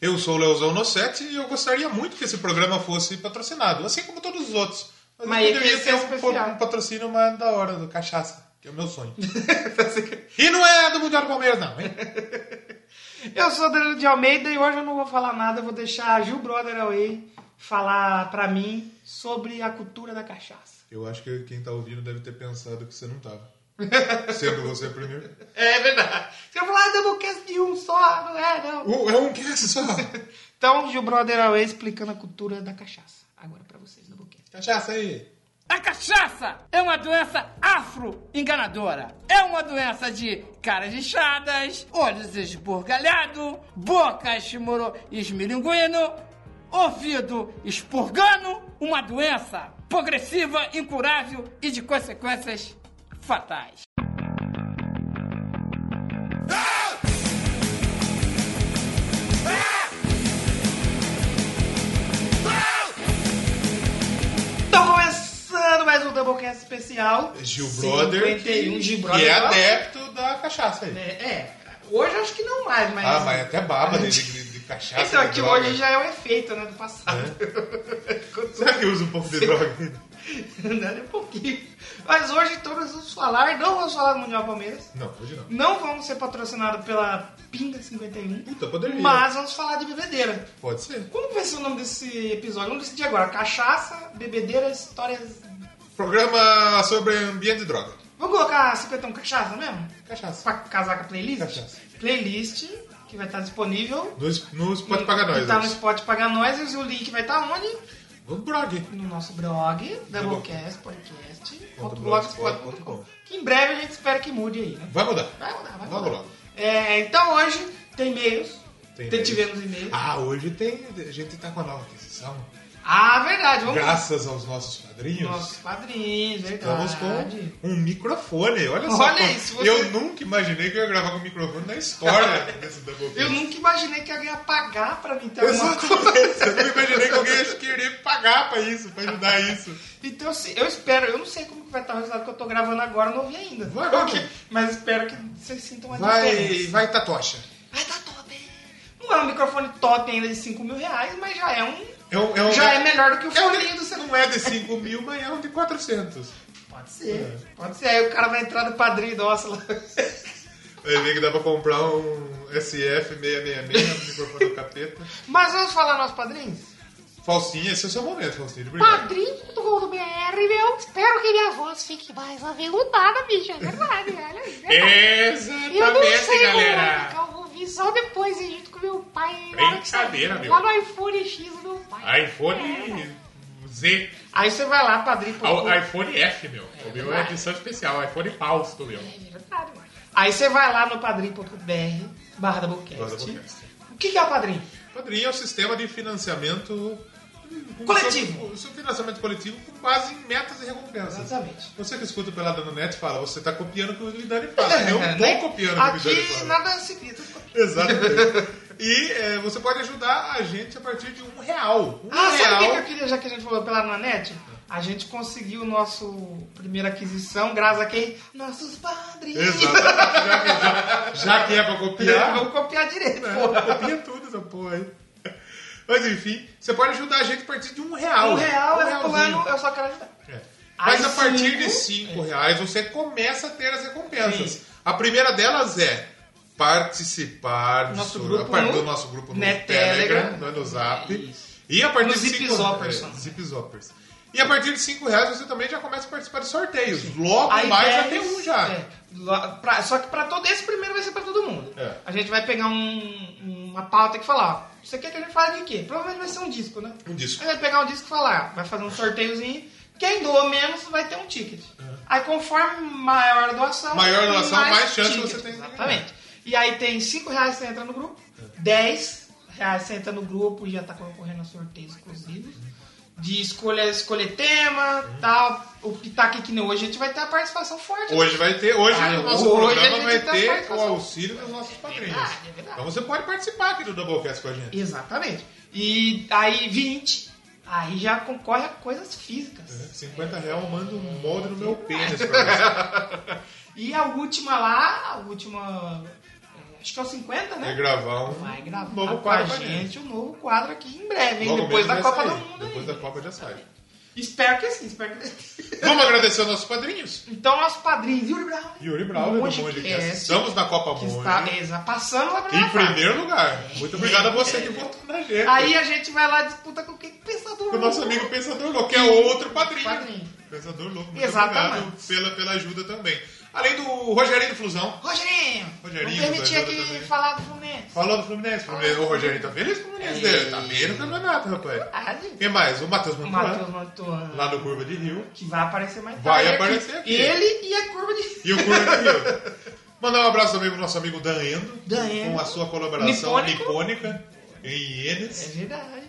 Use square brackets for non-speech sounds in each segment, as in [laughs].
Eu sou o Leozão Nocete e eu gostaria muito que esse programa fosse patrocinado, assim como todos os outros. Mas, Mas é eu esse poderia ia ter ser um, especial. um patrocínio mais da hora do Cachaça, que é o meu sonho. [laughs] Eu e não é do Mundial do Palmeiras, não, hein? sou o Danilo de Almeida e hoje eu não vou falar nada, eu vou deixar a Gil Brother Away falar pra mim sobre a cultura da cachaça. Eu acho que quem tá ouvindo deve ter pensado que você não [laughs] tava. Sendo você primeiro. É verdade. Você vai falar, ah, Doublecast de um só, não é, não. Uh, é um cast [laughs] só. Então, Gil Brother Away explicando a cultura da cachaça. Agora pra vocês, Doublecast. Cachaça aí. A cachaça é uma doença afro-enganadora. É uma doença de caras inchadas, olhos esburgalhados, boca esmoro- esmilinguindo, ouvido expurgando. Uma doença progressiva, incurável e de consequências fatais. Então, começando mais um Doublecast especial. Gil Brother. 51 Gil que é Brother Away. adepto da cachaça aí. É, é. hoje eu acho que não mais, mas... Ah, mas até baba dele de, [laughs] de cachaça. Então, de aqui droga. hoje já é um efeito, né, do passado. [laughs] Será que usa um pouco de droga ainda? Nada um pouquinho. Mas hoje então nós vamos falar, não vamos falar do Mundial Palmeiras, Não, hoje não. não vamos ser patrocinados pela Pinga 51, Puta, poderia. mas vamos falar de bebedeira. Pode ser. Como vai ser o nome desse episódio? Vamos decidir agora. Cachaça, bebedeira, histórias. Programa sobre ambiente e droga. Vamos colocar 51 cachaça mesmo? Cachaça. Pra casar com a playlist? Cachaça. Playlist que vai estar disponível. Nos, nos pode pagar Que tá no nós. Spot Paga Nós e o link vai estar onde? Vamos blog. Tá no nosso blog, doublecastpodcast.blogspot.com. Que em breve a gente espera que mude aí, né? Vai mudar. Vai mudar, vai Vamos mudar. logo. É, então hoje tem e-mails. Tem Tem- e-mails. Tivemos e-mails. Ah, Ah, hoje tem. A gente tá com a nova aquisição. Ah, verdade, vamos Graças aos nossos padrinhos. Nossos padrinhos, verdade. Estamos com um microfone, olha só. Olha como- isso, você- Eu nunca imaginei que eu ia gravar com um microfone na história desse Doublecast. Eu nunca imaginei que alguém ia pagar pra mim ter alguma coisa. Exatamente. Eu não imaginei que alguém ia querer pagar pra isso, pra ajudar isso. Então assim, eu espero, eu não sei como que vai estar o resultado que eu tô gravando agora, não ouvi ainda. Vai, vai. Ok, Mas espero que vocês sintam a Vai, diferença. vai Tatocha. Vai tá top. Não é um microfone top ainda de 5 mil reais, mas já é um É um- é um- Já é melhor do que o é um- folhinho do celular. Não é de 5 mil, mas é um de É. 400. Pode ser, pode ser. Aí o cara vai entrar no padrinho nosso lá. Eu vi que dá pra comprar um SF666, um microfone do capeta. Mas vamos falar nossos padrinhos? Falsinha, esse é o seu momento, Ah, Falsinha. Obrigado. Padrinho.com.br, meu. Espero que minha voz fique mais aveludada, bicho. É verdade, olha aí. verdade. Eu não Exatamente, sei como vai galera. ficar, eu vou ouvir só depois e junto com meu pai. na hora que Brincadeira, sair. meu. Lá no iPhone X do meu pai. É. iPhone Z. Aí você vai lá, padrinho. Ah, o iPhone F, meu. O meu é edição especial, iPhone Fausto, meu. É verdade, mano. Aí você vai lá no padrinho.br barra Barra Doublecast. Doublecast. O que que é o padrinho? Padrinho é um sistema de financiamento com Coletivo. Seu, seu financiamento coletivo com base em metas e recompensas. Exatamente. Você que escuta o Pelada no Net fala, você tá copiando o que o Vidani fala. Eu Né? tô copiando o que o Vidani Aqui fala. nada se grita. Exatamente. E eh, você pode ajudar a gente a partir de um real. Um Ah, real. sabe o que eu queria, já que a gente falou pela Nanete? A gente conseguiu o nosso primeira aquisição, graças a quem? Nossos padrinhos. Exatamente. Já que, já- já que é pra copiar, Vamos copiar direito, porra. É, copia tudo essa porra aí. Mas enfim, você pode ajudar a gente a partir de um real. Um real, é realzinho. plano, eu só quero ajudar. É. Mas Aí a partir cinco- de cinco reais você começa a ter as recompensas. A primeira delas é participar do Nosso seu- grupo a par- no- do nosso grupo no né, Telegram, Telegram. não é no Zap. É isso. E a partir No de Zip cinco- Zoppers, é, né? Zip Zoppers. E a partir de cinco reais você também já começa a participar de sorteios. Logo A mais ideia já tem é- um já. é, lo- pra- só que pra todo esse primeiro vai ser pra todo mundo. É. A gente vai pegar um- uma pauta que falar, ó, isso aqui é que a gente fala de quê? Provavelmente vai ser um disco, né? Um disco. Aí vai pegar um disco e falar, ó, vai fazer um sorteiozinho. Quem doa menos vai ter um ticket. Aí conforme maior a doação, É. Maior a doação, mais chance ticket. você tem de ganhar. Exatamente. E aí tem 5 reais você entra no grupo, 10 reais você entra no grupo e já tá concorrendo a sorteios exclusivos. De escolher, escolher tema, tal. O Pitaque que nem hoje a gente vai ter a participação forte. um- Hoje vai ter, hoje Ah, o nosso hoje a programa gente vai tá ter o participação. auxílio dos nossos padrinhos. verdade, é verdade. então você pode participar aqui do Doublecast com a gente. Exatamente. E aí 20, aí já concorre a coisas físicas. 50 reais É, eu mando um molde no meu pênis pra você. E a última lá, a última é, acho que é o 50, né? Vai gravar um Vai gravar novo com a quadro É, pra gente. gente um novo quadro aqui em breve, hein? Logo Depois da mesmo já Copa sai. do Mundo. Depois aí. da Copa já sai. Espero que sim, espero que Vamos agradecer aos nossos padrinhos. Então, nosso padrinho, Yuri Brown, Yuri Brau, do Monge Monge Cast, Estamos na Copa é, que Mundo. está exa, passando lá pra Em primeiro lugar. Muito obrigado a você que votou na gente. Aí a gente vai lá e disputa com quem pensa do o nosso amigo Pensador Louco, que é outro padrinho. Padrinho. Pensador Louco, muito Exatamente. obrigado pela, pela ajuda também. Além do Rogerinho do Flusão. Rogerinho! Rogerinho, não Ah. permitia ajuda que também. falar do Fluminense. Falou do Fluminense. Fluminense. O Rogerinho tá feliz com o Fluminense dele. Tá bem no campeonato, rapaz. Ah, gente. Quem mais? O Matheus O Mantuan, Matheus Mantua, lá no Curva de Rio. que vai aparecer mais Vai tarde. aparecer aqui. Ele e a curva de... E o Curva de Rio. Mandar um abraço também pro nosso amigo Dan Endo, Dan Endo. com a sua colaboração Nipônico. nipônica em É Ienes. verdade.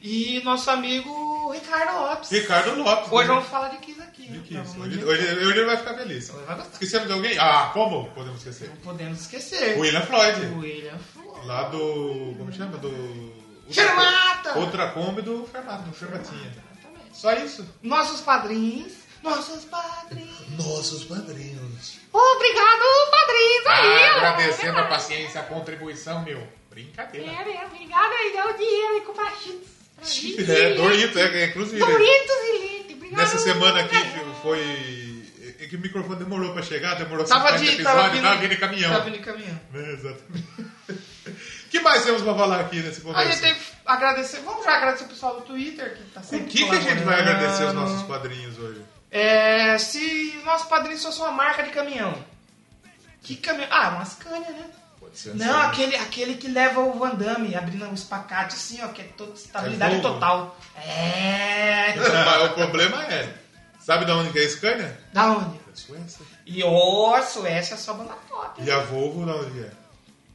E nosso amigo Ricardo Lopes. É. Ricardo Lopes. Hoje né? vamos falar de Kiss aqui. né? De que isso? Pelo amor de Hoje, Deus. hoje, hoje ele vai ficar feliz. Ele vai gostar. Esquecemos de alguém? Ah, como podemos esquecer? Não podemos esquecer. William Floyd. O William Flores. Lá do. Como chama? Do. Fermata! Outra Kombi do Fermato, Fermatinha. Exatamente. Só isso. Nossos padrinhos. Nossos padrinhos. Nossos padrinhos. Obrigado, padrinho. Aí, ó. Ah, agradecendo a paciência, a contribuição, meu. Brincadeira. É mesmo, obrigado aí, dá o dinheiro e comprar chips. pra gente. [laughs] É, Doritos, é, é inclusive. Doritos e leite, obrigado. Nessa né? semana aqui obrigado. Chico, foi. É que o microfone demorou pra chegar, demorou Tava 50 de, episódios, tava vindo, tava vindo em caminhão. Tava vindo em caminhão. É, exatamente. [laughs] que mais temos pra falar aqui nesse A começo? gente tem que agradecer. Vamos já agradecer o pessoal do Twitter que tá Com sempre. o que, que a gente vai colaborando. agradecer os nossos padrinhos hoje? É, se nosso padrinho fosse uma marca de caminhão. Que caminhão? Ah, umas canhas, né? Pode ser Não, é aquele, aquele que leva o Van Damme abrindo um espacate assim, ó, que é toda estabilidade Volvo. [laughs] total. É. Mas o problema é. Sabe da onde que é a Scania? Da onde? Da Suécia. E ó, a Suécia é só banda top. E a Volvo da onde é?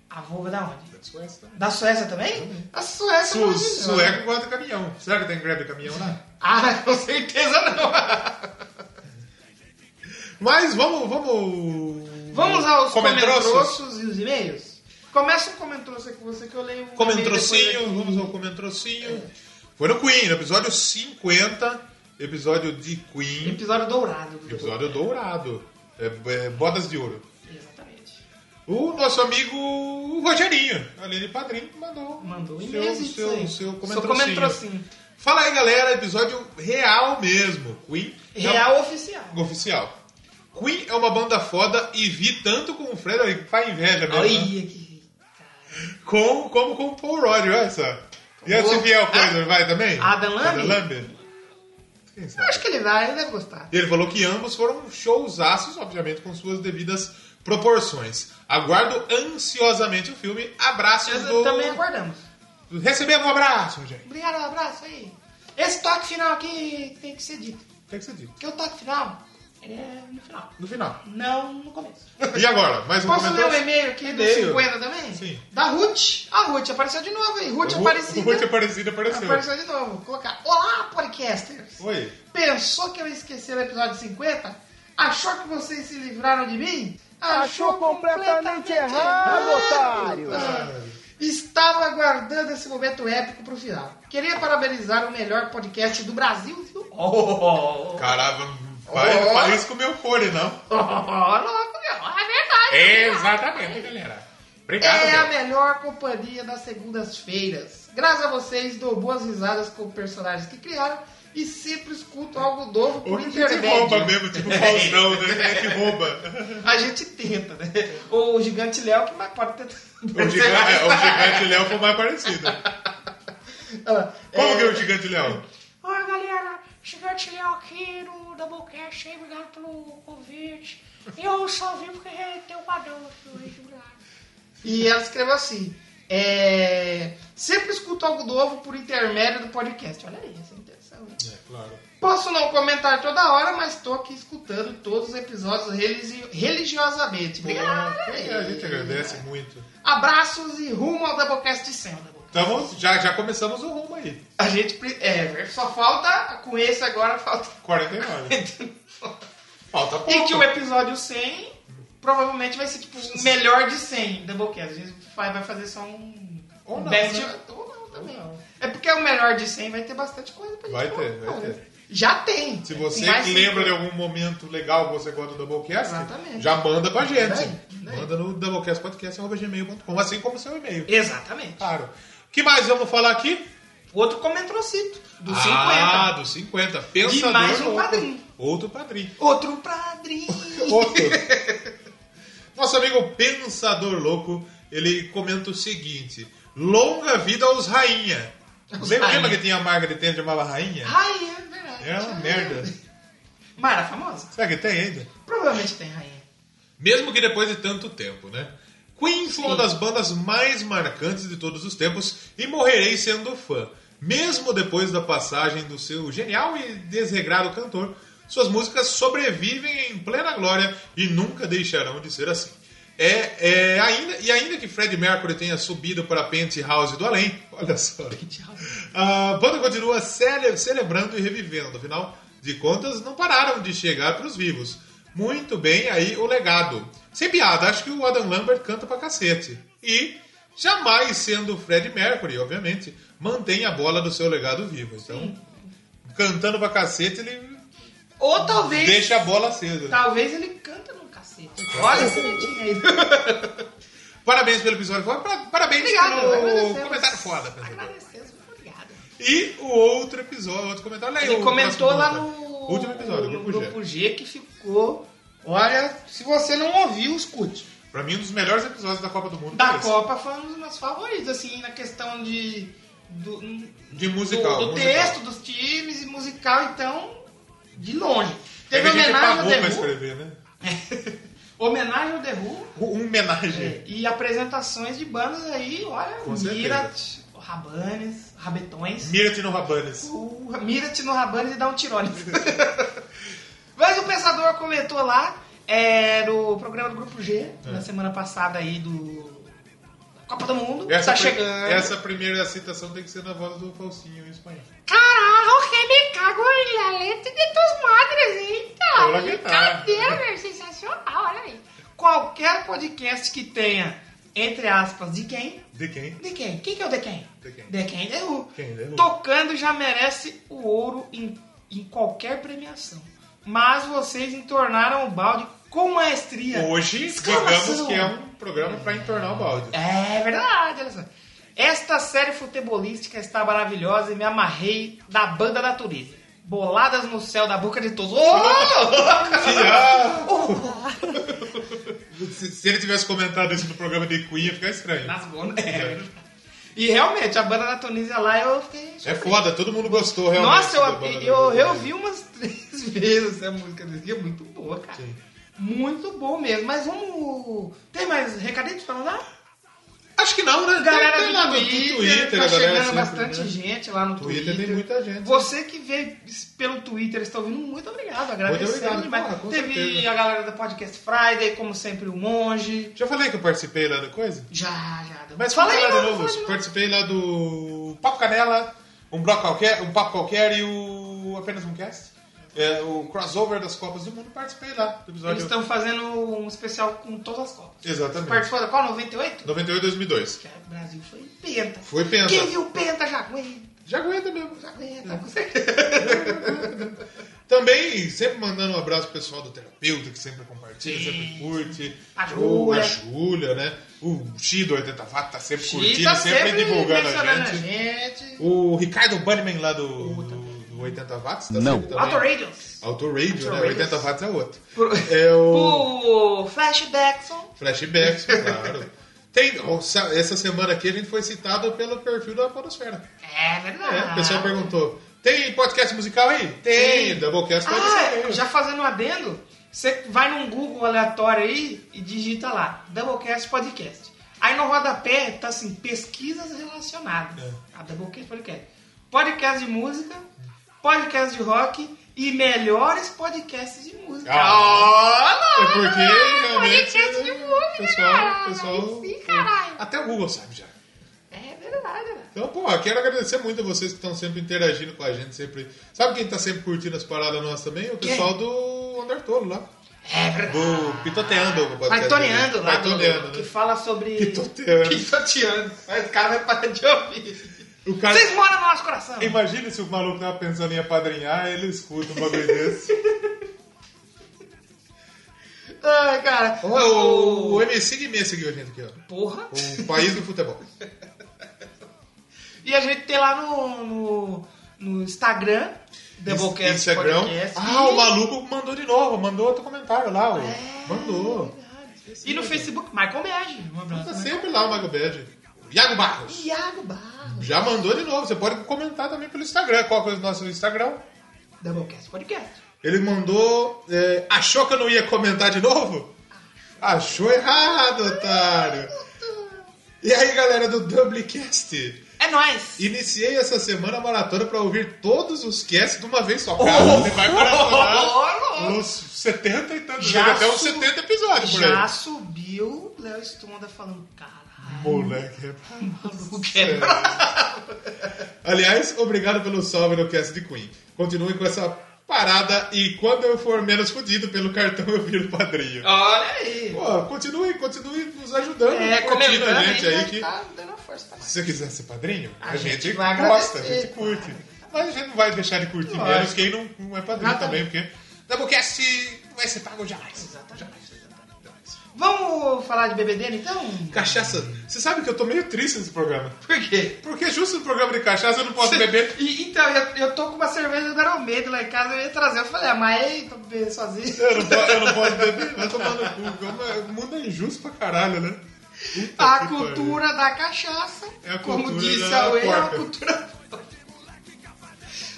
A Volvo é da onde? Da Suécia também. Da Suécia também? A Suécia é Su maravilhosa. sueco gosta de caminhão. Será que tem greve de caminhão [laughs] lá? Ah, com certeza não. Mas vamos. Vamos, Vamos aos Comentroços? comentroços e os e-mails? Começa um comentroço aqui com você que eu leio. um e-mail Comentrocinho, depois vamos ao comentrocinho. Foi no Queen, no episódio 50, episódio de aqui. Queen, Episódio dourado. do- episódio dourado, é, é, bodas de ouro. Exatamente. O nosso amigo Rogerinho, além de é padrinho, mandou, Mandou um seu, e-mail. seu, seu comentrocinho. comentrocinho. Fala aí, galera, episódio real mesmo. Queen é Real oficial. uma- oficial. Queen é uma banda foda e vi tanto com o Fred, pai velho mesmo, né? Olha que. com, como com o Paul Roger, olha só. E a Boa. Biel Coisa vai também? Ah! Adam Lambert? Adam Lambert? Quem Eu sabe? acho que ele vai, ele deve gostar. E ele falou que ambos foram showzaços, obviamente, com suas devidas proporções. Aguardo ansiosamente o filme. Abraços Mas do... também aguardamos. Recebendo um abraço, gente. Obrigado, um abraço aí. Esse toque final aqui tem que ser dito. O que é que você diz? Porque o toque final ele é no final. No final. Não no começo. E agora? Mais um Posso ler comentário? o e-mail aqui do E-mail. 50 também? Sim. Da Ruth. A Ruth apareceu de novo aí. Ruth O Ru- aparecida. O Ruth Aparecida apareceu. apareceu de novo. Vou colocar. Olá, podcasters. Oi. Pensou que eu esqueci o episódio 50? Achou que vocês se livraram de mim? Achou, completamente, errado, Ah, otário! Estava aguardando esse momento épico pro final. Queria parabenizar o melhor podcast do Brasil, viu? Oh, Caramba, vai, Ó. não faz isso com o meu fone, não. louco, meu. [laughs] É verdade. Exatamente, galera. Obrigado, É a meu. melhor companhia das segundas-feiras. Graças a vocês, dou boas risadas com personagens que criaram e sempre escuto algo novo Ou por que te rouba intermédio. mesmo, tipo Faustão, né? Quem é que rouba? A gente tenta, né? Ou o gigante Léo que mais pode tentar. O gigante, o gigante né? Léo foi o mais parecido. Ah, Como é, que é o gigante Léo? Oi, galera. Gigante Léo aqui no Doublecast, hein? Obrigado pelo convite. Eu só vim porque tem um padrão aqui hoje, obrigado. E ela escreveu assim: é, Sempre escuto algo novo por intermédio do podcast. Olha aí, essa é a intenção. né? É, claro. Posso não comentar toda hora, mas tô aqui escutando todos os episódios religi- religiosamente. Obrigado. Ah, é, a gente agradece muito. Abraços e rumo ao Doublecast de 100. Então, já, já começamos o rumo aí. A gente. pre- É, só falta. Com esse agora falta. 49. Falta pouco. E que o episódio 100 provavelmente vai ser tipo o melhor de 100 Doublecast. A gente fa- vai fazer só um. Ou um não, best né? ou não também. não. É porque o melhor de 100 vai ter bastante coisa pra gente Vai ter, falar, vai né? ter. Já tem. Se você Mais lembra de cinco. algum momento legal que você gosta do Doublecast, Exatamente. já manda pra gente. Vai. Manda no doublecastpodcast.gmail.com, assim como seu e-mail. Exatamente. Claro. O que mais vamos falar aqui? Outro comentrocito, do Ah, dos 50. Pensador E mais um outro- padrinho. Outro padrinho. 50. Outro padrinho. [laughs] Outro. Nosso amigo Pensador Louco, ele comenta o seguinte. Longa vida aos rainha. Aos Lembra, rainha. lembra que tinha a marca de tênis que chamava rainha? Rainha, é verdade. É uma merda. Mara famosa? Será que tem ainda? Provavelmente tem rainha. Mesmo que depois de tanto tempo, né? Queen foi uma das bandas mais marcantes de todos os tempos e morrerei sendo fã. Mesmo depois da passagem do seu genial e desregrado cantor, suas músicas sobrevivem em plena glória e nunca deixarão de ser assim. É, é, ainda, e ainda que Fred Mercury tenha subido para a Penthouse do além, [laughs] olha só, a banda continua cele- celebrando e revivendo. Afinal de contas, não pararam de chegar para os vivos. Muito bem aí o legado. Sem piada, acho que o Adam Lambert canta pra cacete. E, jamais sendo o Fred Mercury, obviamente, mantém a bola do seu legado vivo. Então, cantando pra cacete, ele Ou talvez. Tá, deixa a bola acesa. Talvez ele canta no cacete. Olha esse netinho aí. Parabéns pelo episódio. Par- Parabéns Obrigado. pelo agradecemos. comentário foda. Pedro. Agradecemos, muito obrigado. E o outro episódio, outro comentário. Lê aí Ele o comentou próximo lá comentário. no Último episódio, Grupo G. Grupo G que ficou. Olha, se você não ouviu, escute. Pra mim, um dos melhores episódios da Copa do Mundo. Da foi esse. Copa foi um dos meus favoritos, assim, na questão de. Do, De musical. do, do musical. texto, dos times e musical, então, de longe. Teve Teve gente É que homenagem ao pagou pra The Who. escrever, né? homenagem ao The Who Um homenagem. é, e apresentações de bandas aí, olha, Com certeza. Mirat, Rabanes, Rabetões. Mira-te no Rabanes. O Mira-te no Rabanes e dá um [laughs] tirone. Mas o pensador comentou lá é, no programa do Grupo G, É. na semana passada aí do da Copa do Mundo. tá pri- chegando. Essa primeira citação tem que ser na voz do Falsinho em espanhol. Carajo, que me cago en la leche de tus madres, eita! Olha que tá. Brincadeira, meu, sensacional, olha aí. Qualquer podcast que tenha, entre aspas, de quem? De quem? De quem? Quem que é o de quem? De quem? De quem? De Who. Quem? De Who. Tocando já merece o ouro em, em qualquer premiação. Mas vocês entornaram o balde com maestria. Hoje, Escalação. digamos que é um programa pra entornar o balde. É verdade, olha só. Esta série futebolística está maravilhosa e me amarrei da banda natureza. Boladas no céu da boca de todos. [laughs] Oh! Ah! [laughs] se, se ele tivesse comentado isso no programa de Queen, ia ficar estranho. Nas bonas. É. E realmente, a banda da Tunísia lá eu fiquei. É foda, todo mundo gostou realmente. Nossa, da banda eu, da eu, Brasileira. eu ouvi umas três vezes essa música desse dia. Muito boa, cara. Sim. Muito bom mesmo. Mas vamos. Tem mais recadinhos pra mandar? Acho que não, né? Galera Tem lá do no Twitter, Twitter, tá a galera chegando sempre, bastante né? gente lá no Twitter Twitter. tem muita gente. Você que veio pelo Twitter, está ouvindo, muito obrigado. Agradecemos obrigado, demais. porra, com Teve certeza. a galera da Podcast Friday, como sempre, o Monge. Já falei que eu participei lá da coisa? Já, já. Mas fala aí, lá de mano, novo. fala de Participei lá do Papo Canela, um bloco qualquer, um papo qualquer e o apenas um cast. É, o crossover das Copas do Mundo, participei lá do Eles episódio. estão fazendo um especial com todas as Copas. Exatamente. Participou da qual? 98? 98 2002. Que o Brasil foi penta. Foi penta. Quem viu penta já aguenta. Já aguenta mesmo. Já aguenta, com certeza. Também, sempre mandando um abraço pro pessoal do Terapeuta, que sempre compartilha, Sim. sempre curte. A O- Júlia. A Júlia, né? O Chido 80 Vato tá sempre curtindo, E tá sempre, divulgando mencionando a gente. gente. O Ricardo Bunnyman lá do, do, do 80 Watts tá Não. sempre Auto também. Radios. Autoradio, né? Autoradios. 80 Watts é outro. Pro- É o O Flashbackson. Flashbacks, é claro. Tem, ó, sa- essa semana aqui a gente foi citado pelo perfil da Podosfera. É É, verdade. o pessoal perguntou: tem podcast musical aí? Tem, Sim. Doublecast pode Ah, ser. já fazendo um adendo, você vai num Google aleatório aí e digita lá, Doublecast Podcast. Aí no rodapé tá assim, pesquisas relacionadas É. a Doublecast Podcast. Podcast de música, podcast de rock e melhores podcasts de música. Ah, é porque realmente. podcast de né, música, pessoal, caralho. pessoal, Sim, caralho. Até o Google sabe já. É verdade, né? Então, pô, quero agradecer muito a vocês que estão sempre interagindo com a gente. sempre. Sabe quem tá sempre curtindo as paradas nossas também? O Quem? pessoal do Undertolo lá. É verdade. Do Pitoteando. o podcast Paitoneando dele. lá, do- Paitoneando, que né? fala sobre... Pitoteando. Pitoteando. Mas o cara vai parar de ouvir. O cara... Vocês moram no nosso coração. Imagina se o maluco tava pensando em apadrinhar, ele escuta um bagulho desse. [laughs] Ai, cara. O, o, o MC Guimê seguiu a gente aqui, ó. Porra. O país do futebol. E a gente tem lá no, no, no Instagram, Doublecast Instagram. Podcast. Ah, e, o maluco mandou de novo, mandou outro comentário lá, ó. Mandou. E é no Facebook, Michael Bege. Um abraço. Tá Michael. sempre lá o Mago Bad. Iago Barros. Iago Barros. Já mandou de novo. Você pode comentar também pelo Instagram. Qual que é o nosso Instagram? Doublecast Podcast. Ele mandou. é, achou que eu não ia comentar de novo? Achou errado, otário. E aí, galera do Doublecast? É nóis. Iniciei essa semana a maratona para ouvir todos os casts de uma vez só. Cara, você vai maratonar Oh! os 70 e tantos, Já já até uns su- 70 episódios por Já aí. subiu o Léo Stronda falando, caralho, Moleque, é o que é [laughs] Aliás, obrigado pelo salve no cast de Queen. Continue com essa parada e quando eu for menos fudido pelo cartão eu viro padrinho. Olha aí. Pô, continue, continue nos ajudando. É, curtindo comentando a gente aí que Tá dando uma força pra nós. se você quiser ser padrinho, a, A gente, gente vai gosta, a agradecer, gente curte. Mas a gente não vai deixar de curtir Lógico. menos quem não, não é padrinho também, Exatamente. porque Doublecast vai ser pago jamais. Então é Exatamente. Vamos falar de bebedeira, então? Cachaça, você sabe que eu tô meio triste nesse programa. Por quê? Porque é justo no programa de cachaça eu não posso beber [laughs] E, então, eu, eu tô com uma cerveja do Garomedo lá em casa, eu ia trazer. Eu falei, ah, mas aí, pra beber sozinho. Eu não posso, eu não posso beber, vai tomar no cu. Como é- O mundo é injusto pra caralho, né? Puta A que cultura da cachaça. É a como cultura disse da a Ué, é a porca. [laughs] cultura.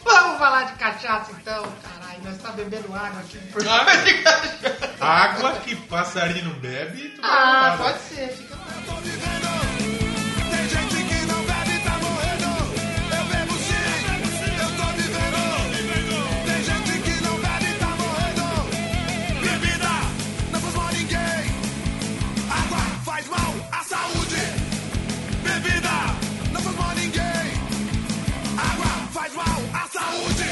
Vamos falar de cachaça então, caralho. Nós tá bebendo água aqui. Por... pariu. Água que passarinho não bebe. tu ah, vai tomar. pode ser, fica lá. Tem gente que não bebe e tá morrendo. Eu bebo sim, eu tô vivendo. Tem gente que não bebe e tá morrendo. Bebida não faz mal a ninguém. Água faz mal à saúde. Bebida não faz mal a ninguém. Água faz mal à saúde.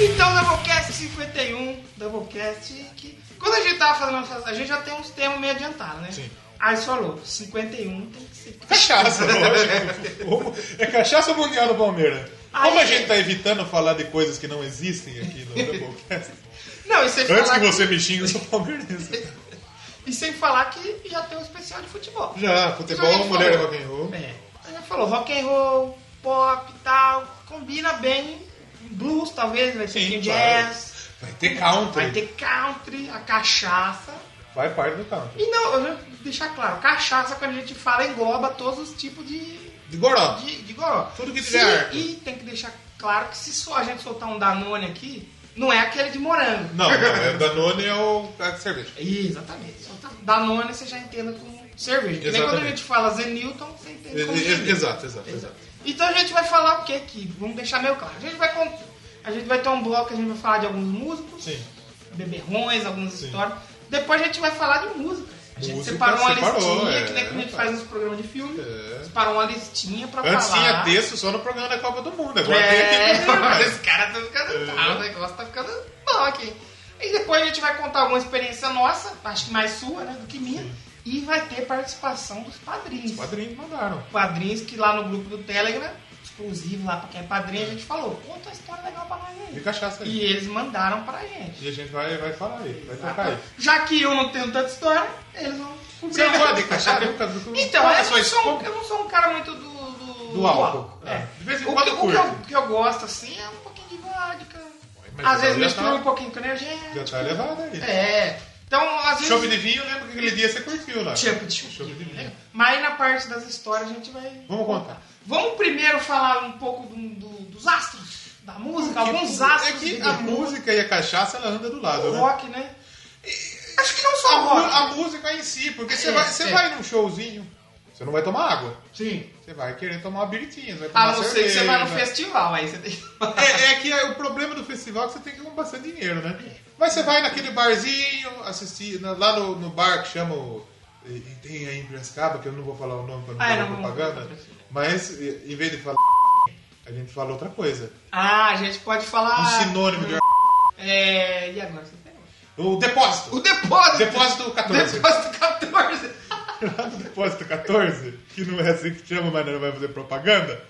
Então, Doublecast 51, Doublecast que... Quando a gente tava fazendo, a gente já tem uns termos meio adiantados, né? Sim. Aí você falou, 51 tem que ser... Cachaça, [laughs] lógico. É cachaça mundial do Palmeiras. Como Ai. a gente tá evitando falar de coisas que não existem aqui [laughs] no Doublecast. Não, e sem, Antes falar que você me xingue, eu sou [laughs] palmeirense. e sem falar que já tem um especial de futebol. Já, Já futebol, falou. mulher e rock'n'roll. É, aí já falou, rock and roll, pop e tal, combina bem, blues talvez, vai ter Sim, jazz, Vai ter country. vai ter country, a cachaça. Vai parte do country. E não, eu vou deixar claro, cachaça quando a gente fala engloba todos os tipos de De goró. de, de goró. Tudo que Se- tiver arco. E tem que deixar claro que se só a gente soltar um Danone aqui, não é aquele de morango. Não, não, é Danone é o é a cerveja. Exatamente. Soltar Danone você já entenda com cerveja. Que Nem quando a Exatamente. gente fala Zenilton, você entende como E- e- cerveja. Exato, exato, exato. Então a gente vai falar o que aqui? Vamos deixar meio claro. A gente vai, com- a gente vai ter um bloco, a gente vai falar de alguns músicos, Sim. beberrões, algumas Sim. histórias. Depois a gente vai falar de música. A gente Música, separou uma separou, listinha, né, é, que nem como a gente rapaz. faz nos programas de filme. É. Separou uma listinha pra Antes falar. tinha texto só no programa da Copa do Mundo. Agora tem É, aqui. no [laughs] mas programa. É. os caras estão ficando. Ah, o negócio tá ficando bom aqui. E depois a gente vai contar alguma experiência nossa, acho que mais sua, né? Do que minha. E vai ter participação dos padrinhos. Os quadrinhos mandaram. Padrinhos que lá no grupo do Telegram, exclusivo lá pra quem é padrinho, a gente falou, conta uma história legal pra nós E aí. cachaça aí. E eles mandaram pra gente. E a gente vai, vai falar aí, vai tocar aí. Já que eu não tenho tanta história, eles vão cobrir. Você não gosta de cachaça? Nunca- nunca- Então, Qual é a eu sua não, sou, um- escolha? eu não sou um cara muito do. Do, Do álcool. É. É. De vez em o quando que, eu o que eu, curto. que eu gosto assim é um pouquinho de vodka. mas Às já vezes tá- mistura um pouquinho com energético. Já tá levado aí. É. Então, às vezes. Chope de vinho, lembra que aquele dia você curtiu lá. Chope Tipo de vinho. Chope de vinho. Mas aí na parte das histórias a gente vai. Vamos contar. Vamos primeiro falar um pouco do- do- dos astros, da música, alguns É astros. que do a rock, música e a cachaça, ela anda do lado, do né? rock, né? Acho que não A, só rock. mu- a música em si, porque você É, vai, você é. vai num showzinho, você não vai tomar água. Sim. Você vai querer tomar uma biritinha, você vai tomar A não ser que você cerveja. vá no festival, aí você tem que. É, é que é o problema do festival é que você tem que comprar bastante dinheiro, né? Mas você vai naquele barzinho, assistir na- lá no, no bar que chama o, e, e tem aí em Piracicaba, que eu não vou falar o nome pra não Ah, fazer não, vamos propaganda, falar pra você. mas e- em vez de falar a gente fala outra coisa. Ah, a gente pode falar. Um sinônimo de É. E agora? Você pegou. o depósito. O depósito! Depósito 14. Depósito 14. lá do Depósito 14, que não é assim que chama, mas não vai fazer propaganda.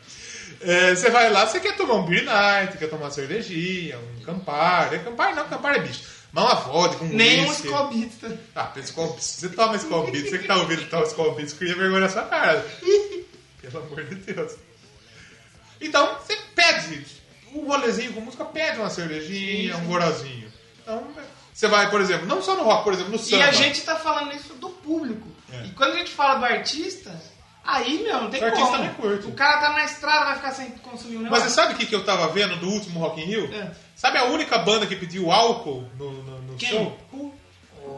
é, você vai lá, você quer tomar um beer night, quer tomar uma cervejinha, um campari. Campari não, campari é bicho. Mas uma vodka, um Nem um whisky. escobista. Ah, pensa Skol Beats. Você toma Skol Beats, você que tá ouvindo tal Skol Beats, cria vergonha na sua cara. Pelo amor de Deus. Então, você pede um rolezinho com música, pede uma cervejinha, um gorozinho. Então, você vai, por exemplo, não só no rock, por exemplo, no E samba. a gente tá falando isso do público. É. E quando a gente fala do artista, aí, meu, não tem O artista como. não curte. O cara tá na estrada, vai ficar sem consumir um Mas é você negócio. sabe o que, que eu tava vendo do último Rock in Rio? É. Sabe a única banda que pediu álcool no, no, no Quem? show?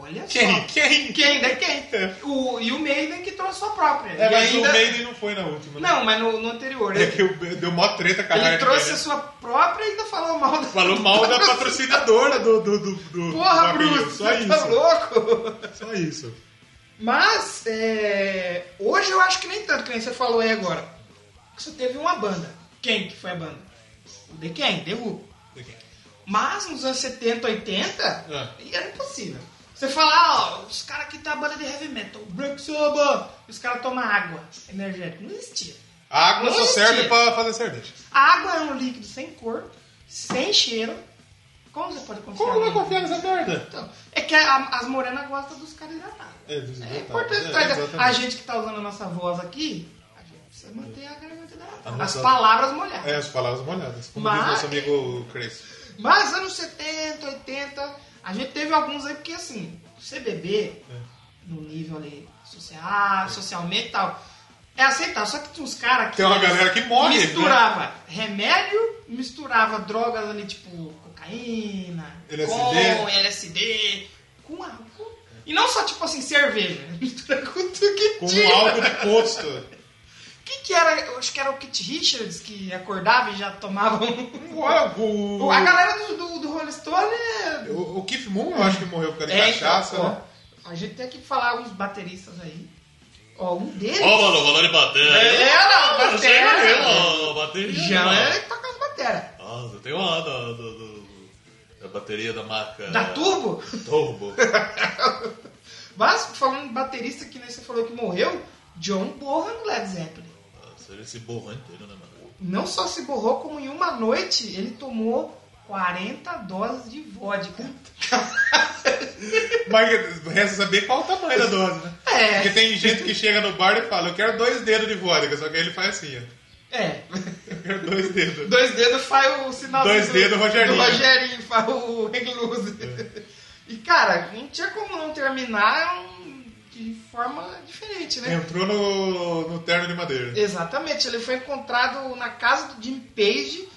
Olha Quem? só. Quem? Quem? Daí quem? É. O, e o Maiden que trouxe sua própria. É, e mas ainda... o Maiden não foi na última. né? Não, mas no, no [laughs] anterior. É Ele, que eu- deu mó treta com a ele Heineken, trouxe né? a sua própria e ainda falou mal da Falou mal [laughs] da patrocinadora do. do, do, do Porra, do amigo. Bruce, Só você isso. tá louco? Só isso. Mas, é, hoje eu acho que nem tanto, que nem você falou aí agora. Você teve uma banda. Quem que foi a banda? O The Quem, The Who. Mas nos anos 70, 80, É. era é impossível. Você falar, ó, os caras que tá a banda de heavy metal, Black Sabbath, e os caras tomam água energética. Não existia. A água Não só existia. serve pra fazer cerveja. A água é um líquido sem cor, sem cheiro. Como você pode confiar? Como vai nele? confiar nessa merda? Então, é que a- as morenas gostam dos caras hidratados. É, dos É hidratados, importante é, trazer. exatamente. a gente que tá usando a nossa voz aqui, a gente precisa manter a garganta A hidratada. As nossa- palavras molhadas. É, as palavras molhadas. Como Mas- diz nosso amigo Crespo. Mas anos 70, 80, a gente teve alguns aí, porque assim, você beber É. no nível ali social, socialmente e tal, é aceitável. Só que tinha uns caras que Tem uma galera que morre. Né? misturava remédio, misturava drogas ali, tipo cocaína, LSD. com LSD, com álcool. E não só tipo assim, cerveja, mistura com tudo que Com tinha. um álcool de [laughs] posto. O que que era? Eu acho que era o Kit Richards que acordava e já tomava um... Um álcool. A galera do, do, do Rolling Stone é O, o Keith Moon, eu acho que morreu por causa de É, cachaça, então, né? ó, A gente tem que falar alguns bateristas aí. Ó, um deles. mano, valor de bateria. é, não, Eu sei batera. mano, bateria. Já mano. é que toca as bateras. Nossa, tem uma da, do- do- da bateria da marca... Da Turbo. Turbo. Mas, falando de baterista que nem você falou que morreu, John Bonham do Led Zeppelin. Nossa, ele se borrou inteiro, né, mano? Não só se borrou, como em uma noite ele tomou 40 doses de vodka. Mas resta saber qual o tamanho da dose, né? Porque É, tem gente que chega no bar e fala, eu quero dois dedos de vodka, só que aí ele faz assim, ó. é. Eu quero dois dedos. Dois dedos faz o sinal Dois dedos, Rogerinho. Do Rogerinho faz o recluse. E cara, não tinha como não terminar um- de forma diferente, né? Entrou no, no terno de madeira. Exatamente, ele foi encontrado na casa do Jim Page,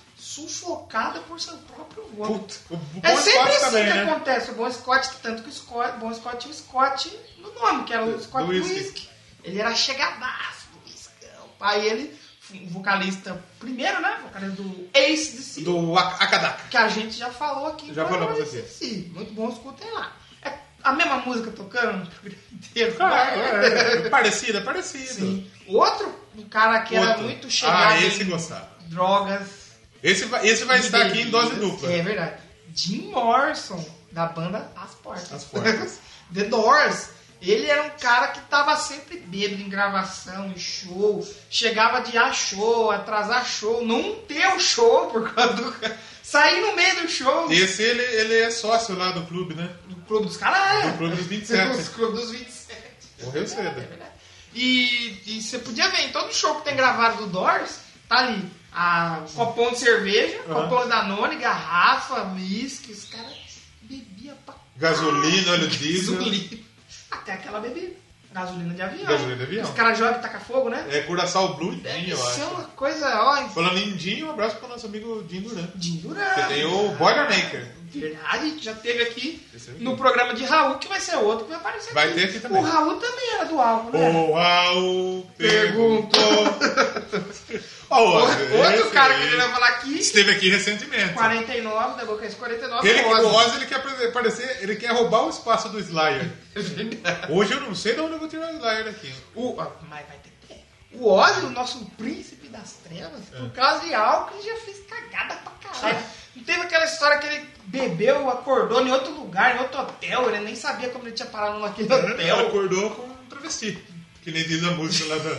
sufocado por seu próprio vômito. Puta, o bom É sempre Scott assim também, que né? acontece. O Bon Scott, tanto que o Scott, Bon Scott tinha o Scott no nome, que era o Scott do É, whisky. Whisky. Ele era chegadaço do Whiskão. Aí ele, o vocalista primeiro, né? Vocalista do Ace de si, Do Ak- Akadaka. que a gente já falou aqui. Já no falamos programa de aqui. AC/DC. Muito bom, escutem lá. É a mesma música tocando o programa [laughs] inteiro. Ah, né? É, é, parecido, é parecido. Ah, Sim. Outro Um cara que era Outro. muito chegado Ah, esse em gostava. drogas, Esse vai, esse vai estar aqui em dose dupla. É verdade. Jim Morrison, da banda As Portas. As Portas. [laughs] The Doors. Ele era um cara que tava sempre bêbado em gravação, em show. Chegava de a show, atrasar show, não ter o show por causa do... [laughs] Sair no meio do show Esse ele, ele é sócio lá do clube, né? do clube dos caras. Do clube dos [laughs] Dos 27. clube dos 27. Morreu É cedo. verdade. E, e você podia ver, em todo show que tem gravado do Doors, tá ali a copão de cerveja, Aham. copão da Danone, garrafa, whisky, os caras bebiam pra Gasolina, óleo diesel. gasolina. Até aquela bebida. Gasolina de avião. Gasolina de avião. Os caras jogam e taca fogo, né? É Curaçao Blue e Gin, Deve eu ser um acho. uma coisa, ó, Falando em Gin, um abraço pro nosso amigo Jim Duran. de Que Duran. tem o Boilermaker. Verdade, que Ah, já teve aqui Esse é o no programa de Raul, que vai ser outro que vai aparecer Vai ter aqui também. O Raul também era do álbum, né? O Raul perguntou. Perguntou. Ó, Outro esse cara aí que ele vai falar aqui, Esteve aqui recentemente. 49, da Boca Race 49, Ele, o Rosa. Ozzy, ele quer apare- aparecer, ele quer roubar o espaço do [laughs] Slayer. Hoje eu não sei de onde eu vou tirar o Slayer daqui. É O, ah, mas vai ter que ter. O Ozzy, o nosso príncipe das trevas, É. por causa de álcool, ele já fez cagada é pra caralho. Não teve aquela história que ele bebeu, acordou em É outro lugar, em outro hotel, ele nem sabia como ele tinha parado naquele Ele hotel. acordou com um travesti. Que nem diz a música lá da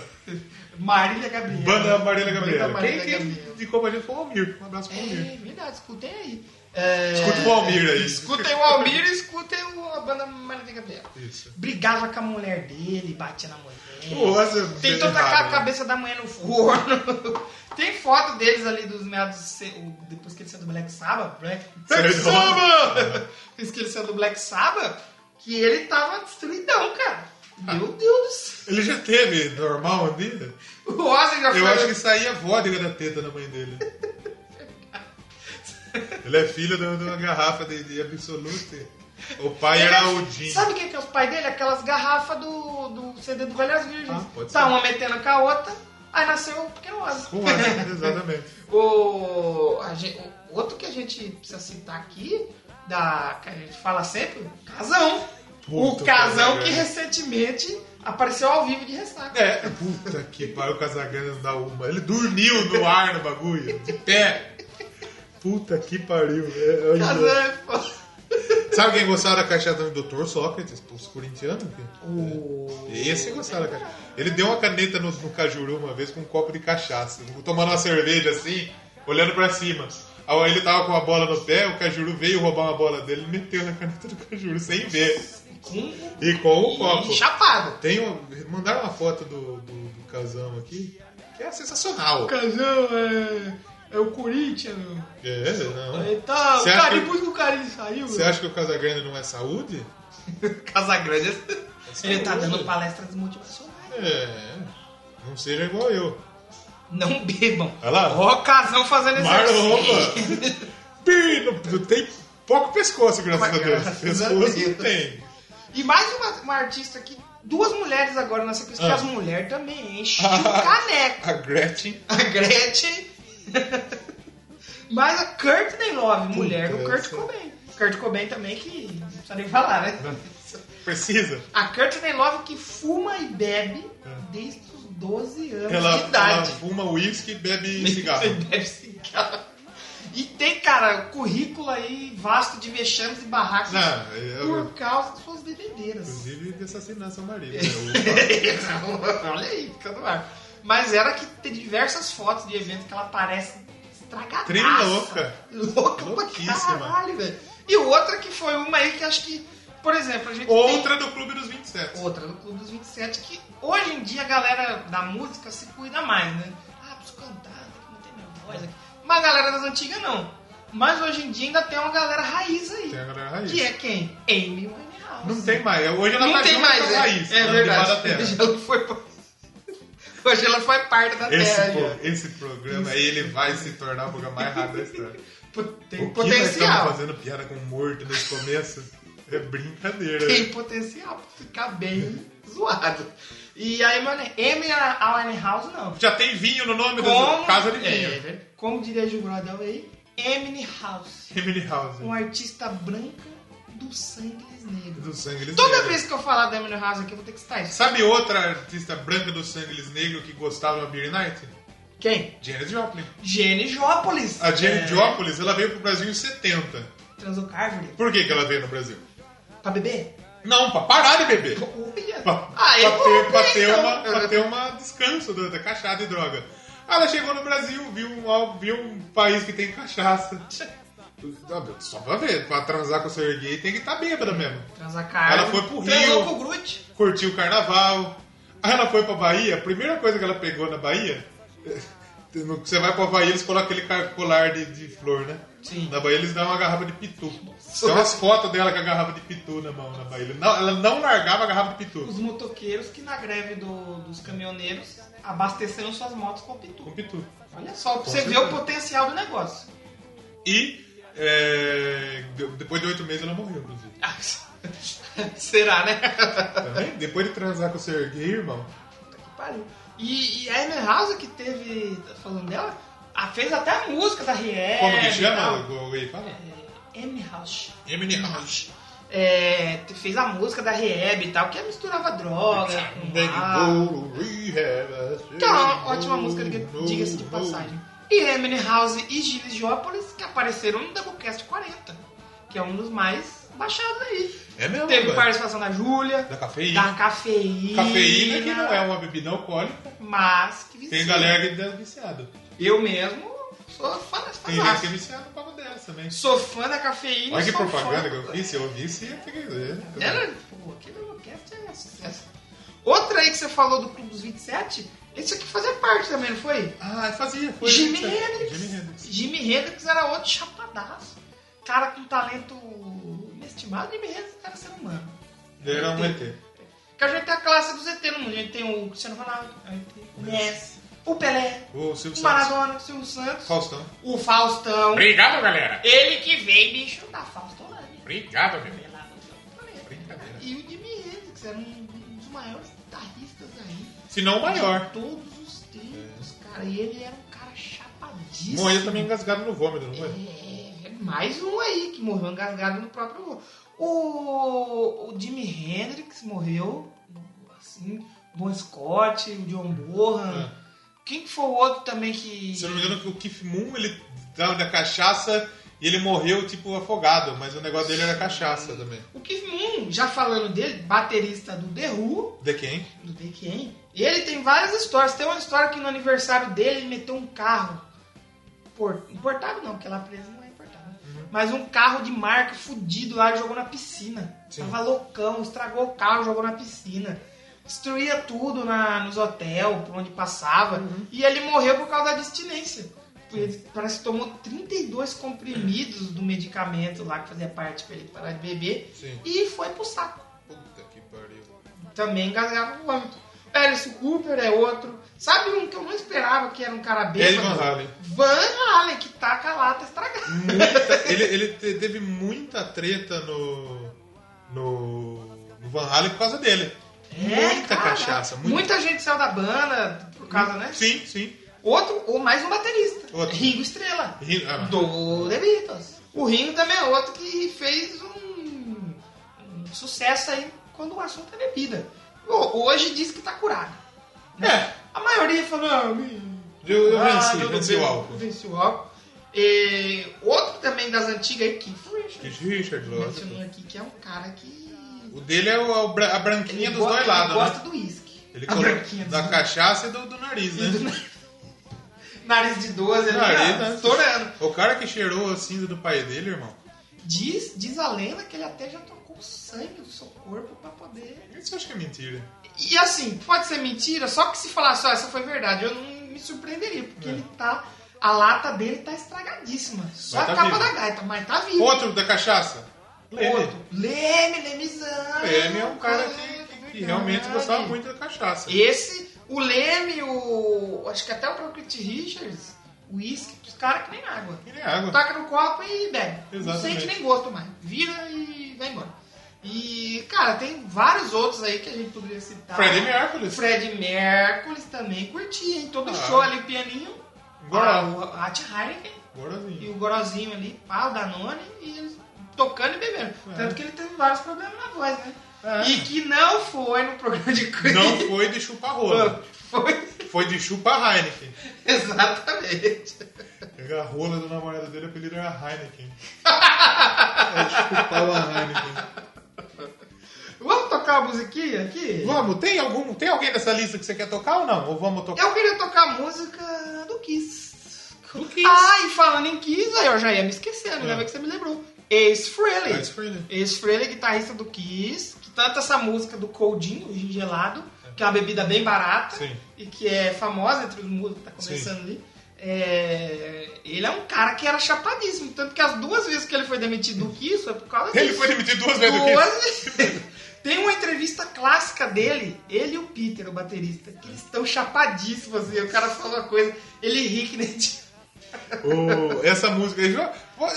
Marília Gabriela. banda Marília Banda Gabriela. Quem Marília quem Gabriela. indicou pra gente foi o Almir. Um abraço pro Almir. É verdade, escutem aí. [laughs] É, Escuta o Almir aí. Escutem o Almir e escutem o- a banda Marília Gabriela. Isso. Brigava com a mulher dele, batia na mulher. Nossa, Tem bem toda errado, a né? cabeça da mulher no forno. [laughs] Tem foto deles ali dos meados. do se- o- Depois que ele saiu do Black Sabbath. Black, Black Sabbath! [laughs] Depois que ele saiu do Black Sabbath, que ele tava destruidão, cara. Meu Deus do céu. Ele já teve normal a vida? O Ozzy Ah, já foi. Eu acho que é saía vodka da teta da mãe dele. Ele é filho de uma de uma garrafa de, de absolute. O pai era é o Jim. é Sabe o que, que é os pais dele? Aquelas garrafas do, do CD do Velhas Virgens. Ah, pode tá ser. uma metendo com a outra, aí nasceu o pequeno Ozzy. O Ozzy, exatamente. O, a gente- o outro que a gente precisa citar aqui, da, que a gente fala sempre, Casão. Puta [laughs] o Casão merda. Um que recentemente apareceu ao vivo de ressaca. É, puta que pariu, o Casagrande dá uma. Ele dormiu no ar no bagulho, de pé. Puta que pariu. é, olha. Casão é foda. Sabe quem gostava da caixa do Dr. Sócrates? Os corintianos? que- O- Esse gostava da caixa. Ele deu uma caneta no, no Cajuru uma vez com um copo de cachaça. Tomando uma cerveja assim, olhando pra cima. Aí ele tava com uma bola no pé, o Cajuru veio roubar uma bola dele e meteu na caneta do Cajuru, sem ver. Com E com o e copo. chapado. Tem um, mandaram uma foto do, do, do casão aqui, que é sensacional. Casão é, é o Corinthians. É, não. Tá, Você acha que- que o Carinho saiu. Você acha que o Casagrande não é saúde? [laughs] Casagrande. Ele tá dando palestras motivacionais. É. Não seja igual eu. Não bebam. Olha lá. Ó, o casão fazendo Marlon, exercício. opa! Pi, não, não tem pouco pescoço, graças a Mas Deus. graças a Pescoço não Deus. tem. E mais uma, uma artista aqui. Duas mulheres agora nessa questão. Ah. que As mulheres também enchem [laughs] o um caneco. A Gretchen. A Gretchen. [laughs] Mas a Courtney Love, mulher do Puta, Kurt essa- Cobain. Kurt Cobain também que não precisa nem falar, né? Precisa. A Courtney Love que fuma e bebe desde os 12 anos Ela, de ela idade. fuma uísque e bebe Você cigarro. bebe cigarro. E tem, cara, currículo aí vasto de vexames e barracos Não, eu- por causa das suas bebedeiras. Inclusive de assassinar seu marido. né? [laughs] Olha aí, fica no ar. Mas era que tem diversas fotos de evento que ela parece estragada. Tri louca. Louca Louquíssima. pra caralho, velho. E outra que foi uma aí que acho que, por exemplo, a gente O- Outra do Clube dos 27. outra no Clube dos 27, que hoje em dia a galera da música se cuida mais, né? Ah, preciso cantar, tem que manter minha voz aqui. Mas a galera das antigas não. Mas hoje em dia ainda tem uma galera raiz aí. Tem a galera raiz. Que é quem? Amy Winehouse. Não tem mais. Hoje ela Não tá tem junto mais, com a é, Raiz. é ela verdade. derrubada a terra. Hoje ela foi... pa- [laughs] Hoje ela foi parte da Esse, terra. pro- esse programa aí, ele vai se tornar o programa mais rápido da história. já. Tem o que nós estamos potencial. fazendo piada com morto nesse começo é brincadeira. Tem potencial pra ficar bem zoado. E aí, é mano, Amy Winehouse não. Já tem vinho no nome Como, da casa de é, vinho. velho. como diria Gil Brodel aí, Emily House, Emily House. uma artista branca do sangue dos negros. Do Sangue Eles Toda Negro. vez que eu falar da Emily House aqui, eu vou ter que citar isso. Sabe outra artista branca do Sangue Eles Negro que gostava da Beer Night? Quem? Janet Joplin. Jenny Jópolis. A Janet É, Joplin, ela veio pro Brasil em 70. Transou com a árvore. Por que, que ela veio no Brasil? Pra beber? Não, pra parar de beber. Olha. Pra, Ah, eu pra vou ter, pra beber, ter então. uma, pra ter uma descanso da, da cachaça e droga. Ah, Ela chegou no Brasil, viu um, al- viu um país que tem [laughs] cachaça. Só pra ver, pra transar com o seu gay tem que estar tá bêbada mesmo. Transar com a árvore. Ela foi pro Transou Rio. com o Groot. Curtiu o carnaval. Aí ela foi pra Bahia, a primeira coisa que ela pegou na Bahia. eh, no- Você vai pra Bahia, eles colocam aquele ca- colar de, de flor, né? Sim. Na Bahia eles dão uma garrafa de pitu. Tem umas fotos dela com a garrafa de pitu na mão na Bahia. Não- ela não largava a garrafa de pitu. Os motoqueiros que na greve do- dos caminhoneiros abasteceram suas motos com Com pitu. pitu. Olha só, pra você ver o potencial do negócio. E é, de- depois de oito meses ela morreu, inclusive. Ah, Será, né? Também? depois de transar com o seu gay, irmão. que pariu. E, e a Amy House que teve, tá falando dela, a- fez até a música da Rihanna. Como que e tal. chama? O gay fala? É, Amy House. Emily House. É, te- fez a música da Rehab e tal, que misturava droga com álcool. Que é uma Ah. ótima música, diga- diga-se de passagem. E Emily House e Gilles Jópolis, que apareceram no Doublecast 40, que é um dos mais baixados aí. É mesmo, Teve velho. participação da Júlia, Da cafeína. da cafeína. Cafeína que não é uma bebida alcoólica. Mas que vicia. Tem galera que é viciada. Eu mesmo sou fã das Tem gente que é fanáticas. viciada por causa dessa também. Sou fã da cafeína. Olha que sou É, né? propaganda fã- que eu fiz, se eu ouvisse, eu fiquei. Ela, pô, aquele orquestra é sucesso. Outra aí que você falou do Clube dos 27, esse aqui fazia parte também, não foi? Ah, fazia, foi. Jimi isso aí. Hendrix. Jimi Hendrix. Jimi Hendrix era outro chapadaço. Cara com talento inestimado. Jimi Hendrix era ser humano. Ele era um ET. Porque a gente tem a classe dos ET no mundo. é? A gente tem o Cristiano Ronaldo, o Messi, o Pelé, O Silvio o Santos. um Maradona, o Silvio Santos, Faustão. o Faustão. Obrigado, galera. Ele que veio, bicho, da Faustolândia. Obrigado, meu. Pelado do planeta. Brincadeira. E o Jimi Hendrix era um dos maiores guitarristas aí. Se não o maior. De todos os tempos, cara. E ele era um cara chapadíssimo. Morreu também engasgado no vômito, não foi? É, mais um aí que morreu engasgado no próprio voo. O, o Jimi Hendrix morreu, assim, Bon Scott, o John É. Bonham. Quem que foi o outro também que... Se eu não me engano, o Keith Moon, ele tava da cachaça e ele morreu, tipo, afogado. Mas o negócio dele era cachaça também. O Keith Moon, já falando dele, baterista do The Who, De quem? do The Can, ele tem várias histórias. Tem uma história que no aniversário dele ele meteu um carro. Por, importado não, porque lá preso não é importado. né? Mas um carro de marca fudido lá e jogou na piscina. Sim. Tava loucão, estragou o carro, jogou na piscina. Destruía tudo na, nos hotéis, por onde passava. E ele morreu por causa da abstinência. Ele parece que tomou 32 comprimidos do medicamento lá que fazia parte pra ele parar de beber. Sim. E foi pro saco Puta que pariu. também também engasgava o âmbito. Alice Cooper é outro. Sabe um que eu não esperava que era um cara Ed bêbado? Van [laughs] Halen. Van Halen, que taca a lata estragada. Muita- ele, ele te- teve muita treta no, no, no Van Halen por causa dele. muita É, cara. cachaça. Muita... Muita gente saiu da banda por causa, né? Sim, sim. Outro, ou mais um baterista. Outro. Ringo Estrela. Ri- ah, mas- Do The né, Beatles. O Ringo também é outro que fez um, um sucesso aí quando o assunto é bebida. Ho- Hoje diz que tá curado. É. A maioria falou, ah, me- Eu, eu Ah, venci, eu venci o venci- álcool. Venci o álcool. E outro também das antigas aí, Keith Richards. Richard, lógico. Mencionou aqui que é um cara que. O dele é o- a bra- a branquinha ele dos gosta- dois ele lados, né? gosta do uísque. Ele A branquinha coloca dos da cachaça e do, do nariz, E do né? [laughs] Nariz de 12 ali, Nariz, ó, né? estourando. O cara que cheirou a cinza do pai dele, irmão. Diz, diz a lenda que ele até já tocou sangue do seu corpo pra poder. Isso eu acho que é mentira. E assim, pode ser mentira, só que se falasse, ó, essa foi verdade, eu não me surpreenderia, porque ele tá. A lata dele tá estragadíssima. Só tá a capa vivo. da gaita, mas tá vivo. É. Outro da cachaça. Leme. Outro. Leme, Lemizão. Leme é um cara que, que- que realmente Verdade. gostava muito da cachaça. Esse, o Leme, o. Acho que até o próprio Kit Richards, o uísque, os caras que nem água. Que nem água. Taca no copo e bebe. Não Exatamente. sente nem gosto mais. Vira e vai embora. E, cara, tem vários outros aí que a gente poderia citar. Freddie Mercury. Fred Mercules também curtia, hein? Todo Ah. show ali, o pianinho. Ah, Goró. o Hat Heineken e Gorozinho. o Gorozinho ali, pá, o Danone, e eles tocando e bebendo. Tanto que ele teve vários problemas na voz, né? É. E que não foi no programa de Queen. Não [laughs] foi de chupa rola. Foi, Foi de chupa Heineken. exatamente. Pegar a rola do namorado dele, o apelido era [laughs] Heineken. É, chupava Heineken. Vamos tocar uma musiquinha aqui? Vamos, tem algum. Tem alguém dessa lista que você quer tocar ou não? Ou vamos tocar? Eu queria tocar a música do Kiss. Do Kiss. Ah, e falando em Kiss, aí eu já ia me esquecendo, ainda bem que você me lembrou. Ace Frehley. Ace Frehley. Ace Frehley, guitarrista do Kiss, que tanto essa música do Coldinho, o gin gelado, que é uma bebida bem barata Sim. e que é famosa entre os músicos que tá começando ali. é, ele é um cara que era chapadíssimo, tanto que as duas vezes que ele foi demitido do Kiss foi por causa Ele disso. foi demitido duas vezes aqui. Duas vezes. Tem uma entrevista clássica dele, ele e o Peter, o baterista, que eles estão chapadíssimos, assim, o cara fala uma coisa, ele ri que nem... de- Ô, essa música aí, João,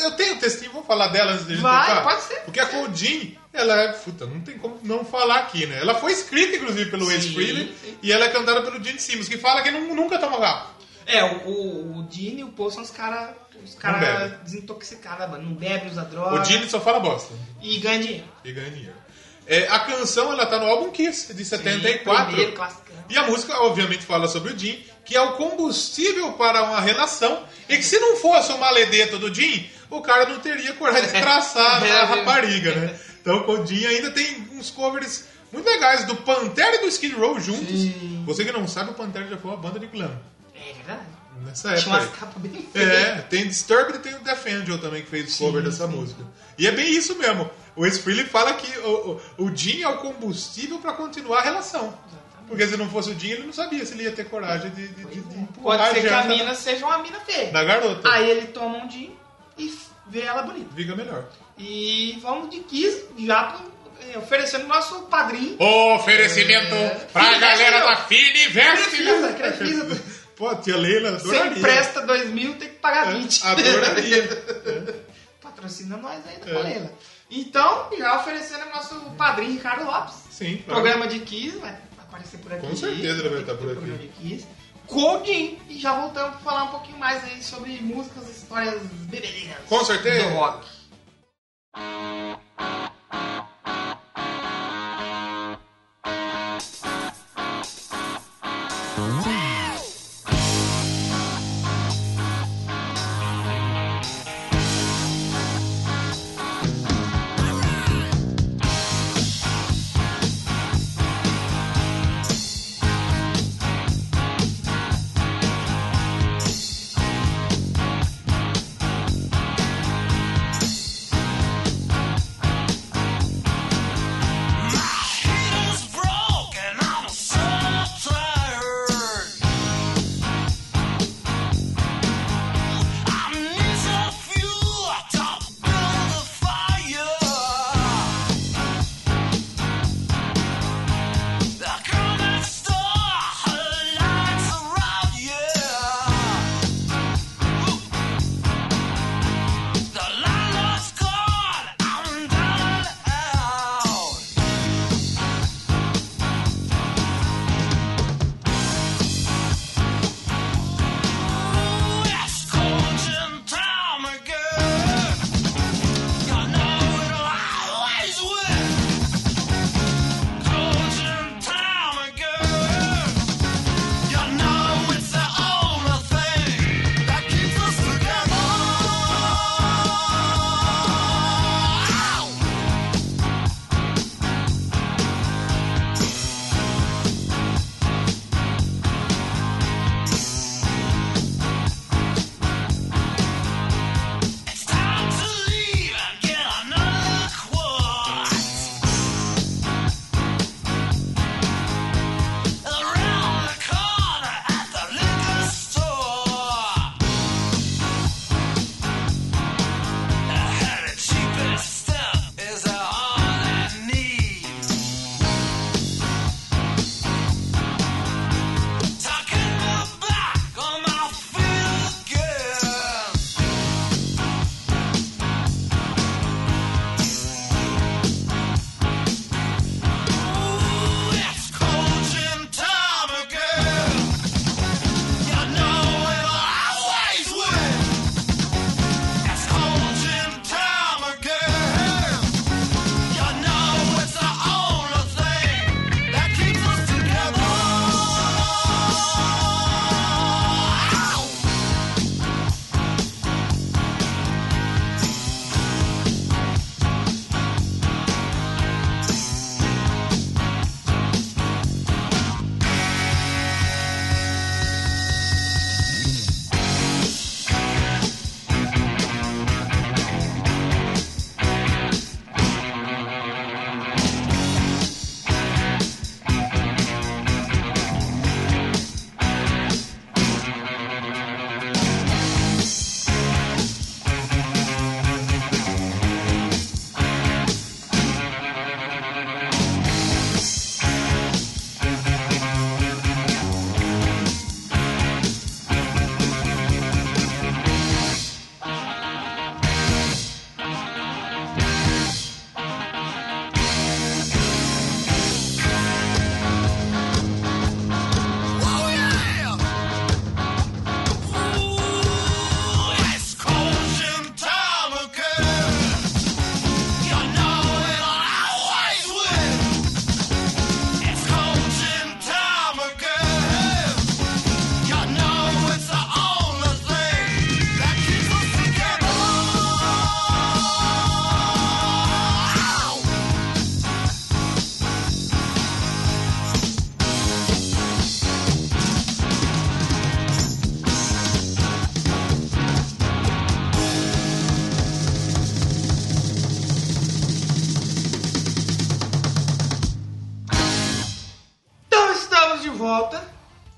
eu tenho o textinho, vou falar dela antes de a gente Vai, tocar. pode ser. Porque a Coldin, ela é, puta, não tem como não falar aqui, né? Ela foi escrita, inclusive, pelo Ace Sim. Frehley e ela é cantada pelo Gene Simmons, que fala que nu- nunca toma garrafa. É, o, o, o Gene e o Paul são os caras os cara bebe. desintoxicados, mano, não bebe, usa droga O Gene só fala bosta e ganha dinheiro. e ganha dinheiro. É, a canção, ela tá no álbum Kiss, de 74. Primeiro, clássico. E a música, obviamente, fala sobre o Jim, que é o combustível para uma relação. E que se não fosse o maledeto do Jim, o cara não teria coragem de [laughs] traçar É, a é. rapariga, né? Então o Codinho ainda tem uns covers muito legais do Pantera e do Skid Row juntos. Você que não sabe, o Pantera já foi uma banda de glam. É verdade. Nessa Tinha época. umas aí. capas bem feias. É, tem Disturbed e tem o Death Angel também que fez o cover dessa música. E é bem isso mesmo. O Ace Frehley fala que o, o, o Jim é o combustível pra continuar a relação. Porque se não fosse o Jim, ele não sabia se ele ia ter coragem de, de, de, de empurrar é. Pode ser que a janta mina seja uma mina feia. na garota. Aí ele toma um gin e f- vê ela bonita. Fica melhor. E vamos de Kiss, já pro- eh, oferecendo nosso padrinho. Oferecimento É. pra Fini galera Festival. da Fini Crefisa, Vest. Crefisa. Pô, a tia Leila Você adoraria. É, empresta 2 mil, tem que pagar 20. Adoraria. [laughs] Patrocina nós aí da É. Calela. Então, já oferecendo ao nosso padrinho Ricardo Lopes. Sim, claro. Programa de Kiss, vai aparecer por aqui. Com certeza ele vai estar por aqui. Programa de Kiss. Codin, e já voltamos pra falar um pouquinho mais aí sobre músicas, histórias bebedeiras. Com certeza. Do rock. Thank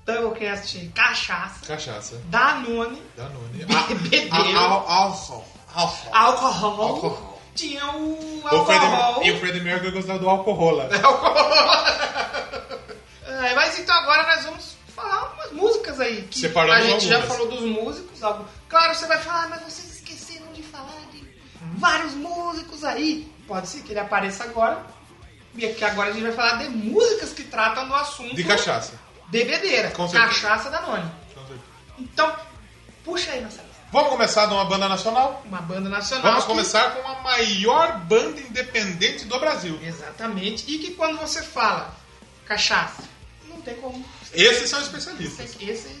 Então podcast Cachaça, Cachaça. Danone, Danone. Bebeu. Álcool. Álcool. alcohol, Alcohol. tinha o O Fred- alcohol. E o né? Fred Mercury gostava do alcohola. [laughs] É, mas então agora nós vamos falar umas músicas aí. Que Separamos a gente já algumas. falou dos músicos. Algo... Claro, você vai falar, "Ah, mas vocês esqueceram de falar de vários músicos aí. Pode ser que ele apareça agora. E aqui agora a gente vai falar de músicas que tratam do assunto De cachaça. de bebedeira, Com certeza. cachaça da Noni. Então, puxa aí, Marcelo. Vamos começar de uma banda nacional? Uma banda nacional. Vamos que- começar com a maior banda independente do Brasil. Exatamente. E que quando você fala cachaça, não tem como. Esses são especialistas. Esse, é esse,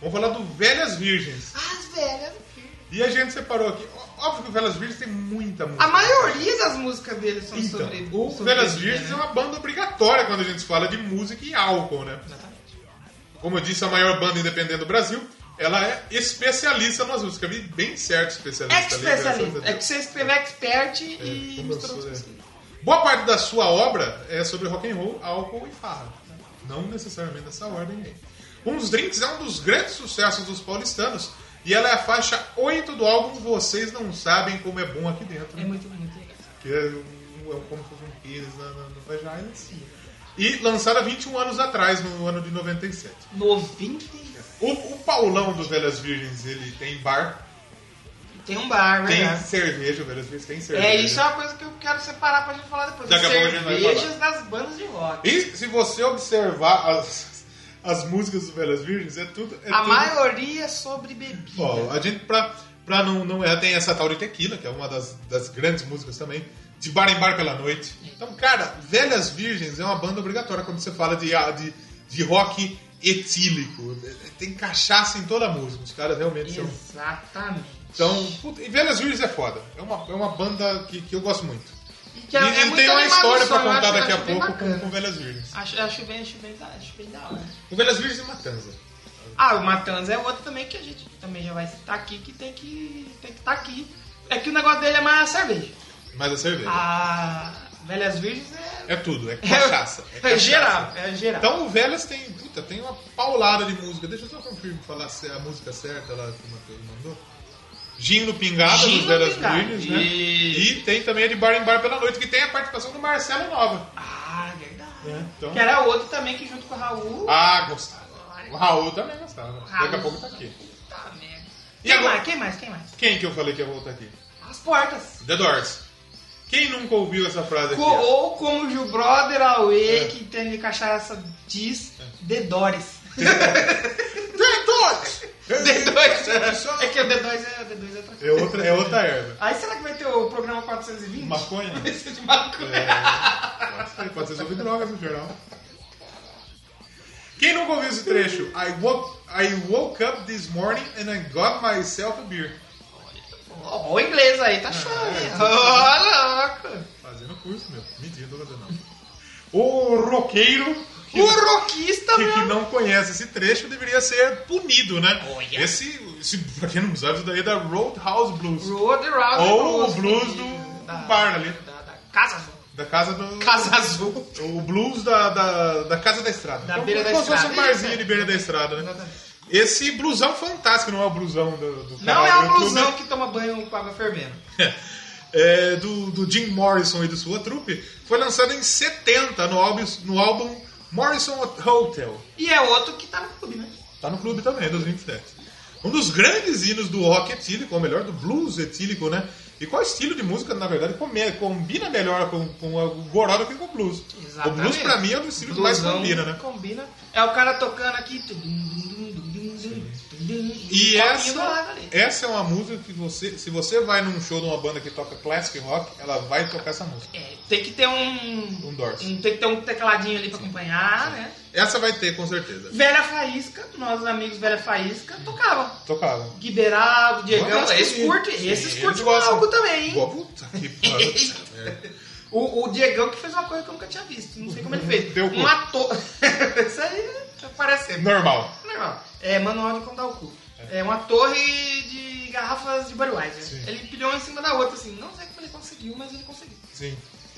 Vamos falar do Velhas Virgens. as velhas. E a gente separou aqui. Ó- Óbvio que o Velhas Virgens tem muita música. A maioria das músicas dele são Então, sobre. o sobre Velhas bebida, Virgens é né? uma banda obrigatória quando a gente fala de música e álcool, né? Exatamente. Como eu disse, a maior banda independente do Brasil. Ela é especialista nas músicas. Eu vi bem certo especialista. ali, graças a Deus. Ex-especialista. É que você escreve expert e É, como eu misturou sou, tudo é. isso. Boa parte da sua obra é sobre rock and roll, álcool e farra. né? Não necessariamente nessa ordem aí. Uns Drinks é um dos grandes sucessos dos paulistanos e ela é a faixa 8 do álbum Vocês Não Sabem Como É Bom Aqui Dentro. É muito, muito legal. Que é, um, é um- como se fosse um pires na, na, na vagina. assim. E lançada 21 anos atrás, no ano de 97. 90. O, o Paulão dos Velhas Virgens, ele tem bar, Tem um bar, tem né? cerveja, o Velhas Virgens tem cerveja. É, isso é uma coisa que eu quero separar pra gente falar depois. né? Daqui a pouco a gente vai Cervejas das bandas de um rock. E se você observar as, as músicas do Velhas Virgens, é tudo. É A tudo- maioria é sobre bebida. Ó, a gente, pra, pra não, não errar, tem essa tal de tequila, que é uma das, das grandes músicas também. De bar em bar pela noite. Então, cara, Velhas Virgens é uma banda obrigatória quando você fala de, de, de rock etílico. Tem cachaça em toda a música. Os caras realmente são. Exatamente. Então, puta, e Velhas Virgens é foda. É uma, é uma banda que, que eu gosto muito. E que E, é- é e muito tem uma animado história o pra som, eu contar acho- daqui a acho bem pouco com, bacana. com Velhas Virgens. Acho, acho, bem, acho, bem, da- acho bem da hora. O Velhas Virgens e Matanza. Ah, o Matanza é outro também que a gente também já vai citar aqui, que tem que tem que estar aqui. É que o negócio dele é mais a cerveja. Mas a cerveja. A Velhas Virgens é... É tudo, [laughs] é cachaça. É, cachaça. geral, é geral. Então o Velhas tem, puta, tem uma paulada de música. Deixa eu só confirmar, falar se é a música certa lá que o Matheus mandou. Gin no Pingada, Gin dos no Velhas Pingada. Virgens, né? Isso. E tem também a de Bar em Bar pela Noite, que tem a participação do Marcelo Nova. Ah, verdade. né? Então, Que era outro também que junto com o Raul... Ah, gostava. O Raul também gostava. Daqui a pouco tá aqui. Tá, merda. E Quem agora? mais? Quem mais? Quem mais? Quem que eu falei que ia voltar aqui? As Portas. The Doors. Quem nunca ouviu essa frase aqui? Co- ó? ou como o Gil Brother Away, É. que tem de cachaça, diz, [laughs] The Doris. The Doors! [laughs] D2. É que o D2 é, D2 é outra coisa. É outra, é outra erva. Aí será que vai ter o programa 420? [laughs] Maconha? Esse [laughs] de maconha. É, pode ser, pode ser sobre drogas no geral. Quem nunca ouviu esse trecho? I woke, I woke up this morning and I got myself a beer. É. Ó, o inglês aí, tá show, hein? Ô, louco. Fazendo curso, meu. Mentira, não tô fazendo não. O roqueiro que, O roquista, que- que mano. não conhece esse trecho deveria ser punido, né? Olha. Esse, esse, pra quem não sabe, isso daí é da Roadhouse Blues. Road Round Ou o blues do da, bar ali. Da, da Casa Azul. Da casa do... Casa Azul. O blues da, da, da Casa da Estrada. Da Como- beira da como se fosse estrada. é. um barzinho de beira da estrada, né? Exatamente. Esse blusão fantástico, não é o blusão do, do Não canal é do um YouTube. né? blusão que toma banho com água fervendo. [laughs] É, do, do Jim Morrison e do sua trupe. Foi lançado em 70 no álbum, no álbum Morrison Hotel. E é outro que tá no clube, né? Tá no clube também, 2007. Um dos grandes hinos do rock etílico, ou melhor, do blues etílico, né? E qual estilo de música, na verdade, come- combina melhor com, com o goró do que com o blues? O blues, pra mim, é o estilo que mais Blusão combina, né? Combina. É o cara tocando aqui. tum, dum, dum, dum, dum, dum, dum, E um copinho do lado essa, ali. essa é uma música que você. Se você vai num show de uma banda que toca classic rock, ela vai tocar essa música. É, tem que ter um, Um Doors. um- Tem que ter um tecladinho ali pra acompanhar, né? Essa vai ter, com certeza. Velha Faísca, nossos amigos Velha Faísca tocavam. Tocava. Guiberaldo, Um Diegão, abraço esses pro Gui. curtem, Sim, esses eles curtem gostam. algo também, hein? Boa, puta que [laughs] pariu. O, o Diegão que fez uma coisa que eu nunca tinha visto, não sei como ele fez. Uhum. Deu cu. Matou. [laughs] Isso aí parece É ser Normal. normal. É manual de contar o cu. É uma torre de garrafas de Budweiser. Sim. Ele pilhou uma em cima da outra, assim. Não sei como ele conseguiu, mas ele conseguiu. Sim.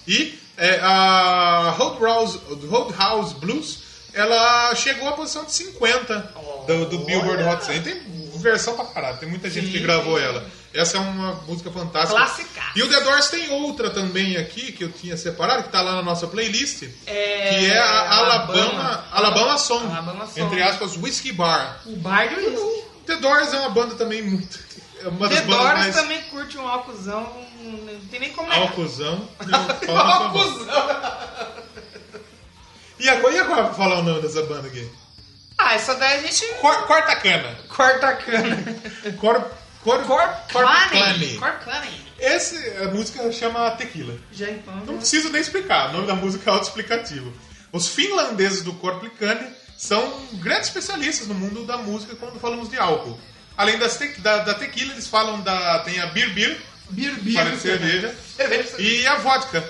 E é, a Roadhouse, Roadhouse Blues ela chegou à posição de 50 do, do Billboard Hot 100. Tem versão pra caralho, tem muita gente que gravou ela. Essa é uma música fantástica. Classicaça. E o The Doors tem outra também aqui que eu tinha separado, que tá lá na nossa playlist, É, que é a Alabama, Alabama, Alabama. Song, Alabama Song. entre aspas, Whiskey Bar. O bar do Whisky. The Doors é uma banda também muito... É uma das The bandas Doors mais também curte um álcoolzão, não tem nem como negar. [laughs] Alcozão. [laughs] Um Álcoolzão. E agora, e agora pra falar o nome dessa banda aqui? Ah, essa daí a gente Cor, corta a cana. corta a cana. Cor, cor, Corp Clane. Clane. Corp Clane. Esse, a música chama Tequila. Já então. Não preciso nem explicar, o nome da música é autoexplicativo. Os finlandeses do Korplikane são grandes especialistas no mundo da música quando falamos de álcool. Além das te- da, da tequila, eles falam da. tem a beer beer, Bir, bir. parece cerveja, Cerveja. e a vodka.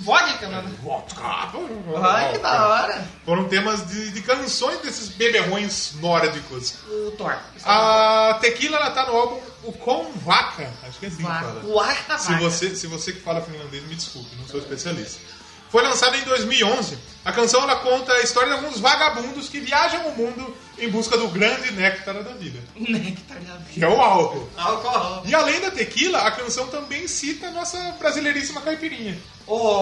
Vodka, mano. Vodka! Olha que da hora. Foram temas de, de canções desses beberrões nórdicos. O Thor. A tequila, ela tá no álbum O Com Vaca. Acho que é assim que fala. O ar da Se vaca. você, se você que fala finlandês, me desculpe, não sou especialista. Foi lançada em 2011. A canção ela conta a história de alguns vagabundos que viajam o mundo em busca do grande néctar da vida, [laughs] Néctar da vida. que é o álcool. Álcool. E além da tequila, a canção também cita a nossa brasileiríssima caipirinha.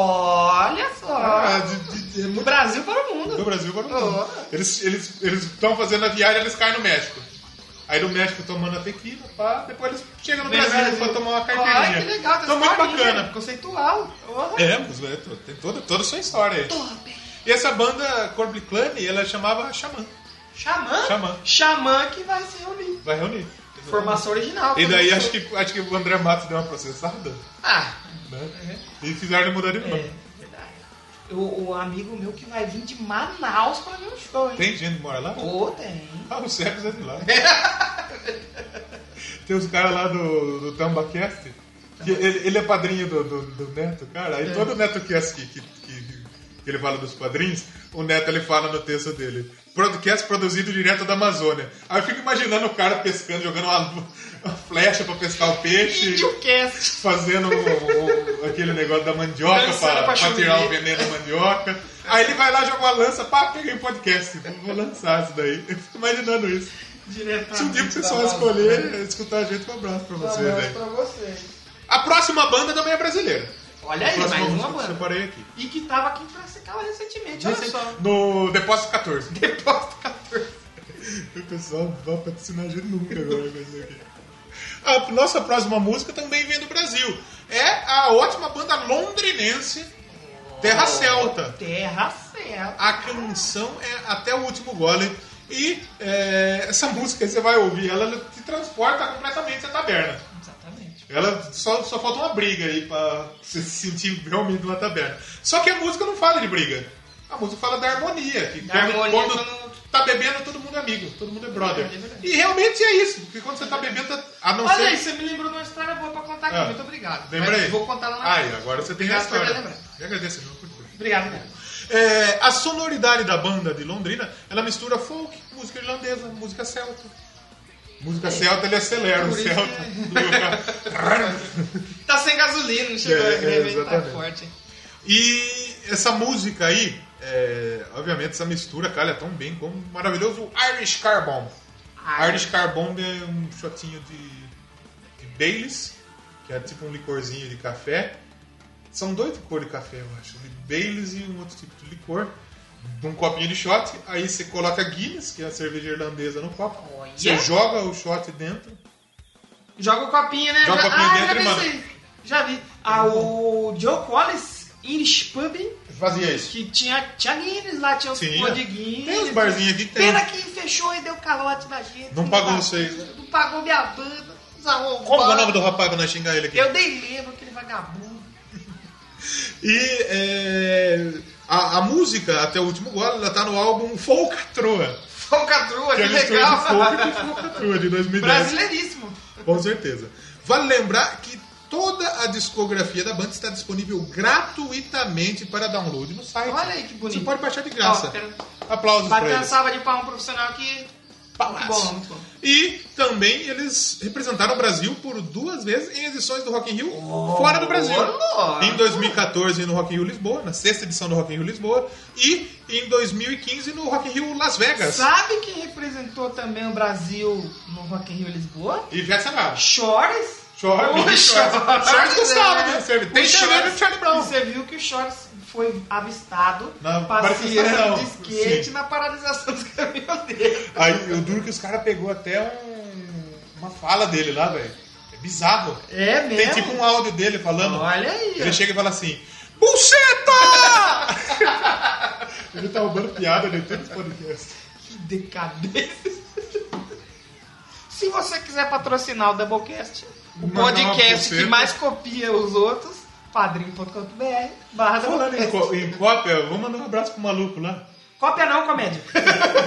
Olha só. Ah, de- de- de- Do muito- Brasil para o do mundo. Brasil para o mundo. Ah. Eles eles eles estão fazendo a viagem, eles caem no México. Aí do México tomando a tequila, pá, depois eles chegam no Vem Brasil, Brasil. pra tomar uma Olha caipirinha. que legal. tem então muito historinha, bacana. Conceitual. Olha. É, mas é, to- tem toda, toda a sua história aí. E essa banda Corbiclane, ela é chamava Xamã. Xamã? Xamã. Xamã que vai se reunir. Vai reunir. Formação original. E daí Formação- acho que, acho que o André Matos deu uma processada, Ah, né? E fizeram ele mudar de nome. é verdade. O, o amigo meu que vai vir de Manaus pra ver o show, hein? Tem gente que mora lá? Pô, tem. Ah, o Sérgio é de lá. tem os caras lá do, do Tambacast. que ele, ele é padrinho do, do, do Neto, cara. É. Aí todo NetoCast que, que, que, que ele fala dos padrinhos, o Neto ele fala no texto dele. Podcast produzido direto da Amazônia. Aí eu fico imaginando o cara pescando, jogando uma, uma flecha pra pescar o peixe Videocast. fazendo o- o- aquele negócio da mandioca Dançando pra, pra pra tirar churri. o veneno da mandioca. Aí ele vai lá, joga uma lança, pá, peguei o podcast. Vou, vou lançar isso daí. Eu fico imaginando isso. Diretamente. Se um dia o pessoal da né? Tá escolher, escutar a gente, um abraço pra Amazônia. vocês Manaus aí. pra vocês. A próxima banda também é brasileira. Olha A aí, próxima mais música uma que eu banda. separei aqui. E que tava aqui em Piracicaba recentemente, olha só. No Depósito 14. [laughs] Depósito 14. O pessoal não vai patrocinar a gente nunca agora com isso aqui. A nossa próxima música também vem do Brasil. É a ótima banda londrinense Terra Celta. Oh, Terra Celta. A canção é Até o Último Gole. E é, essa [laughs] música, você vai ouvir, ela te transporta completamente tá- à taberna. Exatamente. Ela só, só falta uma briga aí pra você se sentir realmente numa taberna. Só que a música não fala de briga. A música fala da harmonia. Que Da harmonia quando quando- tá bebendo, todo mundo é amigo, todo mundo é brother. É verdade. e realmente é isso, porque quando você tá bebendo, tá- a não ser. Olha aí, você me lembrou de uma história boa pra contar aqui, Ah, muito obrigado. Lembra Mas aí? Vou contar lá na Ai, agora você tem a Obrigado por história. me lembrar. Eu agradeço, meu, por tudo. Obrigado, mesmo. É, a sonoridade da banda de Londrina, ela mistura folk, música irlandesa, música celta. Música celta, ele acelera o É. Por isso celta. Tá sem gasolina, não chegou É, a escrever, tá exatamente. forte. E essa música aí, é, obviamente essa mistura calha tão bem como o maravilhoso Irish Car Bomb. Irish Car Bomb é um shotinho de, de Baileys, que é tipo um licorzinho de café. São dois licores de café, eu acho. De Baileys e um outro tipo de licor. Um copinho de shot, aí você coloca Guinness, que é a cerveja irlandesa, no copo. Olha. Você joga o shot dentro. Joga o copinho, né? Joga o copinho ah, dentro e já manda. pensei. Já vi. Ah, o Joe Collins, Irish Pub, Fazia isso. que tinha, tinha Guinness lá, tinha os Tinha. pôr de Guinness. Tem uns barzinhos aqui que tem. Pena que fechou e deu calote na gente. Não pagou vocês, né? Não pagou minha banda. nos arrombados. Como é o nome do rapaz que nós xingar ele aqui? Eu nem lembro, aquele vagabundo. E é, a, a música, até o último gole, ela tá no álbum Folcatroa. Falcatrua, Que é que a mistura de folk legal. e de Folcatroa de 2010. Brasileiríssimo. Com certeza. Vale lembrar que toda a discografia da banda está disponível gratuitamente para download no site. Olha aí que bonito. Você pode baixar de graça. Ó, quero- Aplausos para Bateu uma eles. salva de palmas um profissional aqui. Muito Palácio. bom, muito bom. E também eles representaram o Brasil por duas vezes em edições do Rock in Rio Oh, fora do Brasil. louco! Em 2014 no Rock in Rio Lisboa, na sexta edição do Rock in Rio Lisboa, e em 2015 no Rock in Rio Las Vegas. Sabe quem representou também o Brasil no Rock in [laughs] Rio Lisboa? Ivete Sangalo. Chores. Chora, O Chores. Chores do sábado, né? Serve- tem O cerveja Chores- do Charlie Brown. Você viu que o Chores foi avistado Na passeando manifestação, de skate sim. na paralisação dos É. caminhoneiros. Aí eu duro que os caras pegou até um- uma fala dele lá, velho. É bizarro. É Tem mesmo? tipo um áudio dele falando. Olha aí. Ele ó. chega e fala assim: [laughs] Buceta! Ele tá roubando piada de todos os podcasts. Que decadência. Se você quiser patrocinar o Doublecast, o Mandar uma podcast buceta. que mais copia os outros, padrim.com.br barra Falando em, Doublecast. co- em cópia, eu vou mandar um abraço pro maluco lá. Cópia não, comédia. [laughs]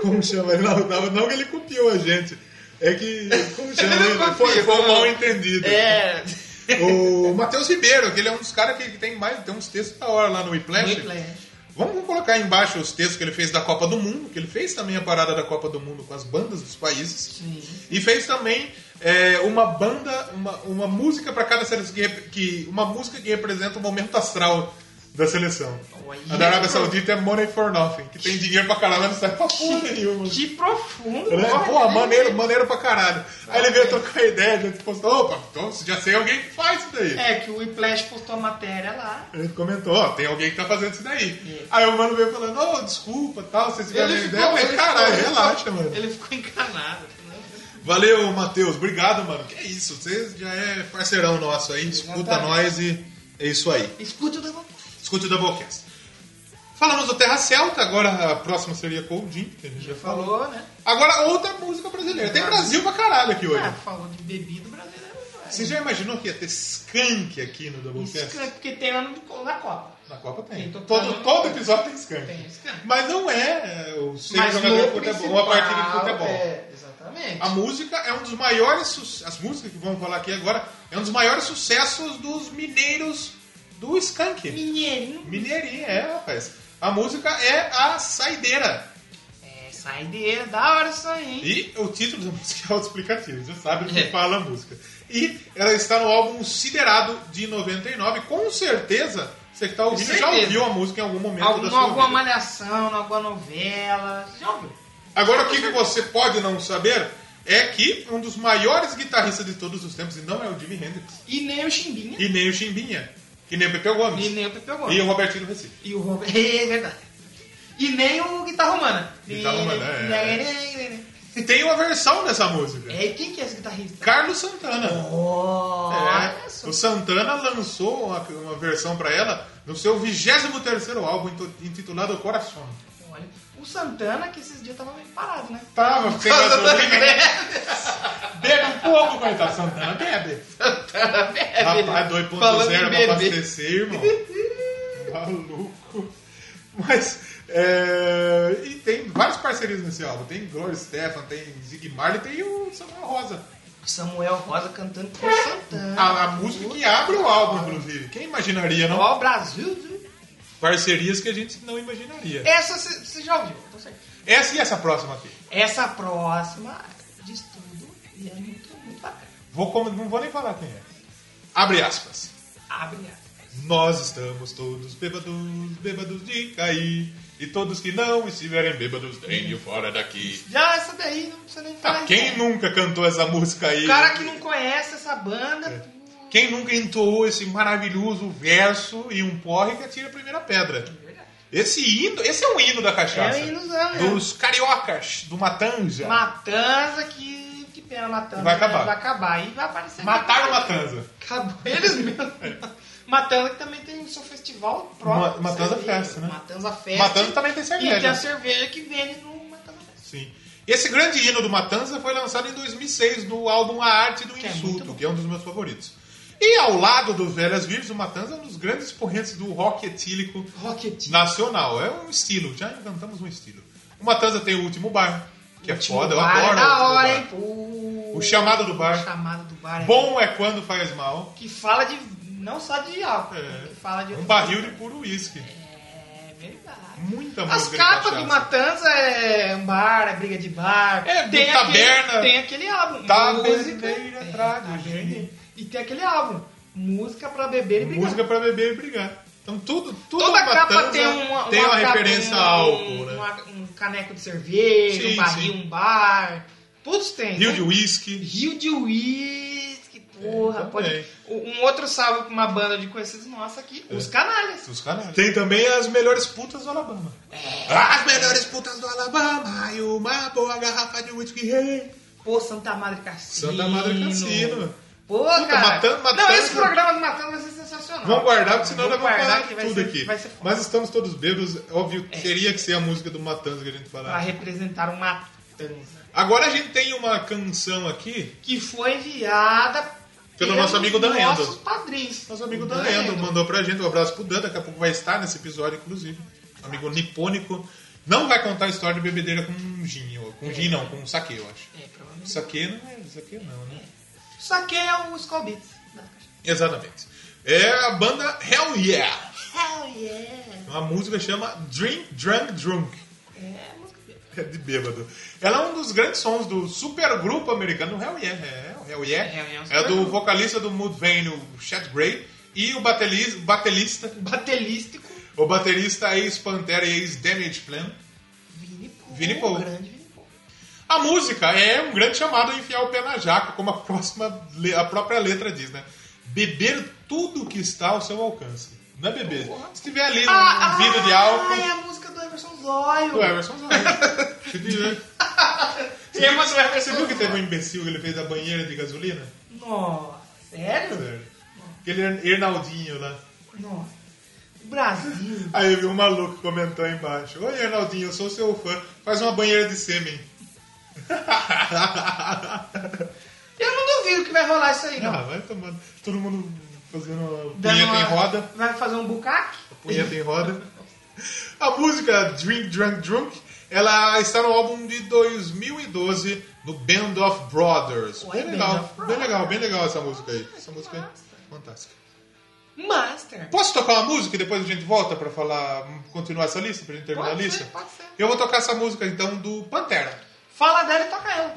Como chama? ele? Não, não, não que ele copiou a gente. É que. Como chama? Ele não ele? Foi, copia, foi um não. mal entendido. É. [laughs] O Matheus Ribeiro, que ele é um dos caras que, que tem mais, tem uns textos da hora lá no Whiplash. Whiplash. Vamos, vamos colocar aí embaixo os textos que ele fez da Copa do Mundo, que ele fez também a parada da Copa do Mundo com as bandas dos países. Sim. E fez também é, uma banda, uma, uma música para cada seleção, que, rep- que- uma música que representa o momento astral da seleção. Olha. A da Arábia Saudita é Money for Nothing, que tem dinheiro pra caralho, mas não sai pra porra nenhuma. Que profundo. Né? olha. Pô, maneiro, maneiro pra caralho. Aí ele veio trocar ideia, a gente postou, opa, então, já sei alguém que faz isso daí. É que o Whiplash postou a matéria lá. Ele comentou, ó, tem alguém que tá fazendo isso daí. Aí o mano veio falando, ô, desculpa, tal, vocês tiveram ideia. Eu falei, caralho, ficou- relaxa, mano. Ele ficou encanado. né? Valeu, Matheus. Obrigado, mano. Que é isso. Você já é parceirão nosso aí. Escuta Exatamente. nós e é isso aí. Escute o Doublecast. Escute o Doublecast. Falamos do Terra Celta. Agora a próxima seria Coldin, que a gente já falou. Falou, né? Agora outra música brasileira. Tem Brasil pra caralho aqui hoje. Ah, falou de bebida é brasileira. vai. Você já imaginou que ia ter Skank aqui no Doublecast? Isso, Porque tem lá no- na Copa. é. Na Copa tem. Tem, tô todo, falando. todo episódio tem Skank. Tem Skank. Mas não é é, o ser Mas jogador de no futebol, uma partida de principal, futebol. É, exatamente. A música é um dos maiores su- as músicas que vamos falar aqui agora é um dos maiores sucessos dos mineiros do Skank. Minheirinho. Mineirinho, é, rapaz. A música é a saideira. É, saideira, da hora isso aí. E o título da [laughs] música é autoexplicativo, você sabe o que É. fala a música. E ela está no álbum Siderado de 99. Com certeza, você que está ouvindo já certeza. ouviu a música em algum momento da Algum, sua alguma vida. malhação, alguma novela. Você Já ouviu? Agora, o que, que você pode não saber é que um dos maiores guitarristas de todos os tempos, e não é o Jimi Hendrix, E nem o Chimbinha. e nem o Chimbinha, e nem o Pepeu Gomes, E nem o Pepe Gomes. e o Robertinho do Recife. E o Robert. [laughs] É verdade. E nem o Guitarra Humana. Guitarra Humana, é. é, E tem uma versão dessa música. É, e quem que é esse guitarrista? Carlos Santana. Oh, É. olha só. O Santana lançou uma, uma versão pra ela no seu 23 álbum intu- intitulado Coração. Olha, o Santana que esses dias tava meio parado, né? Tava né? sem gasolina. [laughs] Bebe um pouco, coitado. Santana bebe. Rapaz, 2.0 Falando em pra beber. abastecer, irmão. Maluco. Mas, é, e tem vários parcerias nesse álbum. Tem Gloria Stefan, tem Zig Marley, tem o Samuel Rosa. Samuel Rosa cantando com o Santana. A, a música que abre o álbum, inclusive. Quem imaginaria, não? Ó, o Brasil. viu? Parcerias que a gente não imaginaria. Essa você já ouviu, tô certo. Essa e essa próxima aqui. Essa próxima diz tudo e é muito, muito bacana. Vou, com- não vou nem falar quem é. Abre aspas. Abre a. Nós estamos todos bêbados, bêbados de cair. E todos que não estiverem bêbados, deem fora daqui. Já essa daí não precisa nem falar. Ah, quem né? nunca cantou essa música aí? É. O cara que não conhece essa banda. Quem nunca entoou esse maravilhoso verso e um porre que atira a primeira pedra? Esse hino, esse é um hino da cachaça. É um hinozão, né? Dos cariocas, do Matanja. Matanza que. Que pena, Matanza. Vai acabar. Vai acabar. E vai aparecer. Mataram Matanza. É. Acabou. Eles mesmos. [laughs] Matanza que também tem o seu festival próprio. Ma- Matanza cerveja. Fest, né? Matanza Fest. Matanza também tem cerveja. E tem a cerveja que vende no Matanza Fest. Sim. Esse grande hino do Matanza foi lançado em 2006 no álbum A Arte do Que é muito Insulto, bom. que é um dos meus favoritos. E ao lado do Velhas Virgens, o Matanza é um dos grandes expoentes do rock etílico Rocket. nacional. É um estilo, já inventamos um estilo. O Matanza tem o Último Bar, que é Último foda, eu bar é adoro. o da Último hora, Bar. hein? Pô. O Chamado do A Bar. chamada do bar é Bom é quando faz mal. que fala de não só de álcool, É. que fala de tipo. Um barril de puro uísque. É verdade. Muita As Então, música de capas cachaça. do Matanza é um bar, é briga de bar. É, tem do aquele- Taberna. Tá, Tem aquele álbum. Taberneira É, trago, Taberneira. gente. E tem aquele álbum. Música pra beber e brigar. Música pra beber e brigar. Então tudo, tudo Toda capa Matanza tem uma, tem uma capa, referência um- a álcool, né? uma- um caneco de cerveja, Sim, um barril, sim. um bar. Todos tem. Rio né? de Whisky. Rio de Whisky, porra. É, pode... também. Um outro salve pra uma banda de conhecidos nossos aqui, É. os canalhas. Os canais. Tem também as melhores putas do Alabama. É. Ah, As melhores putas do Alabama e uma boa garrafa de whisky rei. Pô, Santa Madre Cassino. Santa Madre Cassino. Pô, Puta, cara. Matan- Não, Matanza. esse programa do Matando vai ser sensacional. Vamos guardar, porque senão Vamos nós vamos guardar falar que vai tudo ser- aqui. vai ser foda. É. Mas estamos todos bêbados, óbvio, teria que ser a música do Matanza que a gente Pra falar. representar o Matanza. Agora a gente tem uma canção aqui, Que foi enviada Pelo nosso amigo Dan Endo. Nossos padrinhos. nosso amigo Dan Endo mandou pra gente, um abraço pro Dan, daqui a pouco vai estar nesse episódio, inclusive. Amigo nipônico. Não vai contar a história de bebedeira com um gin, ou- com gin não, com um saque, eu acho. É, provavelmente. Saque não é, saque não, né? Isso aqui é o Skull Beats. da caixa. Exatamente. É a banda Hell Yeah. Hell yeah. Uma música chama Drink, Drunk, Drunk. É, música- É [laughs] de bêbado. Ela é um dos grandes sons do supergrupo americano Hell Yeah. É, o Hell Yeah. Hell Yeah é um É do supergrupo. vocalista do Mudvayne, o Chad Gray, e o bateliz- [laughs] batelista, Batelístico. o baterista ex-Pantera e ex-Damage Plan. Vini Paul. Vini Paul. É um Grande Vini Paul. A música é um grande chamado a enfiar o pé na jaca, como a, próxima, le- a própria letra diz, né? Beber tudo que está ao seu alcance. Não é beber. Se tiver ali um, Ah, um vidro de Ah, é álcool... a música do Emerson Zóio. Do Emerson [laughs] Zóio. Se tiver- E é uma do Você Emerson viu que teve um Zóio. imbecil que ele fez a banheira de gasolina? Nossa, sério? Sério. Aquele Hernaldinho lá. Nossa. O Brasil. [laughs] Aí eu vi um maluco que comentou aí embaixo. Oi, Hernaldinho, eu sou seu fã. Faz uma banheira de [laughs] sêmen. Eu não duvido que vai rolar isso aí, não. Ah, vai tomando. Todo mundo fazendo uma Dando punheta uma- em roda. Vai fazer um bucaque? Punheta em roda. A música Drink, Drunk, Drunk, ela está no álbum de 2012, no Band of Brothers. Ué, Bem Band legal, of bem Brothers. legal, bem legal essa música aí. Essa música é fantástica. Master. Posso tocar uma música e depois a gente volta pra falar, continuar essa lista, pra gente terminar Pode a ser, lista? pode ser. Eu vou tocar essa música então do Pantera. Fala dela e toca ela.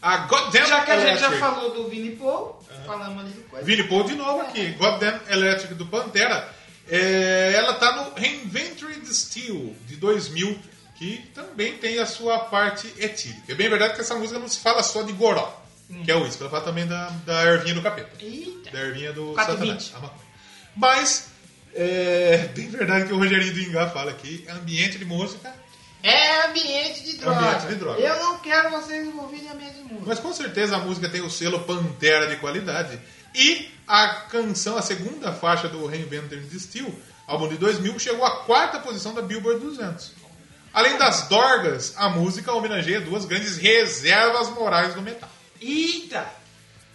A Goddamn Já que a gente Electric. já falou do Vini Paul, É. falamos ali do coisa. Vini Paul de novo aqui. Goddamn Electric do Pantera. É, ela tá no Reinventory the Steel de 2000, que também tem a sua parte etílica. É bem verdade que essa música não se fala só de goró, que é o uísque. Ela fala também da, da ervinha do capeta. Eita. Da ervinha do 420. satanás, a maconha. Mas, é [laughs] bem verdade que o Rogerinho do Ingá fala aqui, ambiente de música, É ambiente de droga. Ambiente de droga. Eu não quero vocês envolvidos em ambiente de música. mas com certeza a música tem o selo Pantera de qualidade. E a canção, a segunda faixa do Reinventor de Steel, álbum de 2000, chegou à quarta posição da Billboard 200. Além das dorgas, a música homenageia duas grandes reservas morais do metal. Eita.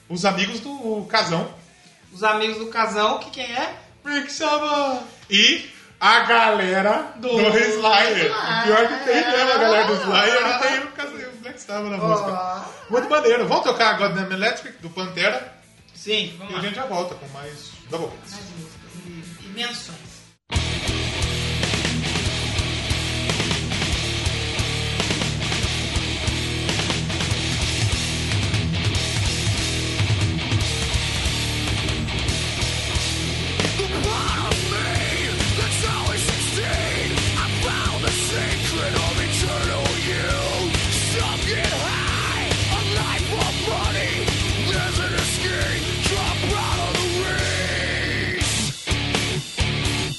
Os amigos do Casão, Os amigos do casal, que quem é? Rick Saba e a galera do, Slayer. O pior que tem, né? A galera do Slayer e tem o cas- o Black Sabbath na é música. Muito maneiro. Vamos tocar agora Goddamn Electric, do Pantera, Sim, e vamos a lá. gente já volta com mais Double Hits. Mais músicas e, e menções. Drop out of the race.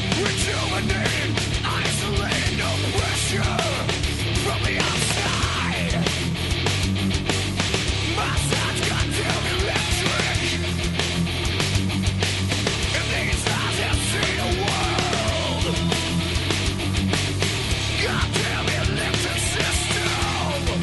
Rejuvenating, isolated, no pressure from the outside. Massage goddamn electric. And these eyes have seen a world. Goddamn electric system.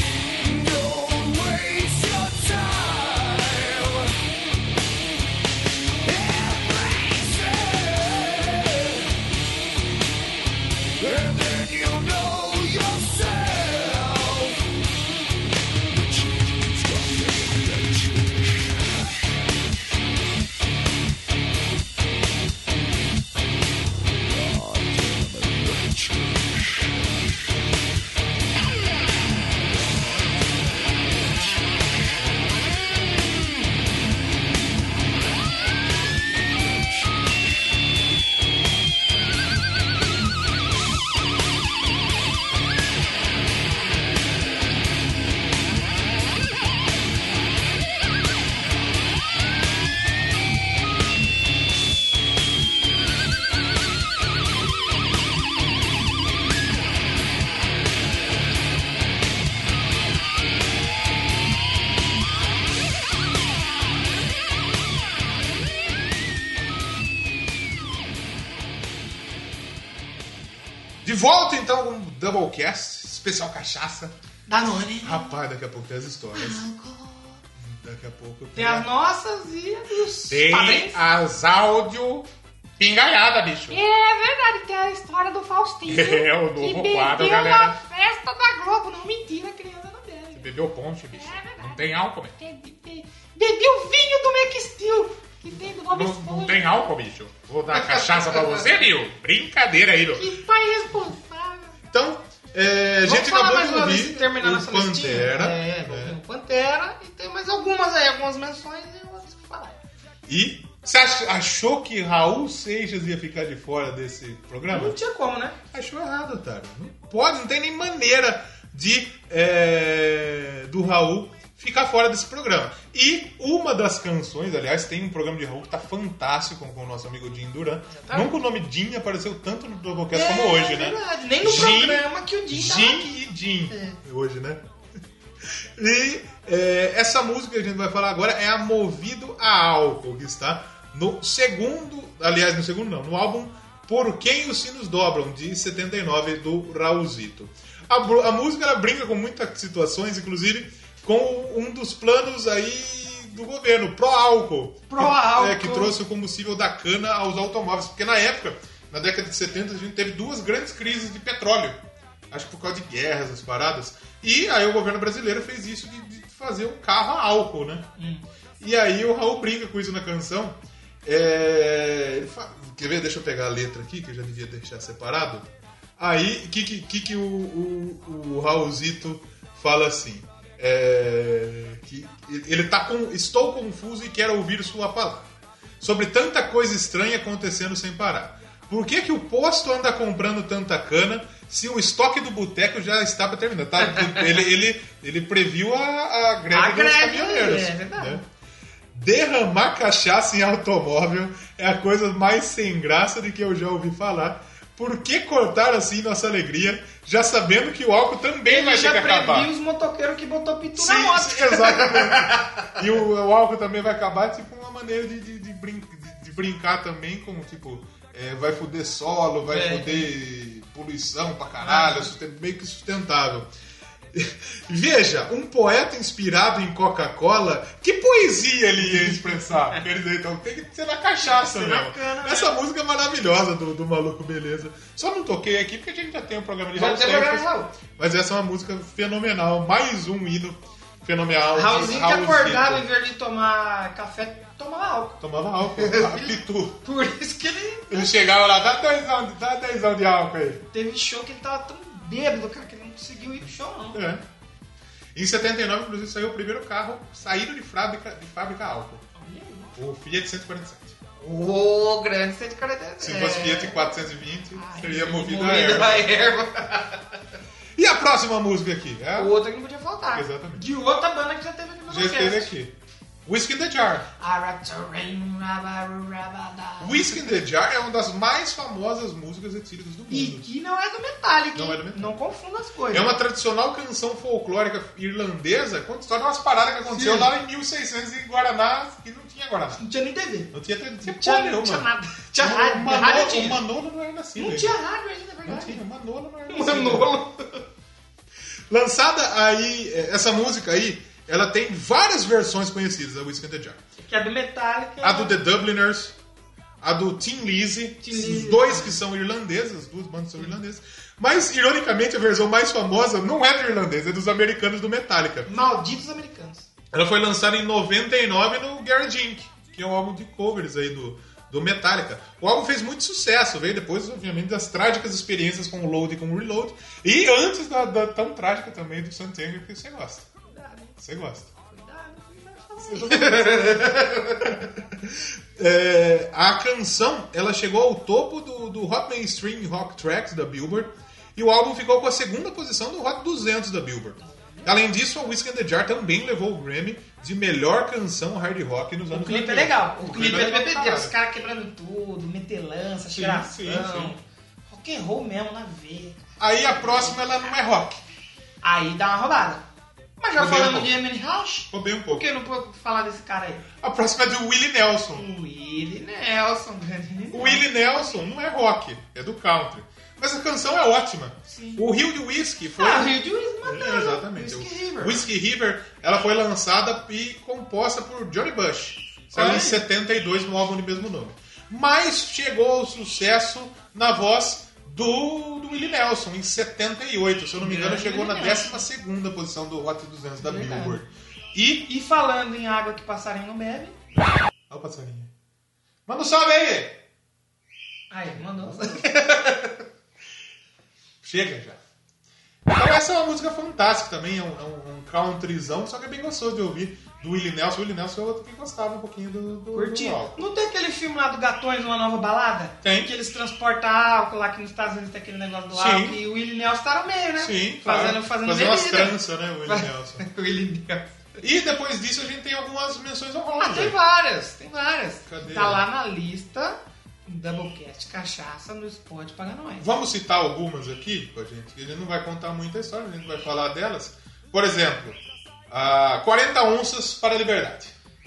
Don't waste your time. Embrace it, and then you know yourself. De volta então com o Doublecast, especial cachaça. Danone. Rapaz, daqui a pouco tem as histórias. Daqui a pouco Tem as nossas e a dos tem padrinhos. as áudio pingaiada, bicho. É verdade, tem a história do Faustinho. [laughs] É, o novo que quadro, bebeu galera. na festa da Globo. Não, mentira, criança não bebe. Bebeu ponte, bicho. É verdade. Não tem álcool, bicho. Bebe- be- Bebeu vinho do Mac Steel, que tem do Bob Não, Esponja. não tem álcool, bicho. Vou dar cachaça pra você, Bill. Brincadeira aí, Bill. Que pai responsável. Então, é, a Vamos gente falar acabou mais de uma vez ouvir e terminar o nossa Pantera. listinha. É, né? tem o Pantera e tem mais algumas aí, algumas menções e outras que falar. E você ach- achou que Raul Seixas ia ficar de fora desse programa? Não tinha como, né? Achou errado, Otário. Não pode, não tem nem maneira de é, do Raul ficar fora desse programa. E uma das canções, aliás, tem um programa de Raul que tá fantástico com o nosso amigo Jim Duran. Nunca o nome Jim apareceu tanto no Doublecast É, como hoje, é né? verdade. Nem no Jim- programa que o Jim tava Jim e Jim. Hoje, né? [laughs] E é, essa música que a gente vai falar agora é a Movido a Álcool, que está no segundo, aliás, no segundo não, no álbum Por Quem os Sinos Dobram, de 79, do Raulzito. A, bru- a música ela brinca com muitas situações, inclusive com um dos planos aí do governo, pró-álcool. Pró-álcool. É, que trouxe o combustível da cana aos automóveis. Porque na época, na década de 70, a gente teve duas grandes crises de petróleo. Acho que por causa de guerras, as paradas. E aí o governo brasileiro fez isso de, de fazer um carro a álcool, né? E aí o Raul brinca com isso na canção. É, ele fa- Quer ver? Deixa eu pegar a letra aqui, que eu já devia deixar separado. Aí, o que, que, que, que o, o, o Raulzito fala assim? É, que ele tá com. Estou confuso e quero ouvir sua palavra. Sobre tanta coisa estranha acontecendo sem parar. Por que, que o posto anda comprando tanta cana se o estoque do boteco já estava terminando? Tá? Ele, ele, ele previu a, a greve A dos greve, caminhoneiros. é verdade. né? Derramar cachaça em automóvel é a coisa mais sem graça de que eu já ouvi falar. Por que cortar assim nossa alegria, já sabendo que o álcool também Ele vai ter já que acabar? previu os motoqueiros que botou pitu na Sim, moto. [laughs] sim, [laughs] exatamente. e o, o álcool também vai acabar, tipo, uma maneira de, de, de brin- de- de brincar também com, tipo, é, vai foder solo, vai É. Ah. foder poluição pra caralho, susten- meio que sustentável. [laughs] Veja, um poeta inspirado em Coca-Cola, que poesia ele ia expressar? Quer dizer, então tem que ser na cachaça, é Tem que né? ser bacana, né? Essa música é maravilhosa do, do Maluco Beleza. Só não toquei aqui porque a gente já tem um programa de Já Raul tem programa Seixas. de Raul. Mas essa é uma música fenomenal, mais um hino fenomenal. de Raulzinho que Raulzito. acordava em vez de tomar café, tomava álcool. Tomava [laughs] álcool, tá? pitu. Por isso que ele Ele chegava lá, dá dezão, de- dá dezão de álcool aí. teve show que ele tava tão bêbado, cara, que ele não conseguiu ir pro show, não. É. Em 79, inclusive, saiu o primeiro carro saído de fábrica, de fábrica álcool. O Fiat 147. Ô, é grande 147. Se fosse Fiat 420, seria movido a Movido erva. a erva. [laughs] E a próxima música aqui? É a O outro que não podia faltar. Exatamente. De outra banda que já teve aqui no já esteve aqui. Whiskey in the Jar. aqui. Whiskey in the Jar é uma das mais famosas músicas retiradas do mundo. E que não é do Metallica. Não hein? é do Metallica. Não confunda as coisas. É uma tradicional canção folclórica irlandesa conta a história de umas paradas que aconteceu Sim. lá em 1600 em Guaraná, é que não tinha Guaraná. Não tinha nem TV. Não tinha, não tinha Tinha- porra nenhuma. tinha nada. Tinha O rádio, Manolo- rádio tinha. O Manolo não era nascido. Não ainda. tinha rádio ainda, é Assim, né? Não verdade. tinha, o Um Manolo não era assim, né? nascido. Manolo. Lançada aí, é, essa música aí, ela tem várias versões conhecidas da Whiskey and the Jar. Que é do Metallica. A do The Dubliners, a do Tim Lizzy, Tin os Lizzy. dois que são irlandeses, as duas bandas são irlandesas. Mas, ironicamente, a versão mais famosa não é do irlandês, é dos americanos do Metallica. Malditos Americanos. Ela foi lançada em 99 no Garage Inc., que é um álbum de covers aí do, do Metallica. O álbum fez muito sucesso, veio depois, obviamente, das trágicas experiências com o Load e com o Reload. E antes da, da tão trágica também do Santanger, que você gosta. Você gosta. [laughs] É, a canção ela chegou ao topo do, do Hot Mainstream Rock Tracks da Billboard e o álbum ficou com a segunda posição do Hot 200 da Billboard. Além disso, a Whiskey and the Jar também levou o Grammy de melhor canção hard rock nos anos O clipe é 2000. legal. O clipe é do legal pra bebedeira. Os caralho. caras quebrando tudo, metelança, Sim, cheiração. sim, sim. Rock and roll mesmo na veia. Aí a próxima ela não é rock. Aí dá uma roubada. Mas já Roubei um falando pouco. de Emily House, Roubei um por pouco. que não pode falar desse cara aí? A próxima é de Willie Nelson. O Willie Nelson, grande O Willie Nelson não é rock, é do country. Mas a canção é ótima. Sim. O Rio de Whiskey foi. Ah, o Rio de Willis mataram. É, exatamente. Whiskey O- River. Whiskey River, ela foi lançada e composta por Johnny Bush. Saiu Olha em aí. 72 no álbum de mesmo nome. Mas chegou ao sucesso na voz do, do Willie Nelson, em 78. Se eu não me engano, Grande chegou na Willie 12ª posição do Hot 200 da Verdade. Billboard. E... E falando em água que passarinho não bebe. Olha o passarinho. Manda um salve [laughs] aí! Aí, [laughs] mandou. Chega já. Então essa é uma música fantástica também, é um, é um, um countryzão, só que é bem gostoso de ouvir. Do Willie Nelson, o Willie Nelson é outro que gostava um pouquinho do, do, Curti. do álcool. Não tem aquele filme lá do Gatões, Uma Nova Balada? Tem. Que eles transportam álcool lá, que nos Estados Unidos tem aquele negócio do Sim. álcool. E o Willie Nelson tá no meio, né? Sim, claro. Fazendo, fazendo umas bebida. tranças, né, o Willie Nelson. [laughs] o Willie Nelson. E depois disso a gente tem algumas menções honrosas. Ah, tem várias, tem várias. Cadê? Tá lá na lista Doublecast Cachaça no Spot para nós. Vamos citar algumas aqui pra gente, que a gente não vai contar muita história, a gente vai falar delas. Por exemplo, a 40 onças para a liberdade.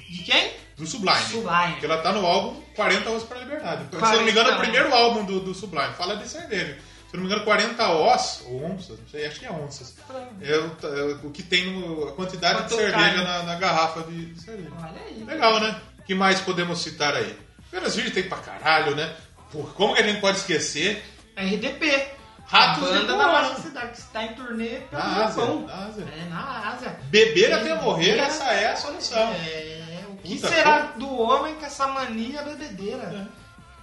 De quem? Do Sublime. Sublime. Que ela tá no álbum 40 Os para a Liberdade. Então, Se eu 40 não me engano, é o primeiro álbum do, do Sublime. Fala de cerveja. Se eu não me engano, 40 Os, ou onças, não sei, acho que é onças. É o, t- é o que tem no- a quantidade Quanto de cerveja cai. na, na garrafa de, de cerveja. Olha aí. Legal, né? O que mais podemos citar aí? Penas Virgens tem pra caralho, né? Pô, como que a gente pode esquecer? RDP. Ratos a de banda da Porão. nossa cidade que está em turnê pelo Na Ásia. Japão. Na Ásia. É, na Ásia. Beber até morrer, essa é a solução. É, o que Puta será do homem com essa mania bebedeira?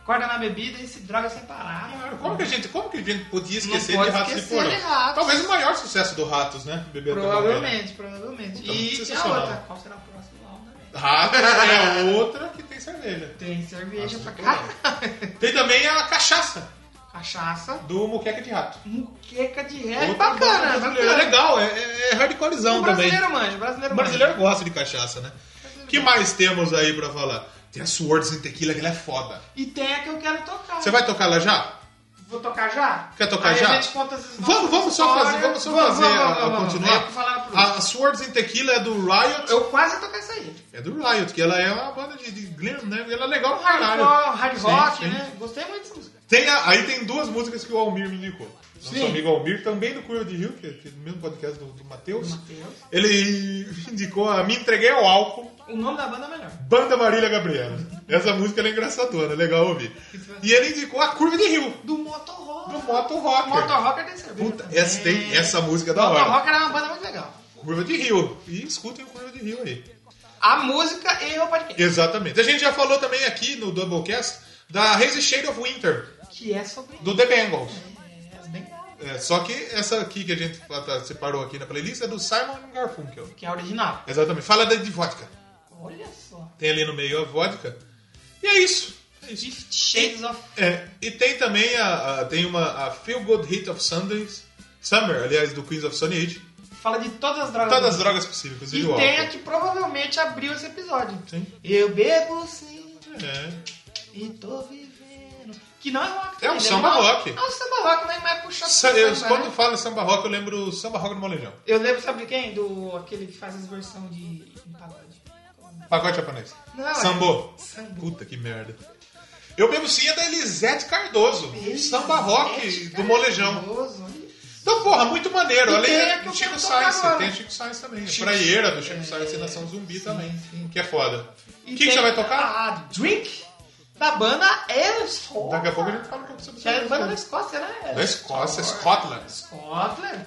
Acorda na bebida e se droga sem parar. Claro, Ah, Como que a gente, como que a gente podia Não esquecer de pode Ratos de esquecer né? Porão? de Ratos. Talvez o maior sucesso do Ratos, né? Então, Beber até morrer. Provavelmente, provavelmente. Puta, e tem a sensacional. outra. Qual será o próximo álbum também? [laughs] Ratos é outra que tem cerveja. Tem cerveja Ratos pra de Porão. caralho. Tem também a cachaça Cachaça. do Moqueca de Rato. Muqueca de ré. é Outra bacana, banda bacana. brasileira. É legal, é, é, é hardcorezão O também. brasileiro manja, o brasileiro O manja. brasileiro gosta de cachaça, né? que mais temos aí pra falar? Tem a Swords em Tequila, que ela é foda. E tem a que eu quero tocar. Você vai tocar ela já? Vou tocar já? Quer tocar Aí já? A gente conta as Vamos, vamos só histórias. fazer, vamos só fazer a- a Aí eu vou falar continuar. Ah, pro A, a Swords in Tequila é do Riot. Eu quase ia tocar essa aí. É do Riot, que ela é uma banda de, de glam, né? Ela é legal pra caralho. Hardcore, hard Sim, rock, sim. né? Gostei muito dessa música. Tem a- aí tem duas músicas que o Almir me indicou. Nosso Sim. amigo Almir, também do Cura de Rio, que, que é do mesmo podcast do, do Matheus. Matheus. Ele [laughs] indicou a Me Entreguei ao Álcool, O nome da banda é melhor. Banda Marília Gabriela. Essa música ela é engraçadona, legal ouvir. E ele indicou a Curva de Rio, Do Motorrock. do Moto Rock. Motor Rocker tem cerveja. Puta, também. essa, tem, essa música é da Motor hora. Rocker era uma banda muito legal. Curva de Rio. E escutem o Curva de Rio aí. A música e o podcast. Exatamente. A gente já falou também aqui no Doublecast da Hazy Shade of Winter, Que é sobre. do The Bengals. É, as bem- É, só que essa aqui que a gente tá- separou aqui na playlist é do Simon Garfunkel. Que é a original. Exatamente. Fala da- de vodka. Olha só. Tem ali no meio a vodka. E é isso. Fifty Shades of. É, e tem também a, a- tem uma a Feel Good Hit of Sundays. Summer, aliás, do Queens of Stone Age. Fala de todas as drogas. Todas as drogas possíveis, E inclusive o tem a álcool. que provavelmente abriu esse episódio. Sim. Eu bebo sim É. e tô vivendo. Que não é rock. É um né? samba Não- rock. É um samba rock, mas mais puxado Sa- pro eu- samba, quando né? fala samba rock, eu lembro samba rock do Molejão. Eu lembro, sabe de quem? Do aquele que faz as versões de de pagode. Pacote japonês. Não, é- Sambô. Sambô. Puta que merda. Eu mesmo sim é da Elisete Cardoso. samba rock do Molejão. Maravilhoso, olha. Então, porra, muito maneiro. E Além tem a que do eu Chico quero Sainz, tocar agora. tem a Chico Sainz também. é Chico- A praieira do Chico É, Sainz e Nação Zumbi sim, também. sim. Que é foda. O E que, que tem você vai tocar? A Drink da banda Elsfor. Daqui a pouco a gente fala um pouco sobre Que é a isso. banda da Escócia, né? Da Escócia, Scotland. Scotland.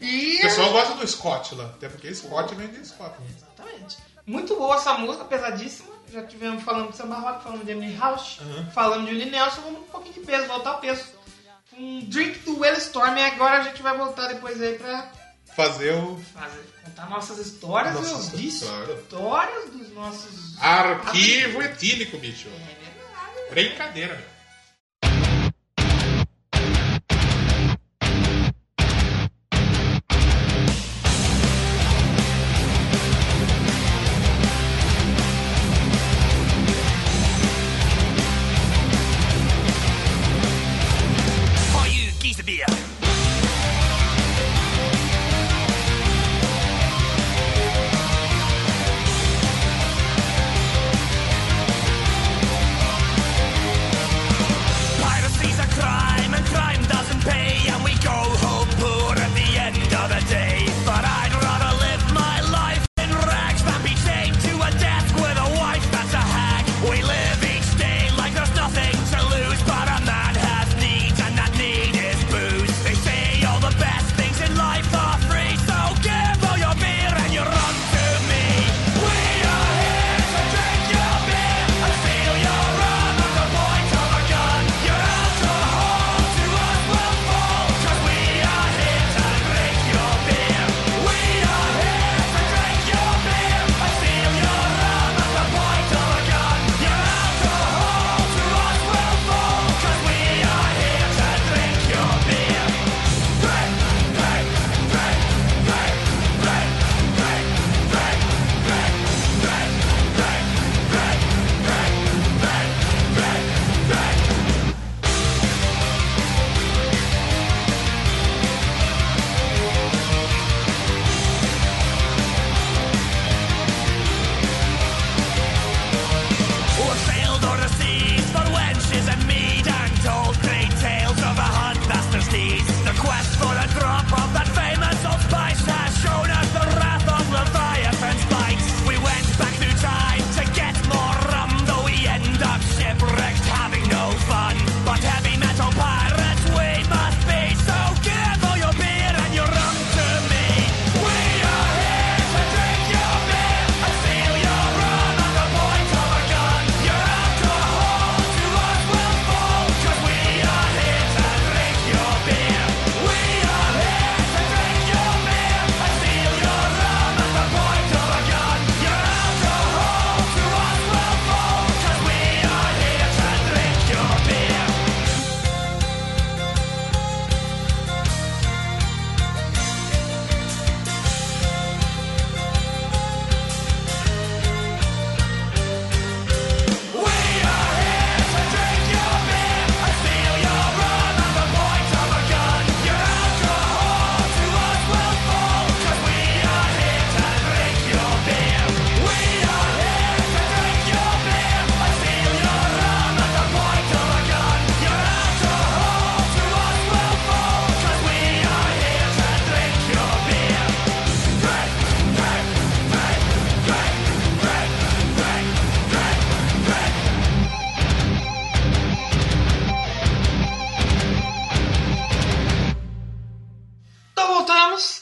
E. O pessoal gosta do Scott lá, até porque Scott vem de Scotland. Exatamente. Muito boa essa música, pesadíssima. Já tivemos falando de samba rock, falando de Emily House, falando de Willie Nelson, vamos um pouquinho de peso, voltar o peso. Um drink do Well Storm e agora a gente vai voltar depois aí pra Fazer o fazer, contar nossas histórias e Nossas ouvir histórias. histórias dos nossos. arquivo etílico, bicho. É verdade. Brincadeira, meu. All you geese to beer.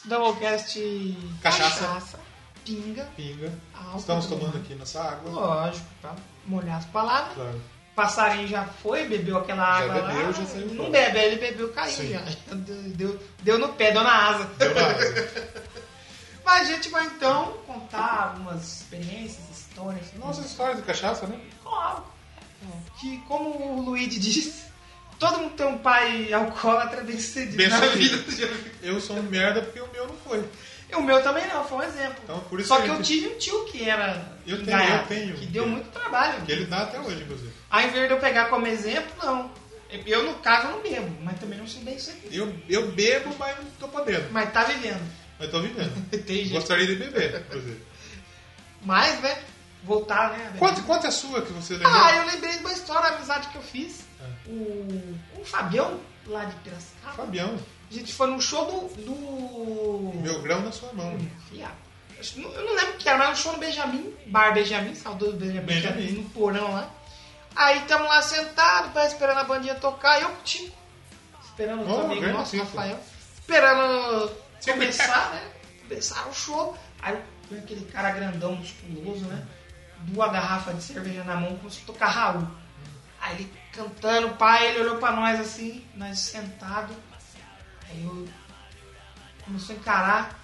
Então veste Cachaça. pinga, Pinga. álcool. Estamos tomando aqui nessa água. Lógico, pra molhar as palavras. Claro. passarinho já foi, bebeu aquela Já água bebeu, lá. já saiu Não fora. bebe, aí ele bebeu, caiu Sim. já. [laughs] Deu, deu no pé, deu na asa. Deu na água. [laughs] Mas a gente vai então contar algumas experiências, histórias. Nossa história de cachaça, né? Claro. Que como o Luigi diz, todo mundo tem um pai alcoólatra bem sucedido Bem na sucedido. vida. Eu sou um merda porque o meu não foi. E O meu também não, foi um exemplo. Então, por isso Só que que eu ele- tive um tio que era Eu tenho, engaiato, eu tenho. que deu muito trabalho. Que ele dá até hoje, inclusive. Ao invés de eu pegar como exemplo, não. Eu, no caso, não bebo, mas também não sou bem sucedido. Eu, eu bebo, mas não tô podendo. Mas tá vivendo. Mas tô vivendo. [laughs] Tem gente. Gostaria de beber, inclusive. Mas, né? Voltar, né? Quanto, quanto é a sua que você lembra? Ah, eu lembrei de uma história, uma amizade que eu fiz. É. O, o um Fabião, lá de Piracicaba. Fabião, A gente foi num show do. do... meu grão na sua mão. Fiado. Acho que não- Eu não lembro o que era, mas era um show no Benjamin, Bar Benjamin, saudoso Benjamin, Benjamin. Benjamin. no porão lá. Aí estamos lá sentados, vai esperando a bandinha tocar, eu com o Tico. Esperando o Oh, amigo grande nosso, Tico. Rafael. Esperando Tico. começar, né? Começar o show. Aí vem aquele cara grandão, musculoso, né? Duas garrafas de cerveja na mão, começou a tocar Raul. Aí ele cantando, pai, ele olhou pra nós assim, nós sentados. Aí eu começou a encarar.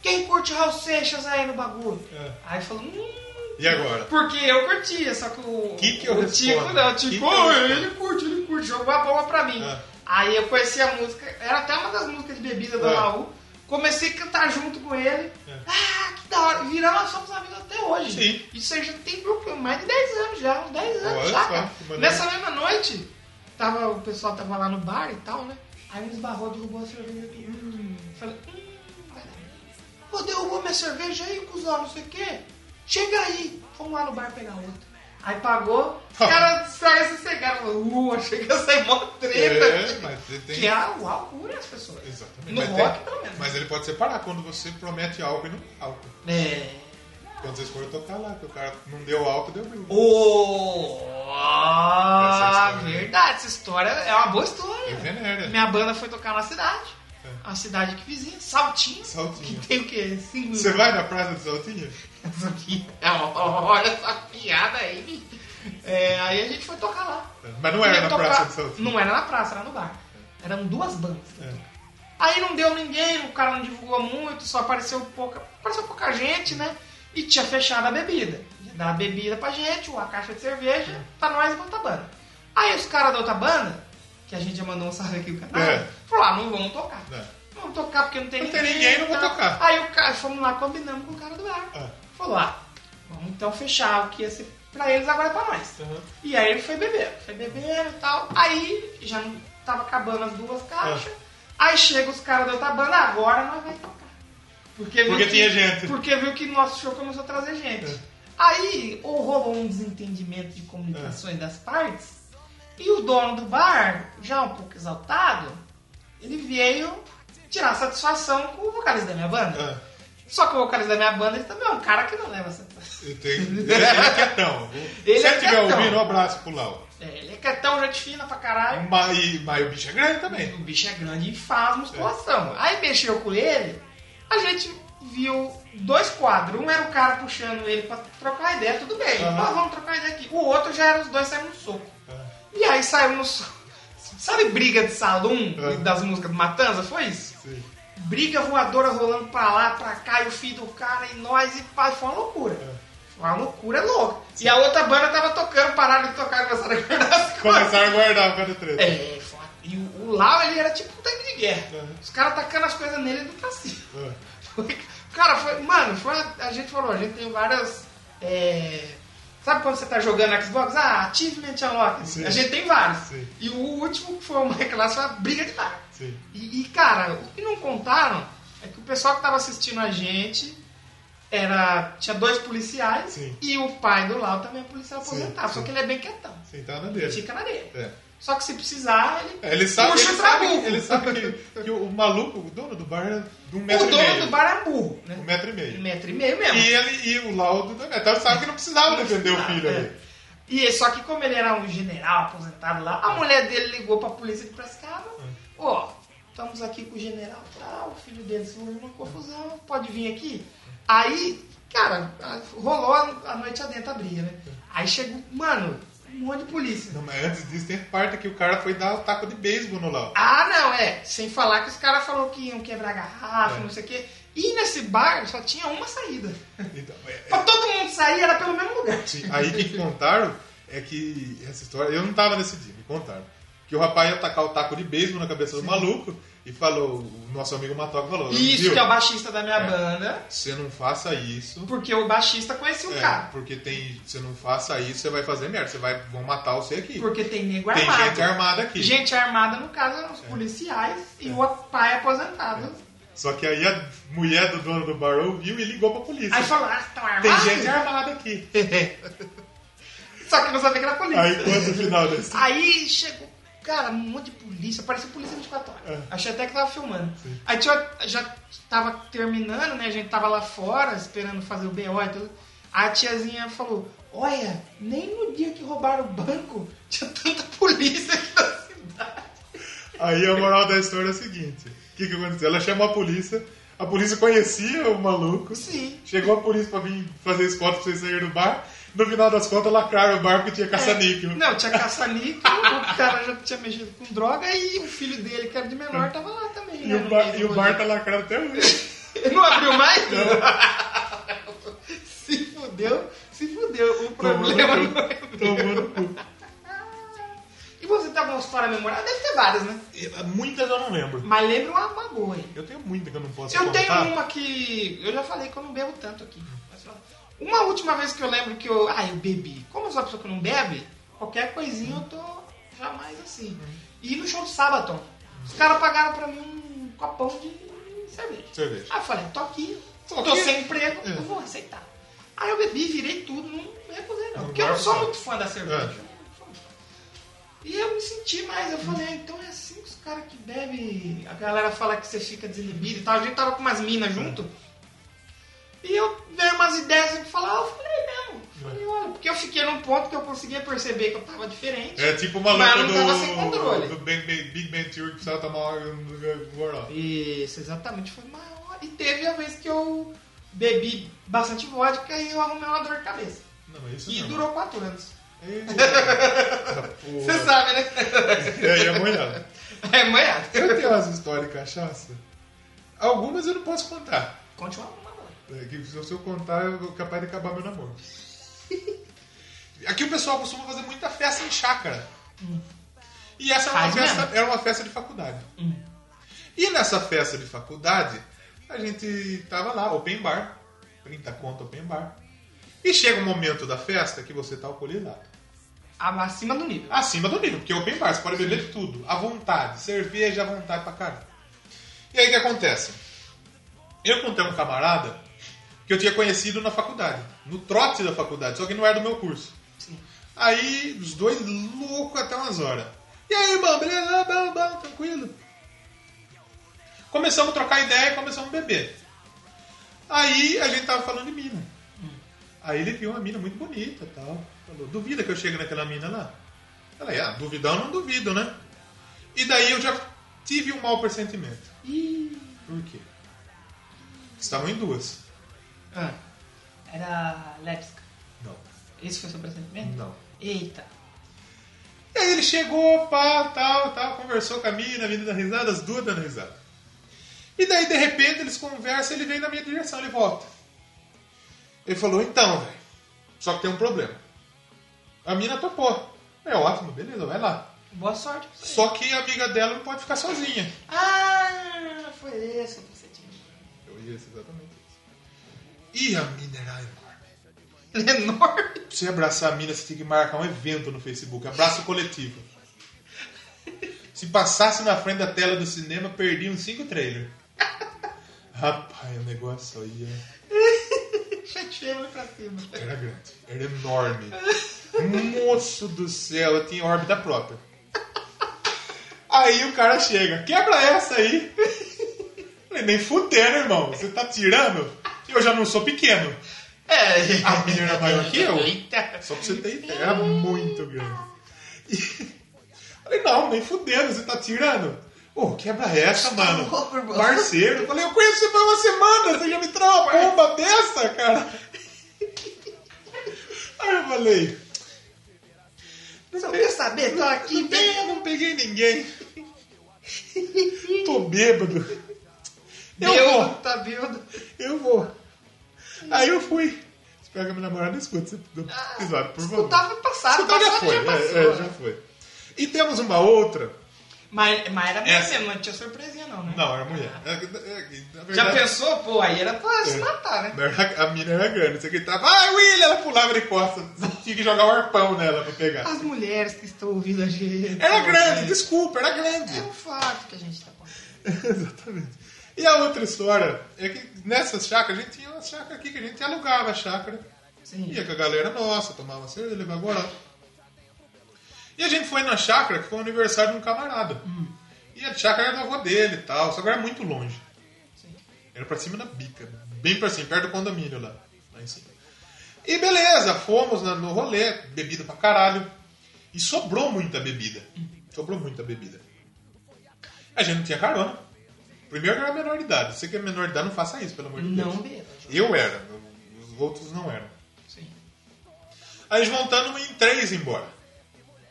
Quem curte Raul Seixas aí no bagulho? É. Aí falou, hum. E agora? Porque eu curtia, só que o. Que que eu o Tico, respondo? não, o Que Tico, que eu "Ô, respondo?" ele curte, ele curte, jogou a bola pra mim. É. Aí eu conheci a música, era até uma das músicas de bebida do É. Raul. Comecei a cantar junto com ele. É. Ah, que da hora. Viramos, nós somos amigos até hoje. Sim. Isso aí já tem grupo, mais de 10 anos já, uns 10 anos Olha já. só, cara. que maneiro. Nessa mesma noite, tava, o pessoal tava lá no bar e tal, né? Aí um esbarrou, derrubou a cerveja aqui. Hum. Falei, hum, vai dar Pô, derrubou minha cerveja aí, cuzão, não sei o quê. Chega aí. Vamos lá no bar pegar outra. [laughs] Aí pagou, os caras saíram sossegados. Falou, Uh, achei que ia sair mó treta. É, mas tem- tem- Que é o álcool une as pessoas. Exatamente. No mas, rock, tem- pelo menos. né? mas ele pode separar quando você promete álcool e não tem álcool. É. Quando vocês forem tocar lá, que o cara não deu álcool, deu brilho. Oh, Essa é história. Ah, né? verdade, essa história é uma boa história. Eu venero. Minha banda foi tocar na cidade. É. A cidade aqui vizinha, Saltinho. Saltinho. Que tem o quê? Cinco Você vai na praça de Saltinha? Isso aqui. [laughs] É, ó, ó, Olha essa piada aí. bicho. É, aí a gente foi tocar lá. Mas não era Ia na tocar- praça de Saltinha. Não era na praça, era um no bar. Eram duas bandas. É. Aí não deu ninguém, o cara não divulgou muito, só apareceu pouca, apareceu pouca gente, né? E tinha fechado a bebida. Ia dar a bebida pra gente, uma caixa de É. cerveja, pra nós e pra outra banda. Aí os caras da outra banda, que a gente já mandou um salve aqui o canal, É. falou: ah, não vamos tocar. É. Não vamos tocar porque não tem Não tem ninguém. ninguém, não vou então. tocar. Aí o cara, fomos lá, combinamos com o cara do bar. É. Falou: ah, vamos então fechar o que ia ser pra eles agora é pra nós. Uhum. E aí ele foi beber, foi beber e tal. Aí já não tava acabando as duas caixas. Aí chega os caras da outra banda, agora nós vai tocar. Porque, viu Porque que- tinha gente. É. Porque viu que nosso show começou a trazer gente. Aí ou rolou um desentendimento de É. comunicações das partes. E o dono do bar, já um pouco exaltado, ele veio tirar satisfação com o vocalista da minha banda. Ah, Só que o vocalista da minha banda ele também é um cara que não leva satisfação. eu tenho- ele é quietão. Se [laughs] Ele ele é estiver quietão. ouvindo, um abraço pro Lau. É, ele é quietão, gente fina pra caralho. Mas, e- mas o bicho é grande também. O bicho é grande e faz musculação. Aí mexeu com ele, a gente viu dois quadros. Um era o cara puxando ele pra trocar ideia, tudo bem, Aham. nós vamos trocar ideia aqui. O outro já era os dois saindo no soco. Ah. E aí saiu no soco. Sabe briga de salão Ah. das músicas do Matanza? Foi isso? Sim. Briga voadora rolando pra lá, pra cá, e o filho do cara, e nós, e pai, foi uma loucura. É. Foi uma loucura louca. E a outra banda tava tocando, pararam de tocar e começaram a guardar as coisas. Começaram a guardar o cara treta. É, foda. E o, o Lau, ele era tipo um tanque de guerra. Uhum. Os caras tacando as coisas nele do cacete. Ah, Foi- Cara, foi. Mano, foi uma- a gente falou, a gente tem várias. é, Sabe quando você tá jogando Xbox? Ah, Achievement Unlocked. Sim. A gente tem vários. Sim. E o último, que foi o Michael lá, foi uma briga de bar. Sim. E, e, cara, o que não contaram é que o pessoal que tava assistindo a gente era tinha dois policiais Sim. e o pai do Lau também é policial Sim, aposentado. Só sim. que ele é bem quietão. Sentado na dele. Fica na dele. É. Só que se precisar, ele, É, Ele sabe, puxa tá ele o trabuco. sabe, ele sabe que, que o maluco, o dono do bar, é de um O metro dono e meio. do bar é burro, né? Um metro e meio. Um metro e meio mesmo. E ele e o laudo da Metal sabe que não precisava defender o filho É. ali. E só que Hum. como ele era um general aposentado lá, a mulher dele ligou pra polícia de Prescaba. Ó, Estamos aqui com o general tal, o filho dele se envolveu numa confusão, pode vir aqui? Aí, cara, a- rolou a a noite adentro a briga, né? Aí chegou, mano, um monte de polícia. Não, mas antes disso tem a parte que o cara foi dar o taco de beisebol no Lau. Ah, não, é. Sem falar que os caras falaram que iam quebrar garrafa, É. não sei o quê. E nesse bar só tinha uma saída. Então, é- Pra todo mundo sair era pelo mesmo lugar. Sim, Aí que contaram é que essa história. Eu não tava nesse dia, me contaram. Que o rapaz ia tacar o taco de beisebol na cabeça do maluco e falou, o nosso amigo Matoca falou. Isso viu? que é o baixista da minha É. banda, Você não faça isso. porque o baixista conhecia o É, cara. porque tem. Você não faça isso, você vai fazer merda. Você vai, vão matar você aqui. Porque tem nego tem armado. gente é armada aqui. É. Gente armada, no caso, eram os policiais e o pai aposentado. Só que aí a mulher do dono do bar ouviu e ligou pra polícia. Aí falaram, ah, estão tem armados? gente armada aqui. Só que não sabia que era [laughs] polícia. Aí quando o final assim. desse. Aí chegou, cara, um monte de polícia, parecia polícia 24 horas. É. Achei até que tava filmando. Aí tinha, já tava terminando, né? A gente tava lá fora esperando fazer o BO e tudo. A tiazinha falou: Olha, nem no dia que roubaram o banco tinha tanta polícia aqui na cidade. Aí a moral da história é a seguinte: o que, que aconteceu? Ela chamou a polícia, a polícia conhecia o maluco. Sim. Chegou a polícia pra vir fazer escolta pra vocês saírem do bar. No final das contas, lacraram o bar porque tinha caça-níquel. É. Não, tinha caça-níquel, o cara já tinha mexido com droga e o filho dele, que era de menor, tava lá também. E né, o, no bar, meio e do o bar rolê. tá lacrado até hoje. Ele não abriu mais? [laughs] se fudeu, se fudeu. O problema não é Ah, Tomou no cu. E você tem alguma história memorável? Deve ter várias, né? ah, Muitas eu não lembro. Mas lembra uma, uma boa, Tá hein? Eu tenho muita que eu não posso Eu contar. tenho um- uma que. Eu já falei que eu não bebo tanto aqui. Mas só- Uma última vez que eu lembro que eu. Ah, eu bebi. Como eu sou uma pessoa que não bebe, qualquer coisinha eu tô jamais assim. E no show de sábado, os caras pagaram pra mim um copão de cerveja. Cerveja. Aí eu falei, "É, tô aqui, Tô tô, aqui. sem emprego, É. eu vou aceitar. Aí eu bebi, virei tudo, não me recusei não. Não É Porque eu não guarda sou nada. muito fã da cerveja. É. E eu me senti mais, eu falei, ah, então é assim que os caras que bebem. A galera fala que você fica desinibido e tal. A gente tava com umas minas junto. E eu veio umas ideias pra falar, eu falei, não. Eu falei, olha, porque eu fiquei num ponto que eu conseguia perceber que eu tava diferente. É tipo o Mas maluco eu não tava sem controle. do, do Big, Bang- Big Bang Theory que precisava tomar um goró. Isso, exatamente, foi maior. E teve a vez que eu bebi bastante vodka e eu arrumei uma dor de cabeça. Não, mas isso E não. é durou quatro anos. Porra. [laughs] Você sabe, né? E aí é molhado. [laughs] É manhã. Eu tenho umas histórias de cachaça. Algumas eu não posso contar. Conte uma uma agora. É, que Se eu contar, eu sou capaz de acabar meu namoro. Aqui o pessoal costuma fazer muita festa em chácara. E essa era uma, Faz festa, mesmo. Hum. era uma festa de faculdade. E nessa festa de faculdade, a gente tava lá, open bar. 30 conto open bar. E chega um momento da festa que você tá alcoolizado. Ah, Acima do nível. Acima do nível, porque é open bar, você pode beber tudo, à vontade, cerveja à vontade pra caralho. E aí o que acontece? Eu contei um camarada que eu tinha conhecido na faculdade, no trote da faculdade, só que não era do meu curso. Aí os dois loucos até umas horas. E aí, irmão, beleza? Ah, bom, bom, tranquilo. Começamos a trocar ideia e começamos a beber. Aí a gente tava falando de mina. Aí ele viu uma mina muito bonita e tal. Falou, duvida que eu chego naquela mina lá. Falei, ah, duvidar eu não duvido, né? E daí eu já tive um mau pressentimento. Por quê? Estavam em duas. Ah, era Lepska. Não. Esse foi seu pressentimento? Não. Eita. E aí ele chegou, pá, tal, tal, conversou com a mina, a mina dando risada, as duas dando risada. E daí, de repente, eles conversam, ele vem na minha direção, ele volta. Ele falou, então, velho, só que tem um problema. A mina topou. É ótimo, beleza, vai lá. Boa sorte pra você. Só que a amiga dela não pode ficar sozinha. Ah, foi esse o [laughs] pressentimento. Eu ia ser exatamente isso. E a mina era enorme. Ele é enorme. Pra você abraçar a mina, você tem que marcar um evento no Facebook. Abraço coletivo. Se passasse na frente da tela do cinema, perdi uns 5 [laughs] trailers. Rapaz, o negócio aí é- Chateei ele pra cima. era grande. Era enorme. Moço do céu, eu tinha órbita própria. Aí o cara chega, quebra essa aí. Falei, nem fudendo, irmão. Você tá tirando? Eu já não sou pequeno. É. A menina era maior que eu. Eita. Só pra você ter ideia, era muito grande. E... Falei, não, nem fudendo, você tá tirando. Ô, quebra essa, mano. Desculpa, irmão. Parceiro. Eu falei, eu conheço você faz uma semana, você já me traiu uma bomba dessa, cara? Aí eu falei, Você quer saber? Tô aqui não peguei, eu bem. não peguei ninguém. Tô bêbado. Eu Deus, vou. tá vendo? Eu vou. Aí eu fui. Espero que a minha namorada não escute esse episódio, Ah, por favor. Escutava passado, Escutar já passado foi, já é, passou. é, já foi. E temos uma outra. Mas, mas era pra Essa. mesmo, não tinha surpresinha não, né? Não, era mulher. É, é, na Já verdade- pensou? Pô, aí era pra É. se matar, né? Não era- A mina era grande, você gritava, ai William, ela pulava de costas, você tinha que jogar o arpão nela pra pegar. As mulheres que estão ouvindo a gente. É. Era grande, desculpa, era grande. É um fato que a gente tá contando. Exatamente. E a outra história é que nessas chácaras, a gente tinha uma chácara aqui que a gente alugava a chácara. Sim. Ia com a galera nossa, tomava cerveja, levava goró. E a gente foi na chácara, que foi o aniversário de um camarada. E a chácara era da avó dele e tal, só que era muito longe. Era pra cima da bica, bem pra cima, perto do condomínio lá, lá em cima. E beleza, fomos na- no rolê, bebida pra caralho. E sobrou muita bebida. Sobrou muita bebida. A gente não tinha carona. Primeiro que eu era menor de idade. Você que é menor de idade, não faça isso, pelo amor de Deus. Não beba. Eu era, os outros não eram. Sim. Aí eles montando em três embora.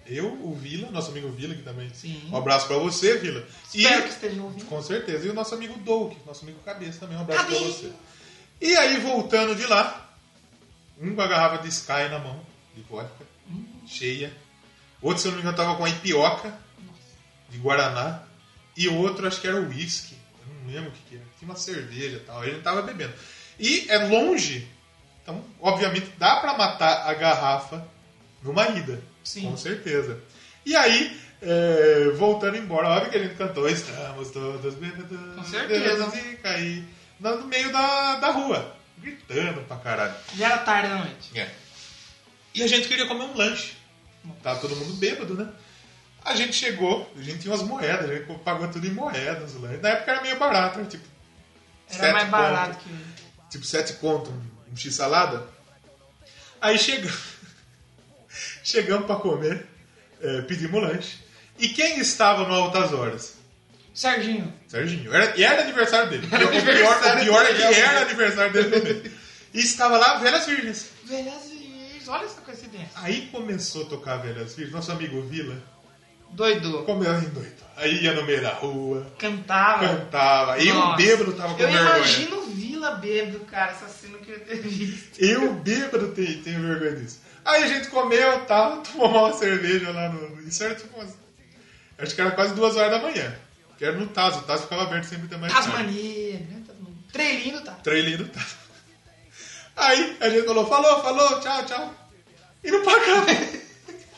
Eu, o Vila, nosso amigo Vila, que também. Sim. Um abraço pra você, Vila. Espero que estejam ouvindo. Com certeza. E o nosso amigo Doug, nosso amigo Cabeça também. Um abraço pra Cabeça. você. E aí, voltando de lá, um com a garrafa de Sky na mão, de vodka, cheia. Outro, se eu não me engano, tava com a ipioca, de Guaraná. E outro, acho que era o whisky. Eu não lembro o que, que era. Tinha uma cerveja e tal. Ele não tava bebendo. E é longe. Então, obviamente, dá pra matar a garrafa numa ida. Sim. Com certeza. E aí, é, voltando embora, a hora que a gente cantou, estamos todos bêbados. Com certeza. E cair no meio da, da rua, gritando pra caralho. Já era tarde da noite. É. E a gente queria comer um lanche. Tava todo mundo bêbado, né? A gente chegou, a gente tinha umas moedas, a gente pagou tudo em moedas. Lá. Na época era meio barato, era tipo. Era sete mais barato conto, [laughs] que. um. Tipo 7 conto, um, um x-salada. Aí chegamos, [laughs] chegamos pra comer, é, pedimos lanche. E quem estava no Altas Horas? Serginho. Serginho. Era, e era aniversário dele. O pior, o aniversário pior é dele, que era aniversário dele [laughs] também. E estava lá Velhas Virgens. Velhas e. Olha essa coincidência. Aí começou a tocar Velhas Virgens, nosso amigo Vila. Doido. Como eu doido. Aí ia no meio da rua, Cantava. cantava. Eu Nossa. bêbado tava com Eu vergonha. imagino o Vila bêbado, cara, essa cena que eu ter visto. Eu bêbado tenho, tenho vergonha disso. Aí a gente comeu e tal, [laughs] tomou uma cerveja lá no. Isso era tipo umas- Acho que era quase duas horas da manhã. Que era no Tazo, o Tazo ficava aberto sempre até mais As tarde. maneiras, né? Todo mundo. Trelindo, tá? Trailer do Tazo. Aí a gente falou, falou, falou, tchau, tchau. E não pagava.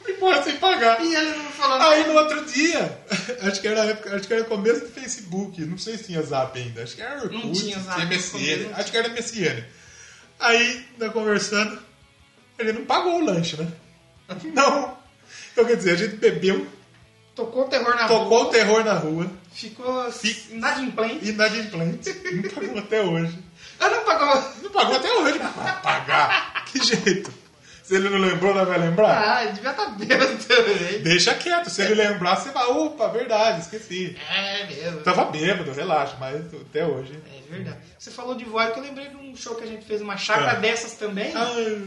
Fui embora sem pagar. E ele não falou nada. Aí no outro dia, [laughs] acho que era a época, acho que era começo do Facebook, não sei se tinha Zap ainda, acho que era Orkut, Não tinha Zap, no começo MSN, não acho que era MSN. Aí, nós conversando, ele não pagou o lanche, né? [laughs] Não. Então quer dizer, a gente bebeu, Tocou o terror na rua. tocou o terror na rua, Ficou Fic- inadimplente. inadimplente, [laughs] não pagou até hoje. Ah, não pagou. Não pagou até [laughs] hoje, mas vai pagar. Que jeito. Se ele não lembrou, não vai lembrar? Ah, ele devia estar bêbado também. Deixa quieto, se ele lembrar, você vai, opa, verdade, esqueci. É mesmo. Tava bêbado, relaxa, mas até hoje. É verdade. Você falou de vodka, eu lembrei de um show que a gente fez, uma chácara Ah. dessas também. Ai,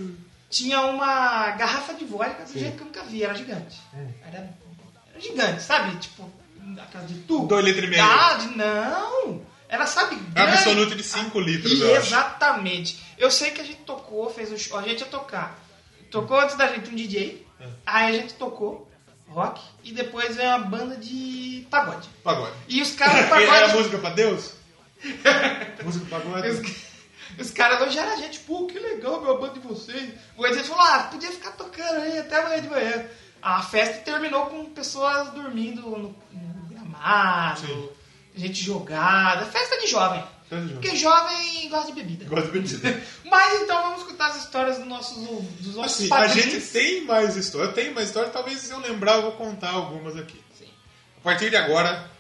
Tinha uma garrafa de vodka do jeito que eu nunca vi, era gigante. É. Era, era gigante, sabe? Tipo, aquela de tubo. Dois litros e meio. É Verdade, não. Era, sabe, Ah, grande. Ah, absoluto de 5 litros, E eu acho. exatamente. Eu sei que a gente tocou, fez o show, a gente ia tocar. Tocou antes da gente um DJ, É. aí a gente tocou rock, e depois veio uma banda de [laughs] pagode. Pagode. E os [laughs] caras do Era pagode. música pra [laughs] Deus? música pra pagode? Os, os caras elogiaram a gente, pô, que legal, meu bando de vocês. O Edson falou, ah, podia ficar tocando aí até amanhã de manhã. A festa terminou com pessoas dormindo no, no gramado, Sim. gente jogada. Festa de jovem. Festa de jovem. Porque jovem gosta de bebida. Gosto de bebida. [laughs] Mas então vamos escutar as histórias dos nossos, dos nossos Assim, a padrinhos. gente tem mais história. Eu tenho mais história. Talvez se eu lembrar, eu vou contar algumas aqui. Sim. A partir de agora,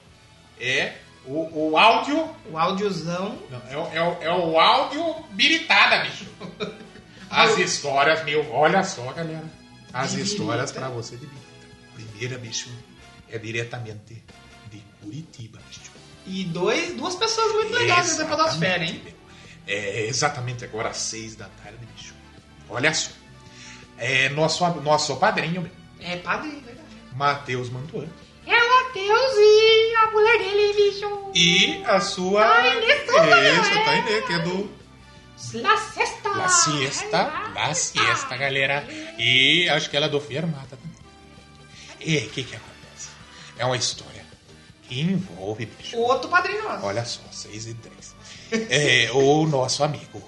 é o, o áudio... O áudiozão. Não, é, o- é, o- é o áudio biritada, bicho. As histórias, meu. Olha só, galera. As De histórias birita. pra você de birita. Primeira, bicho, é diretamente de Curitiba. gente. E dois, duas pessoas muito legais da Podosfera, hein? Exatamente. É, exatamente, agora às seis da tarde, bicho. Olha só. É nosso, nosso padrinho, meu, É padrinho, verdade. Matheus Mantuan. É o Matheus e a mulher dele, bicho. E a sua. Tá Tainê Souza, Isso, tá é. Tainê, que é do La Siesta. La Siesta. La Siesta, galera. galera. E acho que ela é do Fermata também. E o que que acontece? É uma história que envolve, bicho. Outro padrinho nosso. Olha só, 6 e 10. [laughs] É, o nosso amigo,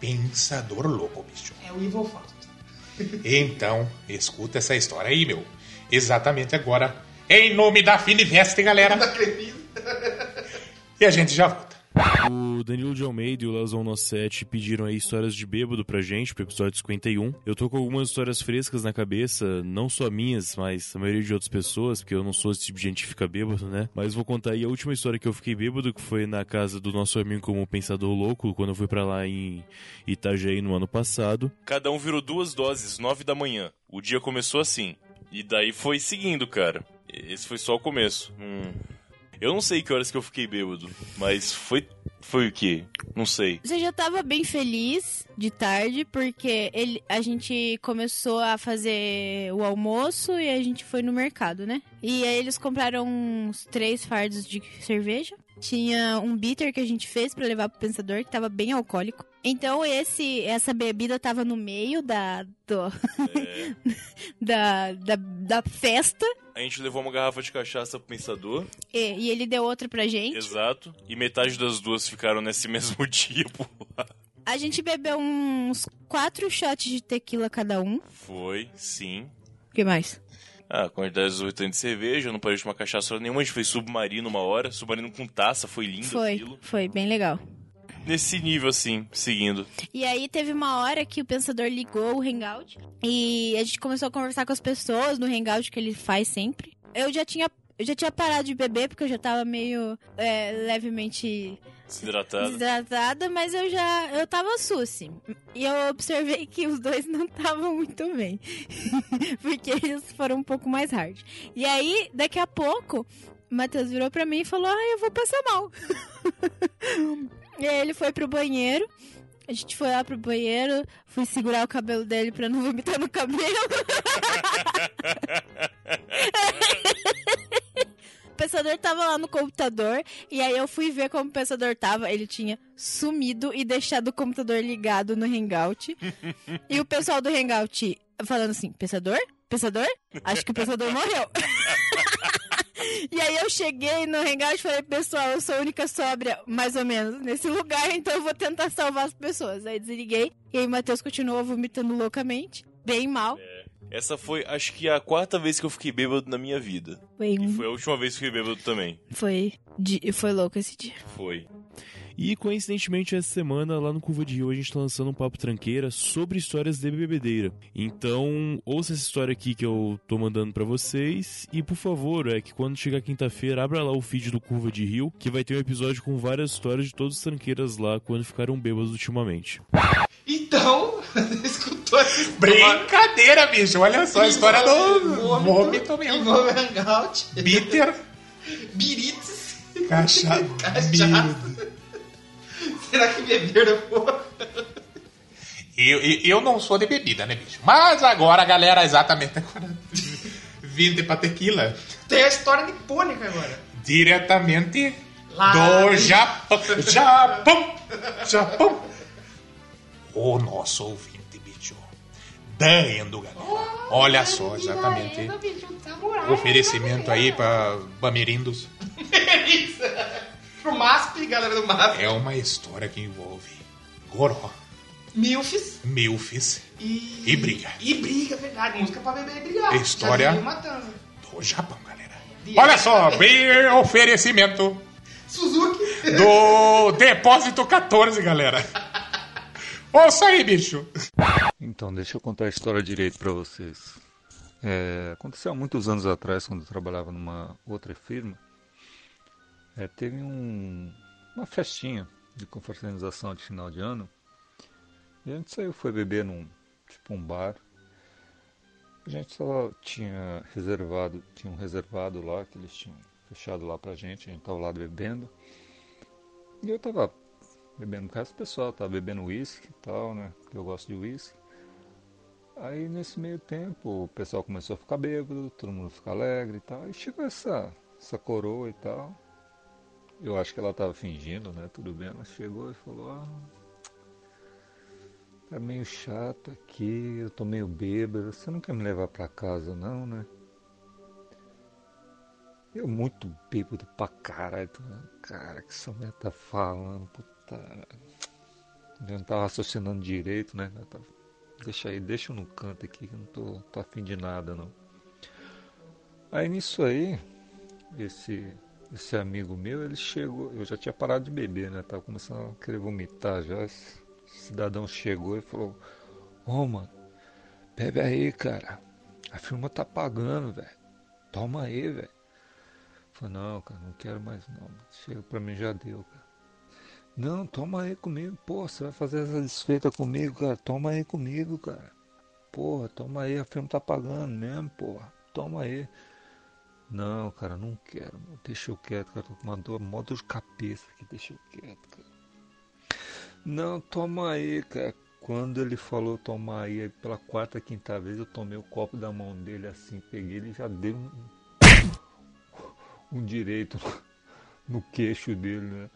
Pensador Louco, bicho. É o Evil [laughs] Fausto. Então, escuta essa história aí, meu. Exatamente agora. Em nome da Finiveste, galera. E a gente já volta. O Danilo de Almeida e o Leozão Nossetti pediram aí histórias de bêbado pra gente, pro episódio 51. Eu tô com algumas histórias frescas na cabeça, não só minhas, mas a maioria de outras pessoas, porque eu não sou esse tipo de gente que fica bêbado, né? Mas vou contar aí a última história que eu fiquei bêbado, que foi na casa do nosso amigo como Pensador Louco, quando eu fui pra lá em Itajaí no ano passado. Cada um virou duas doses, nove da manhã. O dia começou assim. E daí foi seguindo, cara. Esse foi só o começo. Hum. Eu não sei que horas que eu fiquei bêbado, mas foi. Foi o quê? Não sei. Você já tava bem feliz de tarde, porque ele, a gente começou a fazer o almoço e a gente foi no mercado, né? E aí eles compraram uns três fardos de cerveja. Tinha um bitter que a gente fez pra levar pro pensador, que tava bem alcoólico. Então esse essa bebida tava no meio da, do- É, [laughs] da, da, da festa. a gente levou uma garrafa de cachaça pro pensador. E, e ele deu outra pra gente. Exato. E metade das duas ficaram nesse [laughs] mesmo tipo. dia, pô. A gente bebeu uns quatro shots de tequila cada um. Foi, sim. O que mais? Ah, quantidade exorbitante de cerveja, eu não parei de tomar cachaça nenhuma, a gente fez submarino uma hora, submarino com taça, foi lindo Foi, aquilo. foi bem legal. Nesse nível assim, seguindo. E aí teve uma hora que o pensador ligou o Hangout e a gente começou a conversar com as pessoas no Hangout que ele faz sempre. Eu já tinha eu já tinha parado de beber porque eu já tava meio é, levemente Desidratado. desidratada, mas eu já eu tava sussi. E eu observei que os dois não estavam muito bem. [laughs] porque eles foram um pouco mais hard. E aí, daqui a pouco, o Matheus virou pra mim e falou: "Ai, eu vou passar mal". [laughs] e aí ele foi pro banheiro. A gente foi lá pro banheiro, fui segurar o cabelo dele pra não vomitar no cabelo. [laughs] O pensador tava lá no computador e aí eu fui ver como o pensador tava. Ele tinha sumido e deixado o computador ligado no Hangout. e o pessoal do Hangout falando assim: Pensador? Pensador? Acho que o pensador morreu. [laughs] E aí eu cheguei no Hangout e falei, pessoal, eu sou a única sóbria, mais ou menos, nesse lugar, então eu vou tentar salvar as pessoas. Aí desliguei, e aí o Matheus continuou vomitando loucamente, bem mal. Essa foi, acho que a quarta vez que eu fiquei bêbado na minha vida. Foi E um... foi a última vez que eu fiquei bêbado também. Foi... di- Foi louco esse dia. Foi. E coincidentemente, essa semana, lá no Curva de Rio, a gente tá lançando um papo tranqueira sobre histórias de bebedeira. Então, ouça essa história aqui que eu tô mandando pra vocês. E por favor, é que quando chegar quinta-feira, abra lá o feed do Curva de Rio, que vai ter um episódio com várias histórias de todos os tranqueiras lá quando ficaram bêbados ultimamente. Então, escutou essa história. Brincadeira, bicho. Olha só a história do Vômito, vômito mesmo. Envolve Hangout, [laughs] Bitter, birites. cachaça. Cachaça. Será que beberam um porra? Eu, eu, eu não sou de bebida, né, bicho? Mas agora, galera, exatamente agora. [laughs] Vinte pra tequila. Tem a história nipônica agora. Diretamente Lá do do- Japão. Japão! Japão! O nosso ouvinte, bicho. Dan Endo, galera. Olha só, exatamente. Oferecimento aí pra Bamerindos. Pro MASP, galera do MASP. É uma história que envolve goró, Milfs milfis e... E briga. E briga, verdade. Música pra beber e brigar. É História. Já viu matando. do Japão, galera. De- Olha só, bem oferecimento Suzuki. do Depósito 14, galera. Ouça aí, bicho. Então, deixa eu contar a história direito para vocês. É, aconteceu há muitos anos atrás, quando eu trabalhava numa outra firma, é, teve um- uma festinha de confraternização de final de ano e a gente saiu, foi beber num tipo um bar. A gente só tinha reservado, tinha um reservado lá que eles tinham fechado lá pra gente, a gente tava lá bebendo. E eu tava bebendo com o resto do pessoal, tava bebendo uísque e tal, né? Porque eu gosto de uísque. Aí nesse meio tempo o pessoal começou a ficar bêbado, todo mundo fica alegre e tal. E chegou essa, essa coroa e tal. Eu acho que ela tava fingindo, né? Tudo bem, ela chegou e falou, ah, tá meio chato aqui, eu tô meio bêbado, você não quer me levar pra casa não, né? Eu muito bêbado pra caralho, tô falando, cara, que essa mulher tá falando, puta. Eu não tava raciocinando direito, né? Eu tava, deixa aí, deixa eu no canto aqui que eu não tô, tô afim de nada não. Aí nisso aí, esse, esse amigo meu, ele chegou, eu já tinha parado de beber, né? Tava começando a querer vomitar já. Esse cidadão chegou e falou, ô mano, bebe aí, cara. A firma tá pagando, velho. Toma aí, velho. Eu Falei, não, cara, não quero mais não. mano. Chega pra mim, já deu, cara. Não, toma aí comigo, pô, você vai fazer essa desfeita comigo, cara. Toma aí comigo, cara. Porra, toma aí, a firma tá pagando mesmo, porra. Toma aí. Não, cara, não quero, mano. Deixa eu quieto, cara. Tô com uma dor, mó dor de cabeça aqui, deixa eu quieto, cara. Não, toma aí, cara. Quando ele falou tomar aí, aí pela quarta, quinta vez, eu tomei o copo da mão dele assim, peguei ele e já dei um, um direito no queixo dele, né?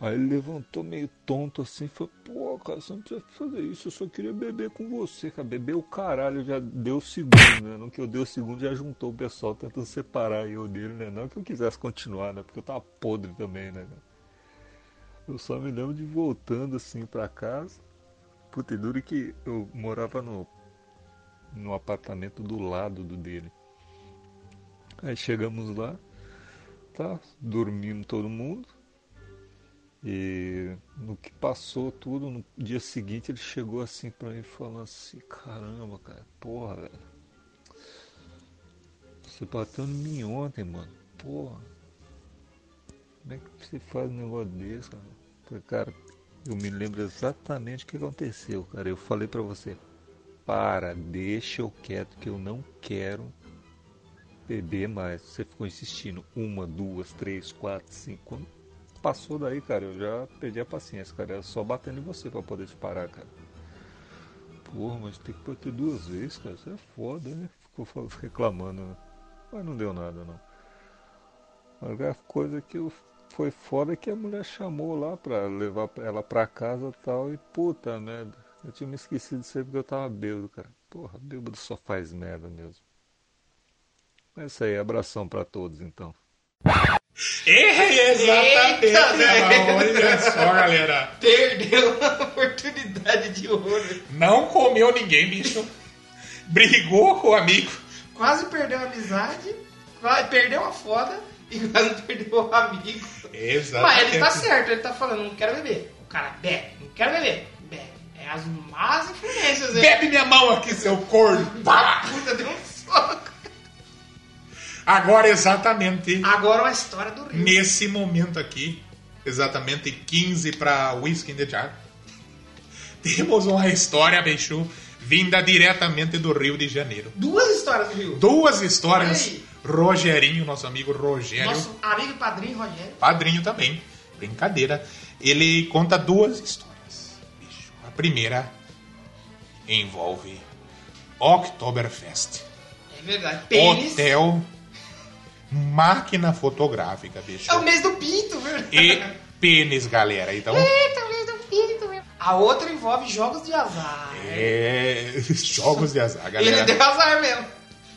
Aí ele levantou meio tonto assim, falou, pô, cara, você não precisa fazer isso, eu só queria beber com você, cara. Beber o caralho, já deu o segundo, né? No que eu dei o segundo, já juntou o pessoal tentando separar eu dele, né? Não que eu quisesse continuar, né? Porque eu tava podre também, né? cara? Eu só me lembro de voltando assim pra casa. Puta, e duro que eu morava no, no apartamento do lado do dele. Aí chegamos lá, tá? Dormimos todo mundo. E no que passou tudo, no dia seguinte ele chegou assim pra mim falando assim, caramba, cara, porra, velho. Você bateu em mim ontem, mano. Porra. Como é que você faz um negócio desse, cara? Eu Falei, cara, eu me lembro exatamente o que aconteceu, cara. Eu falei pra você, para, deixa eu quieto que eu não quero beber mais. Você ficou insistindo uma, duas, três, quatro, cinco. Quando passou daí, cara, eu já perdi a paciência, cara. Era só batendo em você pra poder te parar, cara. Porra, mas tem que bater duas vezes, cara. Isso é foda, né? Ficou fal- reclamando, né? Mas não deu nada, não. A coisa que eu- foi foda é que a mulher chamou lá pra levar ela pra casa e tal. E puta merda. Eu tinha me esquecido disso aí porque eu tava bêbado, cara. Porra, bêbado só faz merda mesmo. Mas é isso aí, abração pra todos então. Exatamente. Eita, velho. Olha só, galera. Perdeu a oportunidade de ouro. Não comeu ninguém, bicho. Brigou com o amigo. Quase perdeu a amizade, quase perdeu a foda e quase [laughs] perdeu o amigo. Exatamente. Mas ele tá certo, ele tá falando, não quero beber. O cara bebe, não quero beber. Bebe. É as más influências dele. Bebe minha mão aqui, seu corno. Pá! Puta, deu um soco. Agora, exatamente. Agora uma história do Rio. Nesse momento aqui, exatamente 15 para Whisky in the Jar, temos uma história, bicho, vinda diretamente do Rio de Janeiro. Duas histórias do Rio. Duas histórias. Ei. Rogerinho, nosso amigo Rogério, Nosso amigo e padrinho Rogério. padrinho também, brincadeira. Ele conta duas histórias. bicho. A primeira envolve Oktoberfest, É verdade. Pênis. hotel, máquina fotográfica, bicho. É o mês do pinto, verdade. E pênis, galera. Então, Eita, o mês do pinto. meu. A outra envolve jogos de azar. é. Jogos de azar, Ele galera. deu azar mesmo.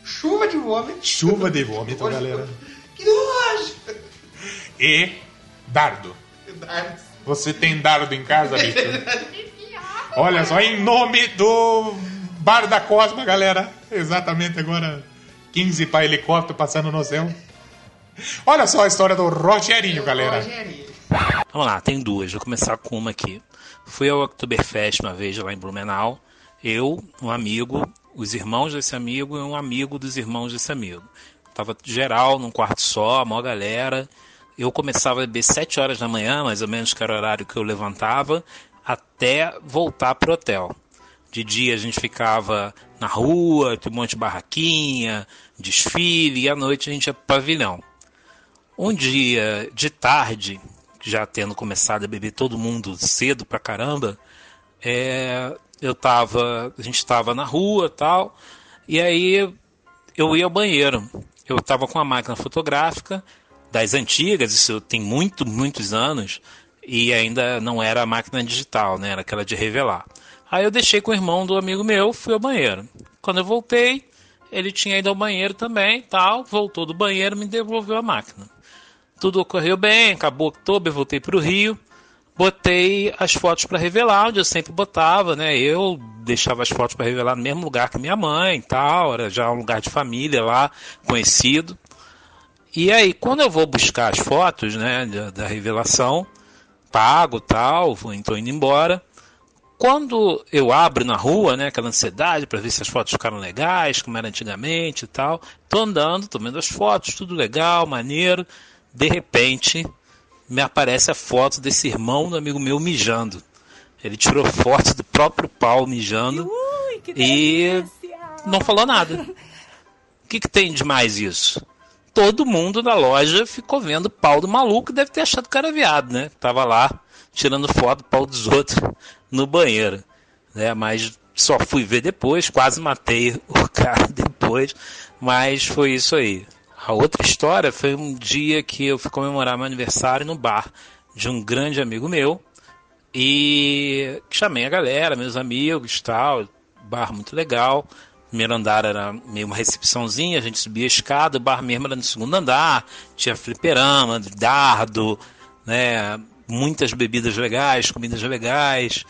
Chuva de vômito. Chuva de vômito, galera. Que nojo. E dardo. Você tem dardo em casa, bicho? Olha só, em nome do Bar da Cosma, galera. Exatamente agora, 15 para helicóptero passando no céu. Olha só a história do Rogerinho, galera. Rogério. Vamos lá, tem duas. Vou começar com uma aqui. Fui ao Oktoberfest uma vez lá em Blumenau. Eu, um amigo, os irmãos desse amigo e um amigo dos irmãos desse amigo. Tava geral num quarto só, mó galera. Eu começava a beber 7 horas da manhã, mais ou menos, que era o horário que eu levantava, até voltar pro hotel. De dia a gente ficava na rua, tinha um monte de barraquinha, desfile, e à noite a gente ia pro pavilhão. Um dia de tarde, já tendo começado a beber todo mundo cedo pra caramba, é, eu tava, a gente tava na rua tal, e aí eu ia ao banheiro. Eu tava com uma máquina fotográfica das antigas, isso tem muito, muitos anos, e ainda não era a máquina digital, né? Era aquela de revelar. Aí eu deixei com o irmão do amigo meu, fui ao banheiro. Quando eu voltei, ele tinha ido ao banheiro também, tal, voltou do banheiro, me devolveu a máquina. Tudo ocorreu bem, acabou outubro, eu voltei para o Rio, botei as fotos para revelar, onde eu sempre botava, né? Eu deixava as fotos para revelar no mesmo lugar que minha mãe, tal, era já um lugar de família lá, conhecido. E aí, quando eu vou buscar as fotos, né, da, da revelação, pago, tal, vou então indo embora quando eu abro na rua, né, aquela ansiedade para ver se as fotos ficaram legais, como era antigamente e tal, tô andando, tô vendo as fotos, tudo legal, maneiro. De repente, me aparece a foto desse irmão do amigo meu mijando. Ele tirou foto do próprio pau mijando e não falou nada. O que, que tem de mais isso? Todo mundo na loja ficou vendo o pau do maluco e deve ter achado que era viado, né? Tava lá tirando foto do pau dos [laughs] outros no banheiro, né? Mas só fui ver depois, quase matei [laughs] o cara depois, mas foi isso aí. A outra história foi um dia que eu fui comemorar meu aniversário no bar de um grande amigo meu e chamei a galera, meus amigos, tal, bar muito legal. Primeiro andar era meio uma recepçãozinha, a gente subia a escada, o bar mesmo era no segundo andar, tinha fliperama, dardo, né, muitas bebidas legais, comidas legais,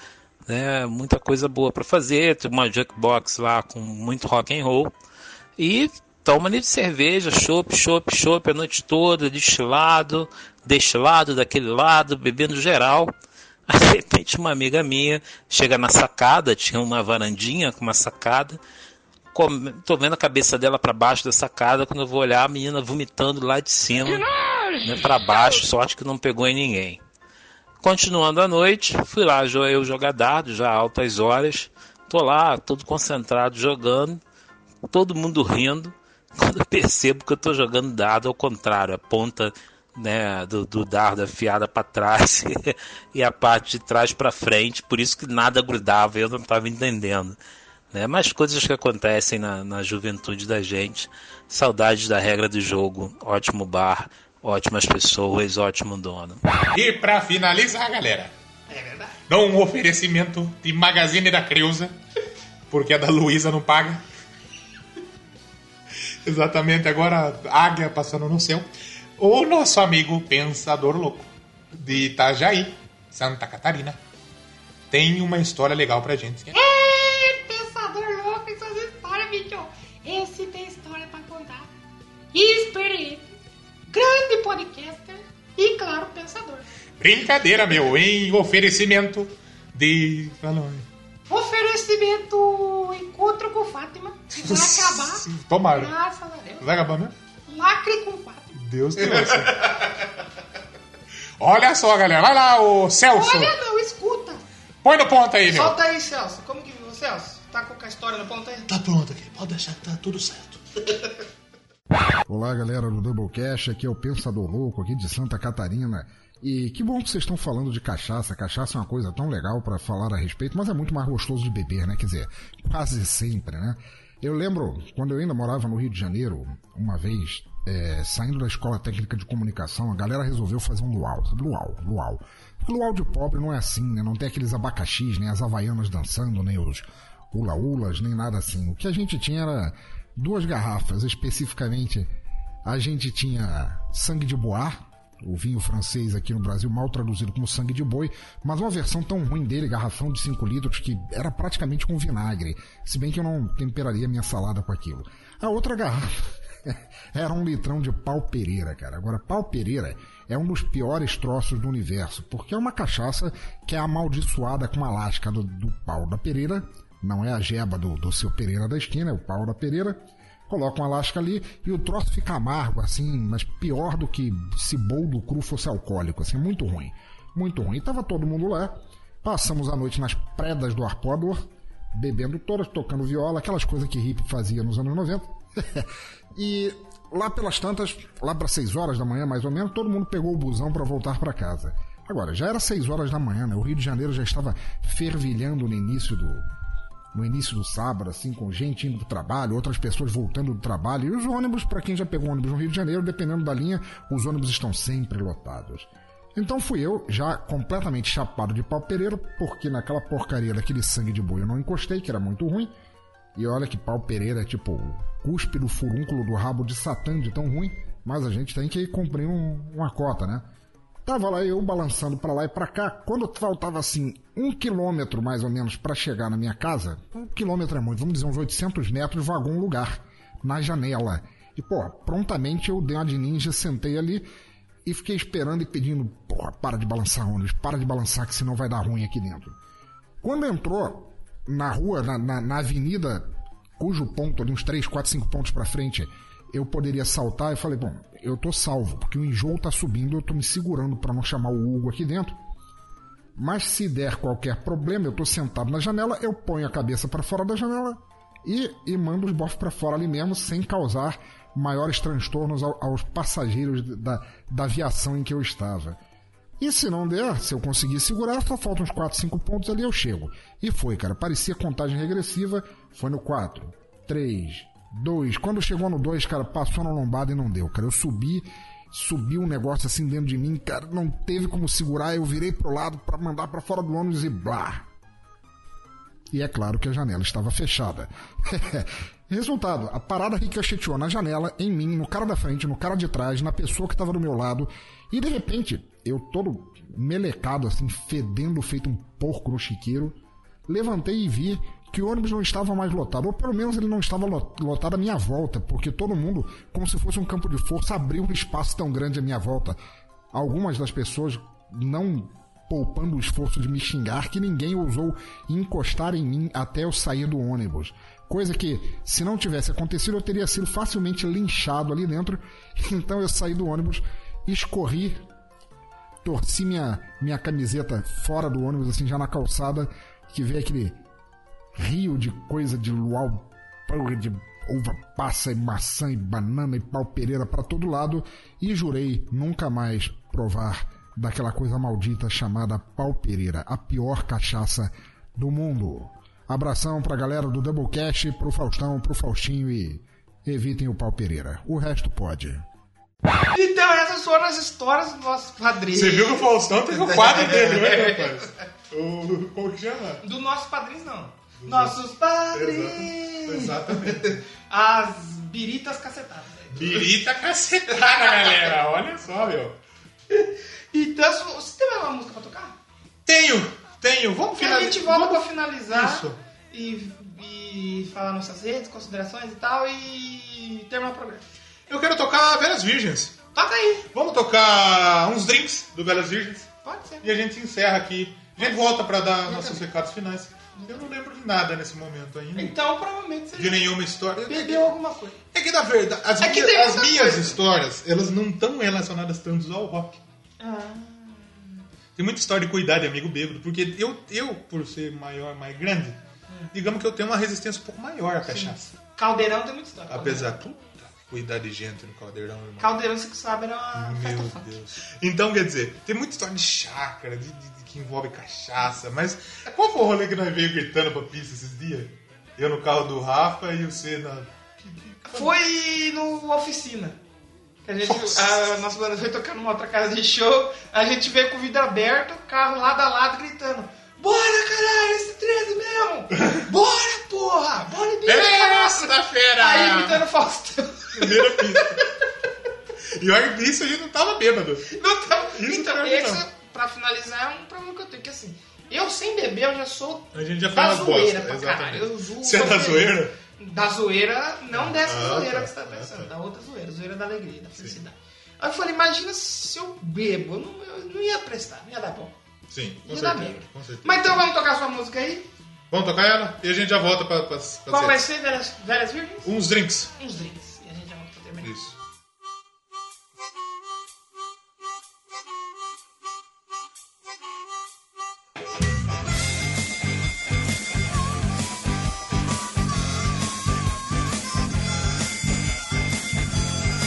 né? muita coisa boa para fazer. Tem uma jukebox lá com muito rock and roll. E toma ali de cerveja, chopp, chopp, chopp a noite toda, destilado, destilado daquele lado, bebendo geral. [laughs] Aí, De repente, uma amiga minha chega na sacada, tinha uma varandinha com uma sacada. Come... Tô vendo a cabeça dela para baixo da sacada. Quando eu vou olhar, a menina vomitando lá de cima, né, para baixo. Sorte que não pegou em ninguém. Continuando a noite, fui lá, jo- eu jogar dardo, já altas horas. Tô lá, todo concentrado, jogando, todo mundo rindo. [laughs] Quando eu percebo que eu tô jogando dardo ao contrário, a ponta né, do, do dardo afiada para trás [laughs] e a parte de trás para frente, por isso que nada grudava, eu não estava entendendo. Né? Mas coisas que acontecem na, na juventude da gente. Saudades da regra do jogo, ótimo bar, ótimas pessoas, ótimo dono. E pra finalizar, galera. Não um oferecimento de Magazine da Creuza, porque a da Luísa não paga. Exatamente, agora águia passando no céu. O nosso amigo Pensador Louco, de Itajaí, Santa Catarina, tem uma história legal pra É. gente. Ê, pensador louco e suas histórias, bicho. Esse tem história pra contar. Experiente, grande podcaster e, claro, pensador. Brincadeira, meu, em oferecimento de. Fala, Oferecimento encontro com Fátima. Vai acabar. Tomara. Graças a Deus. Vai acabar mesmo? Lacre com Fátima. Deus te ouça. Olha só, galera. Vai lá, o Celso. Olha não, escuta. Põe no ponto aí, meu. Solta aí, Celso. Como que viu, Celso? Tá com a história no ponto aí? Tá pronto aqui, pode deixar que tá tudo certo. Olá, galera do Doublecast, aqui é o Pensador Louco, aqui de Santa Catarina. E que bom que vocês estão falando de cachaça. Cachaça é uma coisa tão legal pra falar a respeito, mas é muito mais gostoso de beber, né? Quer dizer, quase sempre, né? Eu lembro, quando eu ainda morava no Rio de Janeiro, uma vez, é, saindo da Escola Técnica de Comunicação, a galera resolveu fazer um luau. Luau, luau. Luau de pobre não é assim, né? Não tem aqueles abacaxis, nem as havaianas dançando, nem os hula-hulas, nem nada assim. O que a gente tinha era duas garrafas, especificamente. A gente tinha sangue de boar, o vinho francês aqui no Brasil, mal traduzido como sangue de boi, mas uma versão tão ruim dele, garrafão de 5 litros, que era praticamente com vinagre. Se bem que eu não temperaria minha salada com aquilo. A outra garrafa [laughs] era um litrão de pau Pereira, cara. Agora, pau Pereira é um dos piores troços do universo, porque é uma cachaça que é amaldiçoada com a lasca do, do pau da Pereira. Não é a jeba do, do seu Pereira da esquina, é o pau da Pereira. Coloca uma lasca ali e o troço fica amargo, assim, mas pior do que se boldo cru fosse alcoólico, assim, muito ruim. Muito ruim. E tava todo mundo lá. Passamos a noite nas predas do arpoador, bebendo todas, tocando viola, aquelas coisas que hippie fazia nos anos 90. [laughs] E lá pelas tantas, lá para 6 horas da manhã mais ou menos, todo mundo pegou o busão para voltar para casa. Agora, já era 6 horas da manhã, né? O Rio de Janeiro já estava fervilhando no início do no início do sábado, assim, com gente indo pro trabalho, outras pessoas voltando do trabalho. E os ônibus, para quem já pegou ônibus no Rio de Janeiro, dependendo da linha, os ônibus estão sempre lotados. Então fui eu, já completamente chapado de pau pereiro, porque naquela porcaria daquele sangue de boi eu não encostei, que era muito ruim. E olha que pau Pereira é tipo o cuspe do furúnculo do rabo de Satã de tão ruim, mas a gente tem que cumprir um- uma cota, né? Tava lá eu balançando pra lá e pra cá, quando faltava assim um quilômetro mais ou menos pra chegar na minha casa, um quilômetro é muito, vamos dizer uns 800 metros, vagou um lugar, na janela. E pô, prontamente eu dei uma de ninja, sentei ali e fiquei esperando e pedindo, porra, para de balançar ônibus, para de balançar que senão vai dar ruim aqui dentro. Quando entrou na rua, na, na- na avenida, cujo ponto ali, uns 3, 4, 5 pontos pra frente, eu poderia saltar, eu falei, bom, eu tô salvo, porque o enjoo tá subindo, eu tô me segurando pra não chamar o Hugo aqui dentro. Mas se der qualquer problema, eu tô sentado na janela, eu ponho a cabeça pra fora da janela e, e mando os bofs pra fora ali mesmo, sem causar maiores transtornos ao- aos passageiros da, da aviação em que eu estava. E se não der, se eu conseguir segurar, só faltam uns 4, 5 pontos ali eu chego. E foi, cara. Parecia contagem regressiva. Foi no 4, 3, 2. Quando chegou no 2, cara, passou na lombada e não deu, cara. Eu subi, subi um negócio assim dentro de mim, cara. Não teve como segurar. Eu virei pro lado pra mandar pra fora do ônibus e blá. E é claro que a janela estava fechada. [laughs] Resultado, a parada ricocheteou na janela, em mim, no cara da frente, no cara de trás, na pessoa que estava do meu lado. E de repente, eu todo melecado, assim, fedendo feito um porco no chiqueiro, levantei e vi que o ônibus não estava mais lotado. Ou pelo menos ele não estava lo- lotado à minha volta, porque todo mundo, como se fosse um campo de força, abriu um espaço tão grande à minha volta. Algumas das pessoas não poupando o esforço de me xingar que ninguém ousou encostar em mim até eu sair do ônibus. Coisa que, se não tivesse acontecido, eu teria sido facilmente linchado ali dentro. [laughs] Então eu saí do ônibus, escorri, torci minha, minha camiseta fora do ônibus, assim, já na calçada, que veio aquele rio de coisa de luau, porra de uva passa e maçã e banana e pau pereira pra todo lado e jurei nunca mais provar daquela coisa maldita chamada pau pereira, a pior cachaça do mundo. Abração pra galera do Doublecast, pro Faustão, pro Faustinho e evitem o pau pereira. O resto pode. [laughs] Então, essas foram as histórias do nosso padrinho. Você viu que o Faustão teve o quadro dele, né, rapaz? O, como que chama? [laughs] Do nosso padrinhos, não. Nossos padrinhos. Exatamente. [laughs] As biritas cacetadas. Birita cacetada, galera. Olha só, meu. Então, se- você tem mais uma música pra tocar? Tenho, tenho. Vamos E a finalizar. gente volta pra finalizar. Isso. E, e falar nossas redes, considerações e tal. E terminar o programa. Eu quero tocar Belas Virgens. Toca aí. Vamos tocar uns drinks do Belas Virgens. Pode ser. E a gente encerra aqui. A gente volta pra dar nossos recados finais. Eu não lembro de nada nesse momento ainda. Então, provavelmente você De nenhuma história. perdeu alguma coisa. É que na verdade, as, É que minhas, tem as muita minhas coisa. histórias, elas não estão relacionadas tanto ao rock. Ah, Tem muita história de cuidar de amigo bêbado, porque eu, eu por ser maior, mais grande, Hum. digamos que eu tenho uma resistência um pouco maior à cachaça. caldeirão tem muita história. Apesar de puta, cuidar de gente no caldeirão, irmão. Caldeirão, você que sabe, era uma festa Meu Deus. Então, quer dizer, tem muita história de chácara, de, de- de que envolve cachaça, mas qual foi o rolê que nós veio gritando pra pista esses dias? Eu no carro do Rafa e você na. Foi no Oficina. Que a, gente, a nossa banda foi tocar numa outra casa de show. A gente veio com o vidro aberto, carro lado a lado, gritando: Bora caralho, esse 13 mesmo! Bora porra! Bora e bicho! Nossa, da fera! Aí gritando Faustão. Primeira pista. e olha que isso a gente não tava bêbado. Não tava. Isso então, também esse, não. pra finalizar, é um problema que eu tenho. Que assim, eu sem beber, eu já sou. A gente já da faz umas bosta, zoeira pra exatamente. caralho. Eu zoo, Você é da zoeira? Da zoeira, não dessa Ah, zoeira tá, que você tá ah, pensando, da outra zoeira, zoeira da alegria, da felicidade. Aí eu falei, imagina se eu bebo, eu não, eu não ia prestar, não ia dar bom. Sim, com Ia dar certeza, merda. com certeza. Mas então vamos tocar sua música aí? Vamos tocar ela e a gente já volta pra, pra, pra Qual vai ser- ser, Velhas, velhas Virgens? Uns drinks. Uns drinks. E a gente já volta pra terminar. Isso. Thank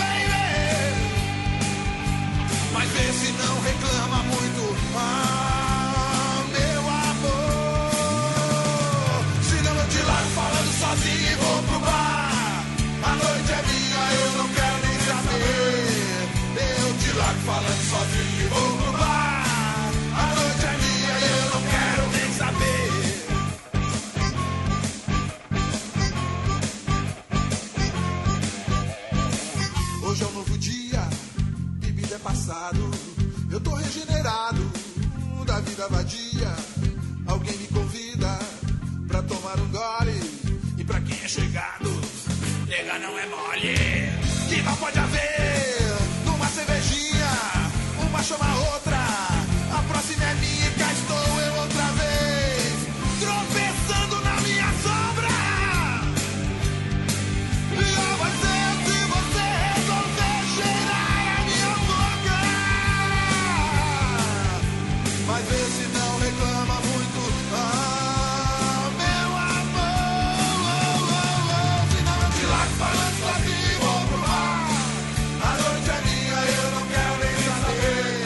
Ah, é falando sozinho vou pro bar. A noite é minha e eu não quero nem saber. Hoje é um novo dia, bebida é passado. Eu tô regenerado da vida vadia. Alguém me convida pra tomar um gole. E pra quem é chegado, nega não é mole. Que mal pode haver numa cervejinha? Uma chama a outra. A próxima é minha e cá estou eu outra vez. Tropeçando na minha sombra. Pior vai ser se você resolver cheirar a minha boca. Mas vê se não reclama muito. Ah, meu amor, oh, oh, oh, se não eu te largo falando sozinho, vou pro bar. A noite é minha, eu não quero nem saber.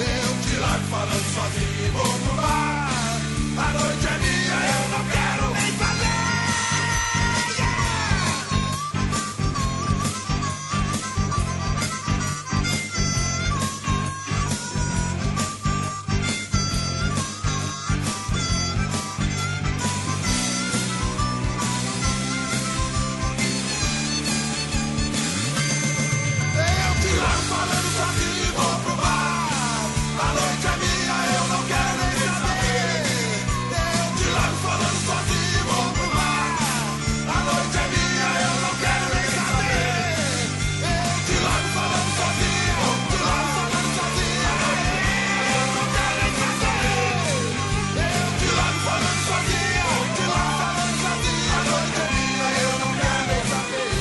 Eu te largo falando sozinho, vou pro bar. A noite é minha, eu não quero nem saber. Eu te largo falando sozinho e vou pro bar. A noite é minha, eu não quero nem saber. Eu te largo falando sozinho e vou pro bar. A noite é minha, eu não quero nem saber. Eu te largo falando sozinho, eu te largo falando sozinho. Eu não quero nem saber. Eu te largo falando sozinho, eu te largo falando sozinho. A noite é minha, eu não quero nem saber.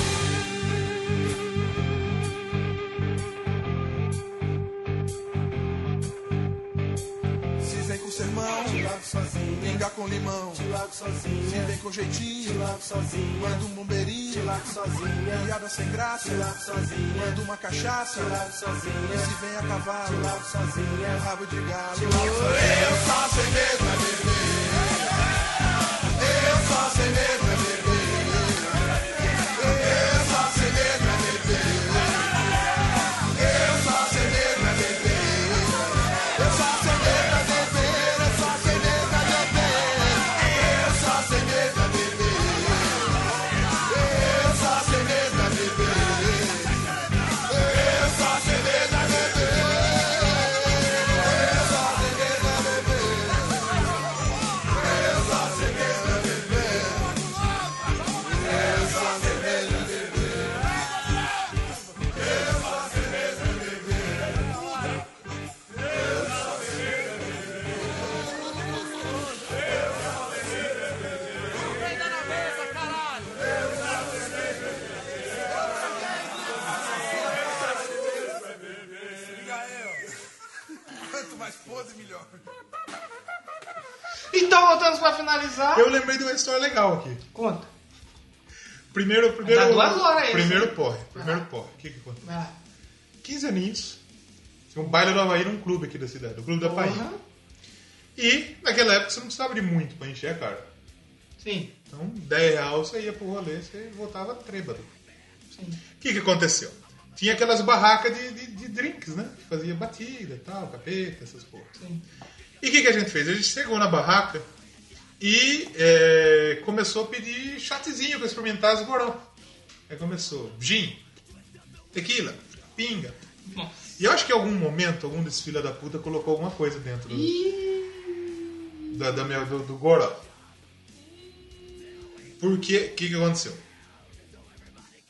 Se vem com sermão, te largo sozinho. Pinga com limão, te largo sozinho. Se vem com jeitinho, te largo sozinho. Manda um bombeirinho, te largo sozinho. Piada sem graça, te largo sozinho. Manda uma cachaça, te largo sozinho. E se vem a cavalo, te largo sozinho. Rabo de galo, te largo sozinho. Eu só sei mesmo é beber. Eu só sei mesmo é beber. Eu só sei mesmo é beber. Eu só sei mesmo é beber. Eu só sei medo a beber, eu só sei medo a beber. Eu só sei medo a beber. Eu só sei medo a beber. Eu só sei medo a beber. Eu só sei medo a beber. Eu só sei medo a beber. Eu só sei medo a beber. Eu só sei medo a beber. Eu só sei medo a beber. Quanto mais podre, melhor. Então, voltando pra finalizar. Eu lembrei de uma história legal aqui. Conta. Primeiro, primeiro. Dá duas horas aí, Primeiro sim. porre, primeiro Ah. porre. O que que aconteceu? Vai lá. 15 aninhos. Tinha um baile do Havaí num clube aqui da cidade, do Clube da Painha. Porra. E naquela época você não precisava de muito pra encher a cara. Sim. Então, 10 reais você ia pro rolê, você voltava trêbado. Sim. O que, que aconteceu? Tinha aquelas barracas de, de, de drinks, né? Que fazia batida e tal, capeta, essas porras. Sim. E o que, que a gente fez? A gente chegou na barraca e é, começou a pedir chatezinho pra experimentar as goró. Aí começou gin, tequila, pinga. E eu acho que em algum momento, algum desses filha da puta colocou alguma coisa dentro do, da, da minha, do, do goró. Porque, o que, que aconteceu?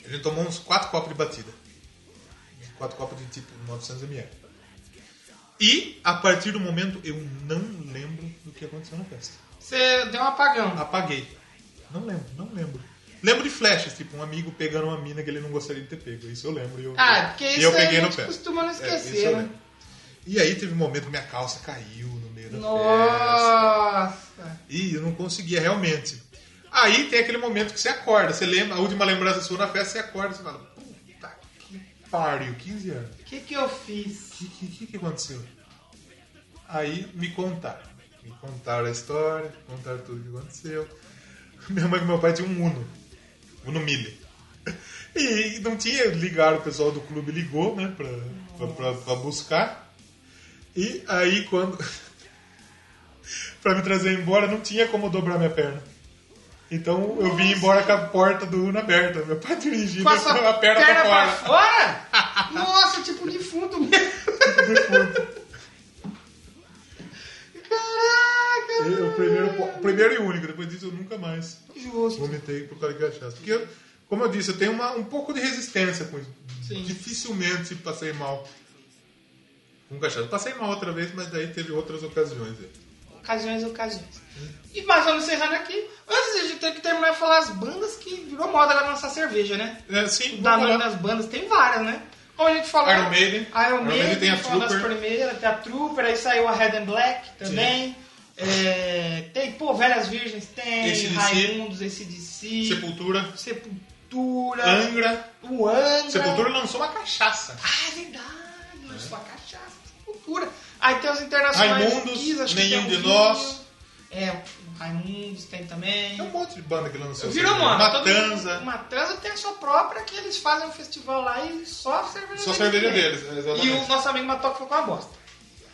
A gente tomou uns 4 copos de batida. 4 copos de tipo 900ml. E, a partir do momento, eu não lembro do que aconteceu na festa. Você deu um apagão. Apaguei. Não lembro, não lembro. Lembro de flashes, tipo um amigo pegando uma mina que ele não gostaria de ter pego. Isso eu lembro. E eu, Ah, porque e isso eu aí a peguei no gente pé. costuma não É, esquecer, isso eu né? lembro. E aí teve um momento que minha calça caiu no meio da Nossa. e eu não conseguia realmente. Aí tem aquele momento que você acorda, você lembra, a última lembrança sua na festa, você acorda, você fala, puta que pariu, 15 anos. O que, que eu fiz? O que, que, que, que aconteceu? Aí me contaram. Me contaram a história, contaram tudo o que aconteceu. Minha mãe e meu pai tinham um Uno. Uno Mille. [laughs] E não tinha, ligaram, o pessoal do clube ligou, né, pra, pra, pra- pra buscar. E aí quando. [laughs] pra me trazer embora, não tinha como dobrar minha perna. Então eu vim embora com a porta do Uno aberta. Meu pai dirigindo Com a sua com a perna, perna pra pra fora. [laughs] fora? Nossa, tipo defunto mesmo. É o primeiro, po- primeiro e único, depois disso eu nunca mais vomitei por causa de cachaça. Porque, eu- como eu disse, eu tenho uma- um pouco de resistência com isso. Dificilmente se passei mal com cachaça. Passei mal outra vez, mas daí teve outras ocasiões. aí. Ocasiões, ocasiões. E mas vamos encerrando aqui. Antes a gente tem que terminar de falar as bandas que virou moda agora lançar cerveja, né? É, sim. Da vamos nome falar. das bandas, tem várias, né? Como a gente falou. Iron Maiden. Iron Iron Maiden Maiden, tem a foi uma das Trooper. primeiras, tem a Trooper, aí saiu a Red and Black também. É, tem, pô, Velhas Virgens tem, AC/DC. É, Raimundos, ACDC. Sepultura. Sepultura. Angra. O Angra. Sepultura lançou uma cachaça. Um Ah, é verdade, lançou uma cachaça, Sepultura. Aí tem os internacionais. Raimundos, Kiss, acho que Nenhum tem o de Rio. Nós. É, o Raimundos tem também. Tem um monte de banda que lançou. Virou cerveja. moda. Matanza. Todo- Matanza tem a sua própria que eles fazem um festival lá e só cerveja Só cerveja deles, é, exatamente. E o nosso amigo Matoca ficou com uma bosta.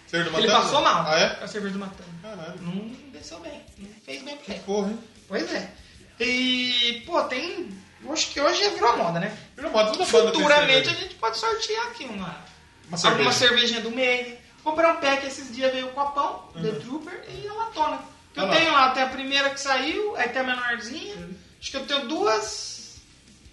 Cerveja do Ele Matanza? passou mal. Ah, é? A cerveja do Matanza. Caralho. Não desceu bem. Não fez bem pra ele. Porra, hein? Pois é. E, pô, tem. eu Acho que hoje já virou moda, né? Virou moda, toda banda tem Futuramente a cerveja. gente pode sortear aqui uma. Uma cerveja. alguma cervejinha do Maine. Comprar um pack esses dias veio o copão, The Trooper e a latona. Que eu Ah Uhum. lá. Uhum. tenho lá, tem a primeira que saiu, aí tem a menorzinha. Acho que eu tenho duas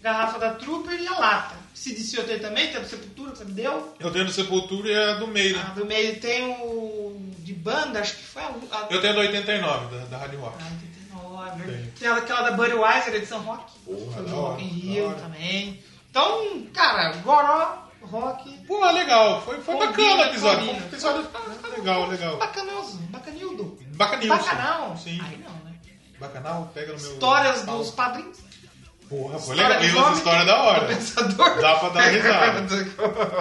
garrafas da Trooper e a lata. Se disse eu tenho também, tem a do Sepultura que você me deu. Eu tenho do Sepultura e a do Maiden. A do meio tem o de banda, acho que foi a. a Eu tenho a do 89, da, da Rádio Ah, Rock. Nova. Tem. Tem aquela da Budweiser, edição rock. Porra, do da hora, Rock in da Rio hora. também. Então, cara, goró, rock. Pô, legal. Foi, foi Combina, bacana o episódio. combina. O episódio ficou legal, tá legal. Bacanoso, bacanildo. Bacanilson. Bacanal. Sim. Aí não, né? Bacanal, pega no meu. Histórias pau. dos padrinhos. [laughs] Porra, foi História legal. de E umas homem, histórias da hora. do pensador. Dá pra dar risada.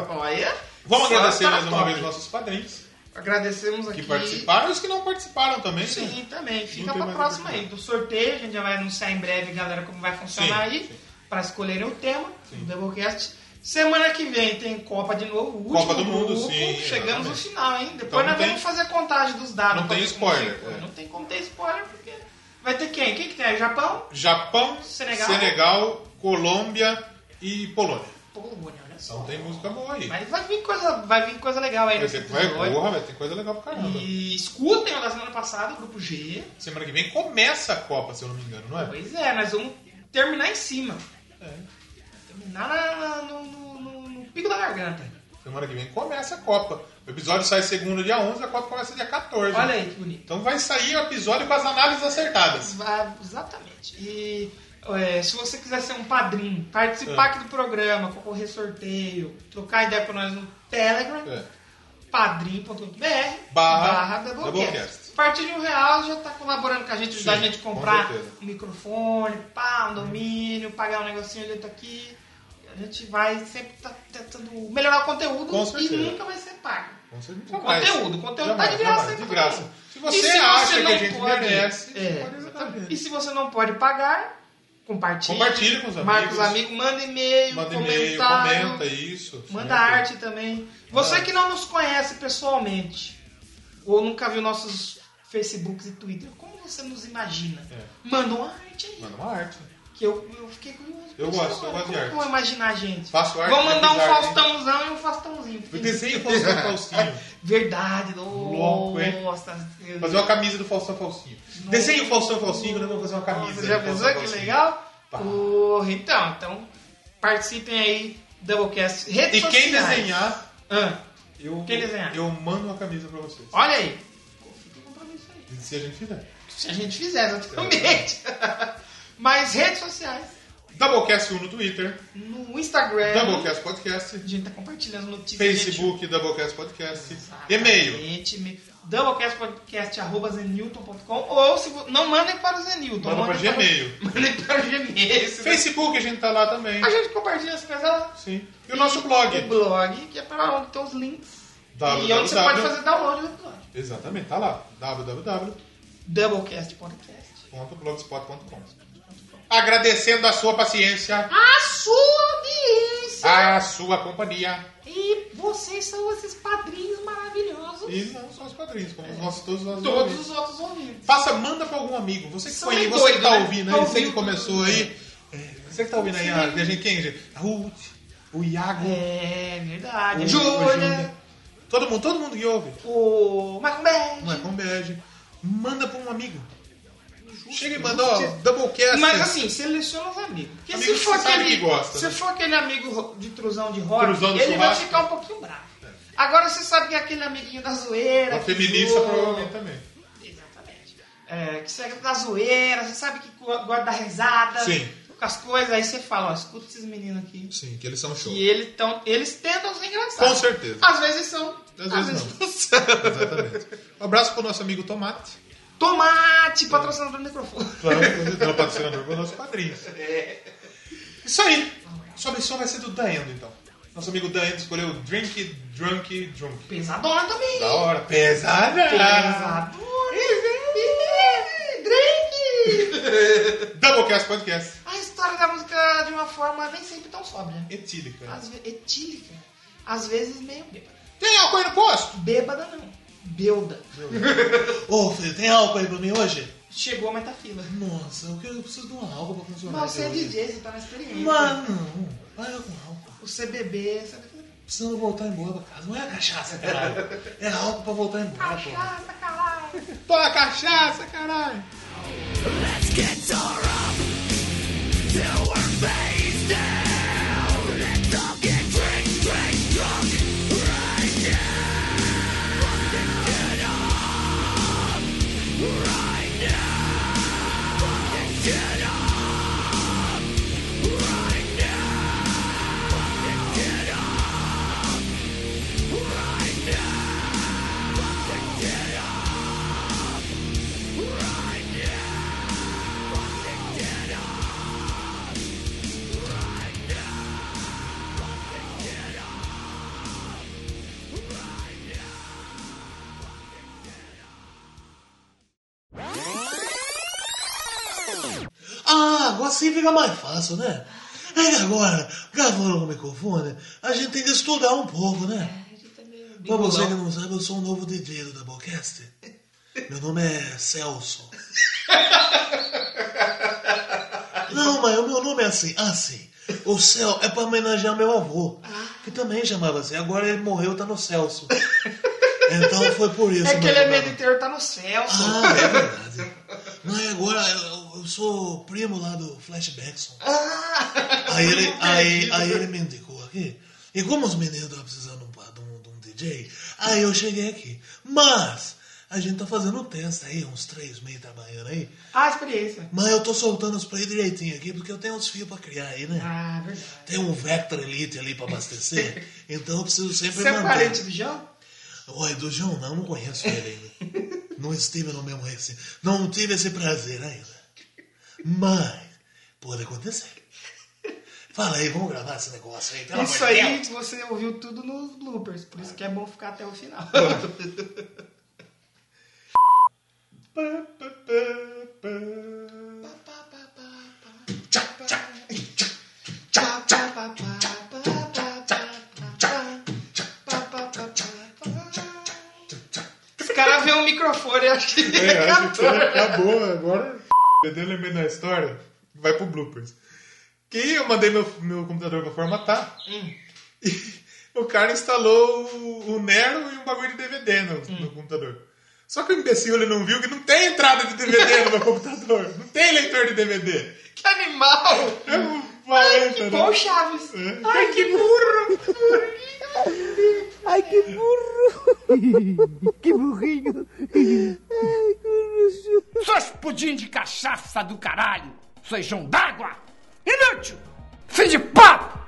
Olha. Vamos é só agradecer tá mais uma top. vez nossos padrinhos Agradecemos aqui. que participaram e os que não participaram também. Sim, né? também. Fica Não tem pra mais próxima oportunidade. aí. Do sorteio, a gente já vai anunciar em breve, galera, como vai funcionar Sim, aí. Pra escolherem o tema do Doublecast. Semana que vem tem Copa de novo, o último Copa do Mundo, grupo. sim, Chegamos no exatamente. final, hein? Depois Então não nós tem- vamos fazer a contagem dos dados. Não pra tem ver como spoiler, ficou. é. Não tem como ter spoiler, porque... Vai ter quem? Quem que tem? Japão? Japão, Senegal. Senegal. Colômbia e Polônia. Polônia, olha só. Então tem música boa aí. Mas vai vir né? coisa, vai vir coisa legal aí Vai nesse ter, vai, episódio. porra, vai ter coisa legal pra caramba. E escutem o da semana passada, o grupo G. Semana que vem começa a Copa, se eu não me engano, não é? Pois é, nós vamos terminar em cima. Terminar na- na- no, no- no- no pico da garganta. Semana que vem começa a Copa. O episódio sai segunda, dia 11, a Copa começa dia 14. Olha aí que bonito. Então vai sair o episódio com as análises acertadas. Ah, Exatamente. E é, se você quiser ser um padrinho, participar É. aqui do programa, concorrer sorteio, trocar ideia com nós no Telegram, É. padrim.br Barra Doublecast. Doublecast. A partir de um real já está colaborando com a gente, ajudar Sim, a gente a com comprar certeza. um microfone, pá, um domínio, pagar um negocinho dentro aqui. A gente vai sempre tá tentando melhorar o conteúdo Com e certeza. nunca vai ser pago. Com certeza, O jamais. conteúdo, o conteúdo Jamais, tá de graça. jamais, aí de pra graça. todo mundo. Se E você acha que a não gente pode- merece, é, pode ajudar a gente. e se você não pode pagar, compartilhe. Compartilhe com os amigos. Marca os amigos, manda e-mail, Manda e-mail, comentário. comenta isso. Manda comenta. arte também. Você que não nos conhece pessoalmente, ou nunca viu nossos Facebooks e Twitter, como você nos imagina? Manda uma arte aí. Manda uma arte. Que eu, eu fiquei curioso. Eu Pensei, gosto, eu "Olha, gosto de como arte." que eu vou imaginar a gente? Faço arte, Vamos mandar um fiz arte, hein? Faustãozão e um Faustãozinho. Eu [laughs] desenho o Faustão Faustinho. Verdade, Louco, hein? nossa. eu- Fazer uma camisa do Faustão Faustinho. Desenha o Faustão Faustinho, nós vamos fazer uma camisa. Você já do pensou Faustão que Faustinho. legal? Porra, então, então participem aí do Doublecast. Redes E quem sociais. desenhar, Ah, eu, Quem desenhar? eu mando uma camisa pra vocês. olha aí, Se a gente fizer. É. se a gente fizer, exatamente. um [laughs] Mas redes sociais, Doublecast 1 no Twitter, no Instagram, Doublecast Podcast, É. a gente tá compartilhando notícias. Facebook Doublecast Podcast, e-mail. Gente, doublecastpodcast.zenilton.com ou se vo- não mandem para o Zenilton. Manda para mandem Gmail. Mandem [laughs] para o Gmail. se- Facebook a gente tá lá também. A gente compartilha as coisas lá. Sim. E o nosso blog. O blog, que é para onde tem os links. www. E é onde você né? pode fazer download do episódio. Exatamente, tá lá. www. Doublecast Podcast. www.blogspot.com agradecendo a sua paciência, A sua audiência. a sua companhia E vocês são esses padrinhos maravilhosos. e não só os padrinhos, como os nossos, todos os nossos Todos ouvintes. os outros ouvintes. Faça, manda pra algum amigo. Você que São conhece, bem você que doido, tá né? ouvindo Tá aí, você que ouvindo. né? começou aí. É, Você que tá ouvindo aí, a, a gente, quem, gente? A Ruth, o Iago. É verdade. o Júlia. Júlia. Todo mundo, todo mundo que ouve. O Macumberg. Não é com bad. Manda pra um amigo. Chega e manda, ó, Doublecast. né? Mas assim, seleciona os amigos. Porque Amigos se for que sabe aquele, que gosta, se né? for aquele amigo ro- de trusão de rock, Trusão do ele vai churrasco. ficar um pouquinho bravo. Agora você sabe que é aquele amiguinho da zoeira. A que feminista zoa, provavelmente também. é, que segue da zoeira, você sabe que go- gosta da risada. Sim. Com as coisas, aí você fala, ó, escuta esses meninos aqui. Sim, que eles são show. E eles, tão, eles tentam ser engraçados. Com certeza. Às vezes são. Às vezes não. Exatamente. Um abraço pro nosso amigo Tomate. Tomate, patrocinador do microfone. Claro, não patrocinador pro nosso padrinho. É. Isso aí. Sua missão vai ser do Daendo, então. Nosso amigo Daendo escolheu Drink, Drunk, Drunk. Pesadona também. Da hora. Pesada. Pesadona. Drake! Doublecast Podcast. A história da música de uma forma nem sempre tão sóbria. Etílica. Às ve- etílica. Às vezes meio bêbada. Tem álcool aí no é posto? Bêbada não. Belda. Ô, filho, tem álcool aí pra mim hoje? Chegou, mas tá fila. Nossa, eu, quero, eu preciso de um álcool pra funcionar. Mas você é até hoje. DJ, você tá na experiência. Mas não, vai eu com álcool. O CBB, sabe? Precisando voltar embora pra casa. Não é cachaça, caralho. É álcool pra voltar embora, pô. Toma cachaça, caralho. Ah, agora sim fica mais fácil, né? É que agora, gravando no microfone, a gente tem que estudar um pouco, É, né? tá Pra você que não sabe, eu sou um novo DJ do Doublecast. Meu nome é Celso. Não, mas o meu nome é assim. Ah, sim. O Cel é pra homenagear meu avô, que também chamava assim. Agora ele morreu, tá no [laughs] Celso. Então foi por isso. É que meu ele é nome. meio do interior, tá no céu. Ah, é verdade. Não, e agora eu, eu sou primo lá do Flashbackson. Aí ele, aí, aí ele me indicou aqui. E como os meninos estavam precisando de um pa- de um, de um DJ, aí eu cheguei aqui. Mas a gente tá fazendo um teste aí, uns três meses trabalhando aí. [laughs] Ah, experiência. Mas eu tô soltando os play direitinho aqui, porque eu tenho uns fios pra criar aí, né? Ah, verdade. Tem um Vector Elite ali pra [laughs] abastecer. então eu preciso sempre Você é manter. parente do João? Olha, do João não, não conheço ele [laughs] ainda. não estive no mesmo recinto. Não tive esse prazer ainda. Mas pode acontecer. Fala aí, vamos gravar esse negócio aí. Pelo isso é amor de aí Deus. você ouviu tudo nos bloopers, por isso que é bom ficar até o final. [laughs] Os caras vê um microfone, acho que ele É, é acho que cantor. acabou agora. Eu dei um lembrei da história, vai pro bloopers. Que eu mandei meu, meu computador pra formatar. E o cara instalou o, o Nero e um bagulho de DVD no, no computador. Só que o imbecil ele não viu que não tem entrada de DVD no meu computador. Não tem leitor de DVD. Que [laughs] animal! É um valente, Que né? bom, Chaves! Ai, que burro! Ai, que burro! [laughs] que burrinho! Seus pudim de cachaça do caralho! Seus jão d'água! Inútil! Fim de papo!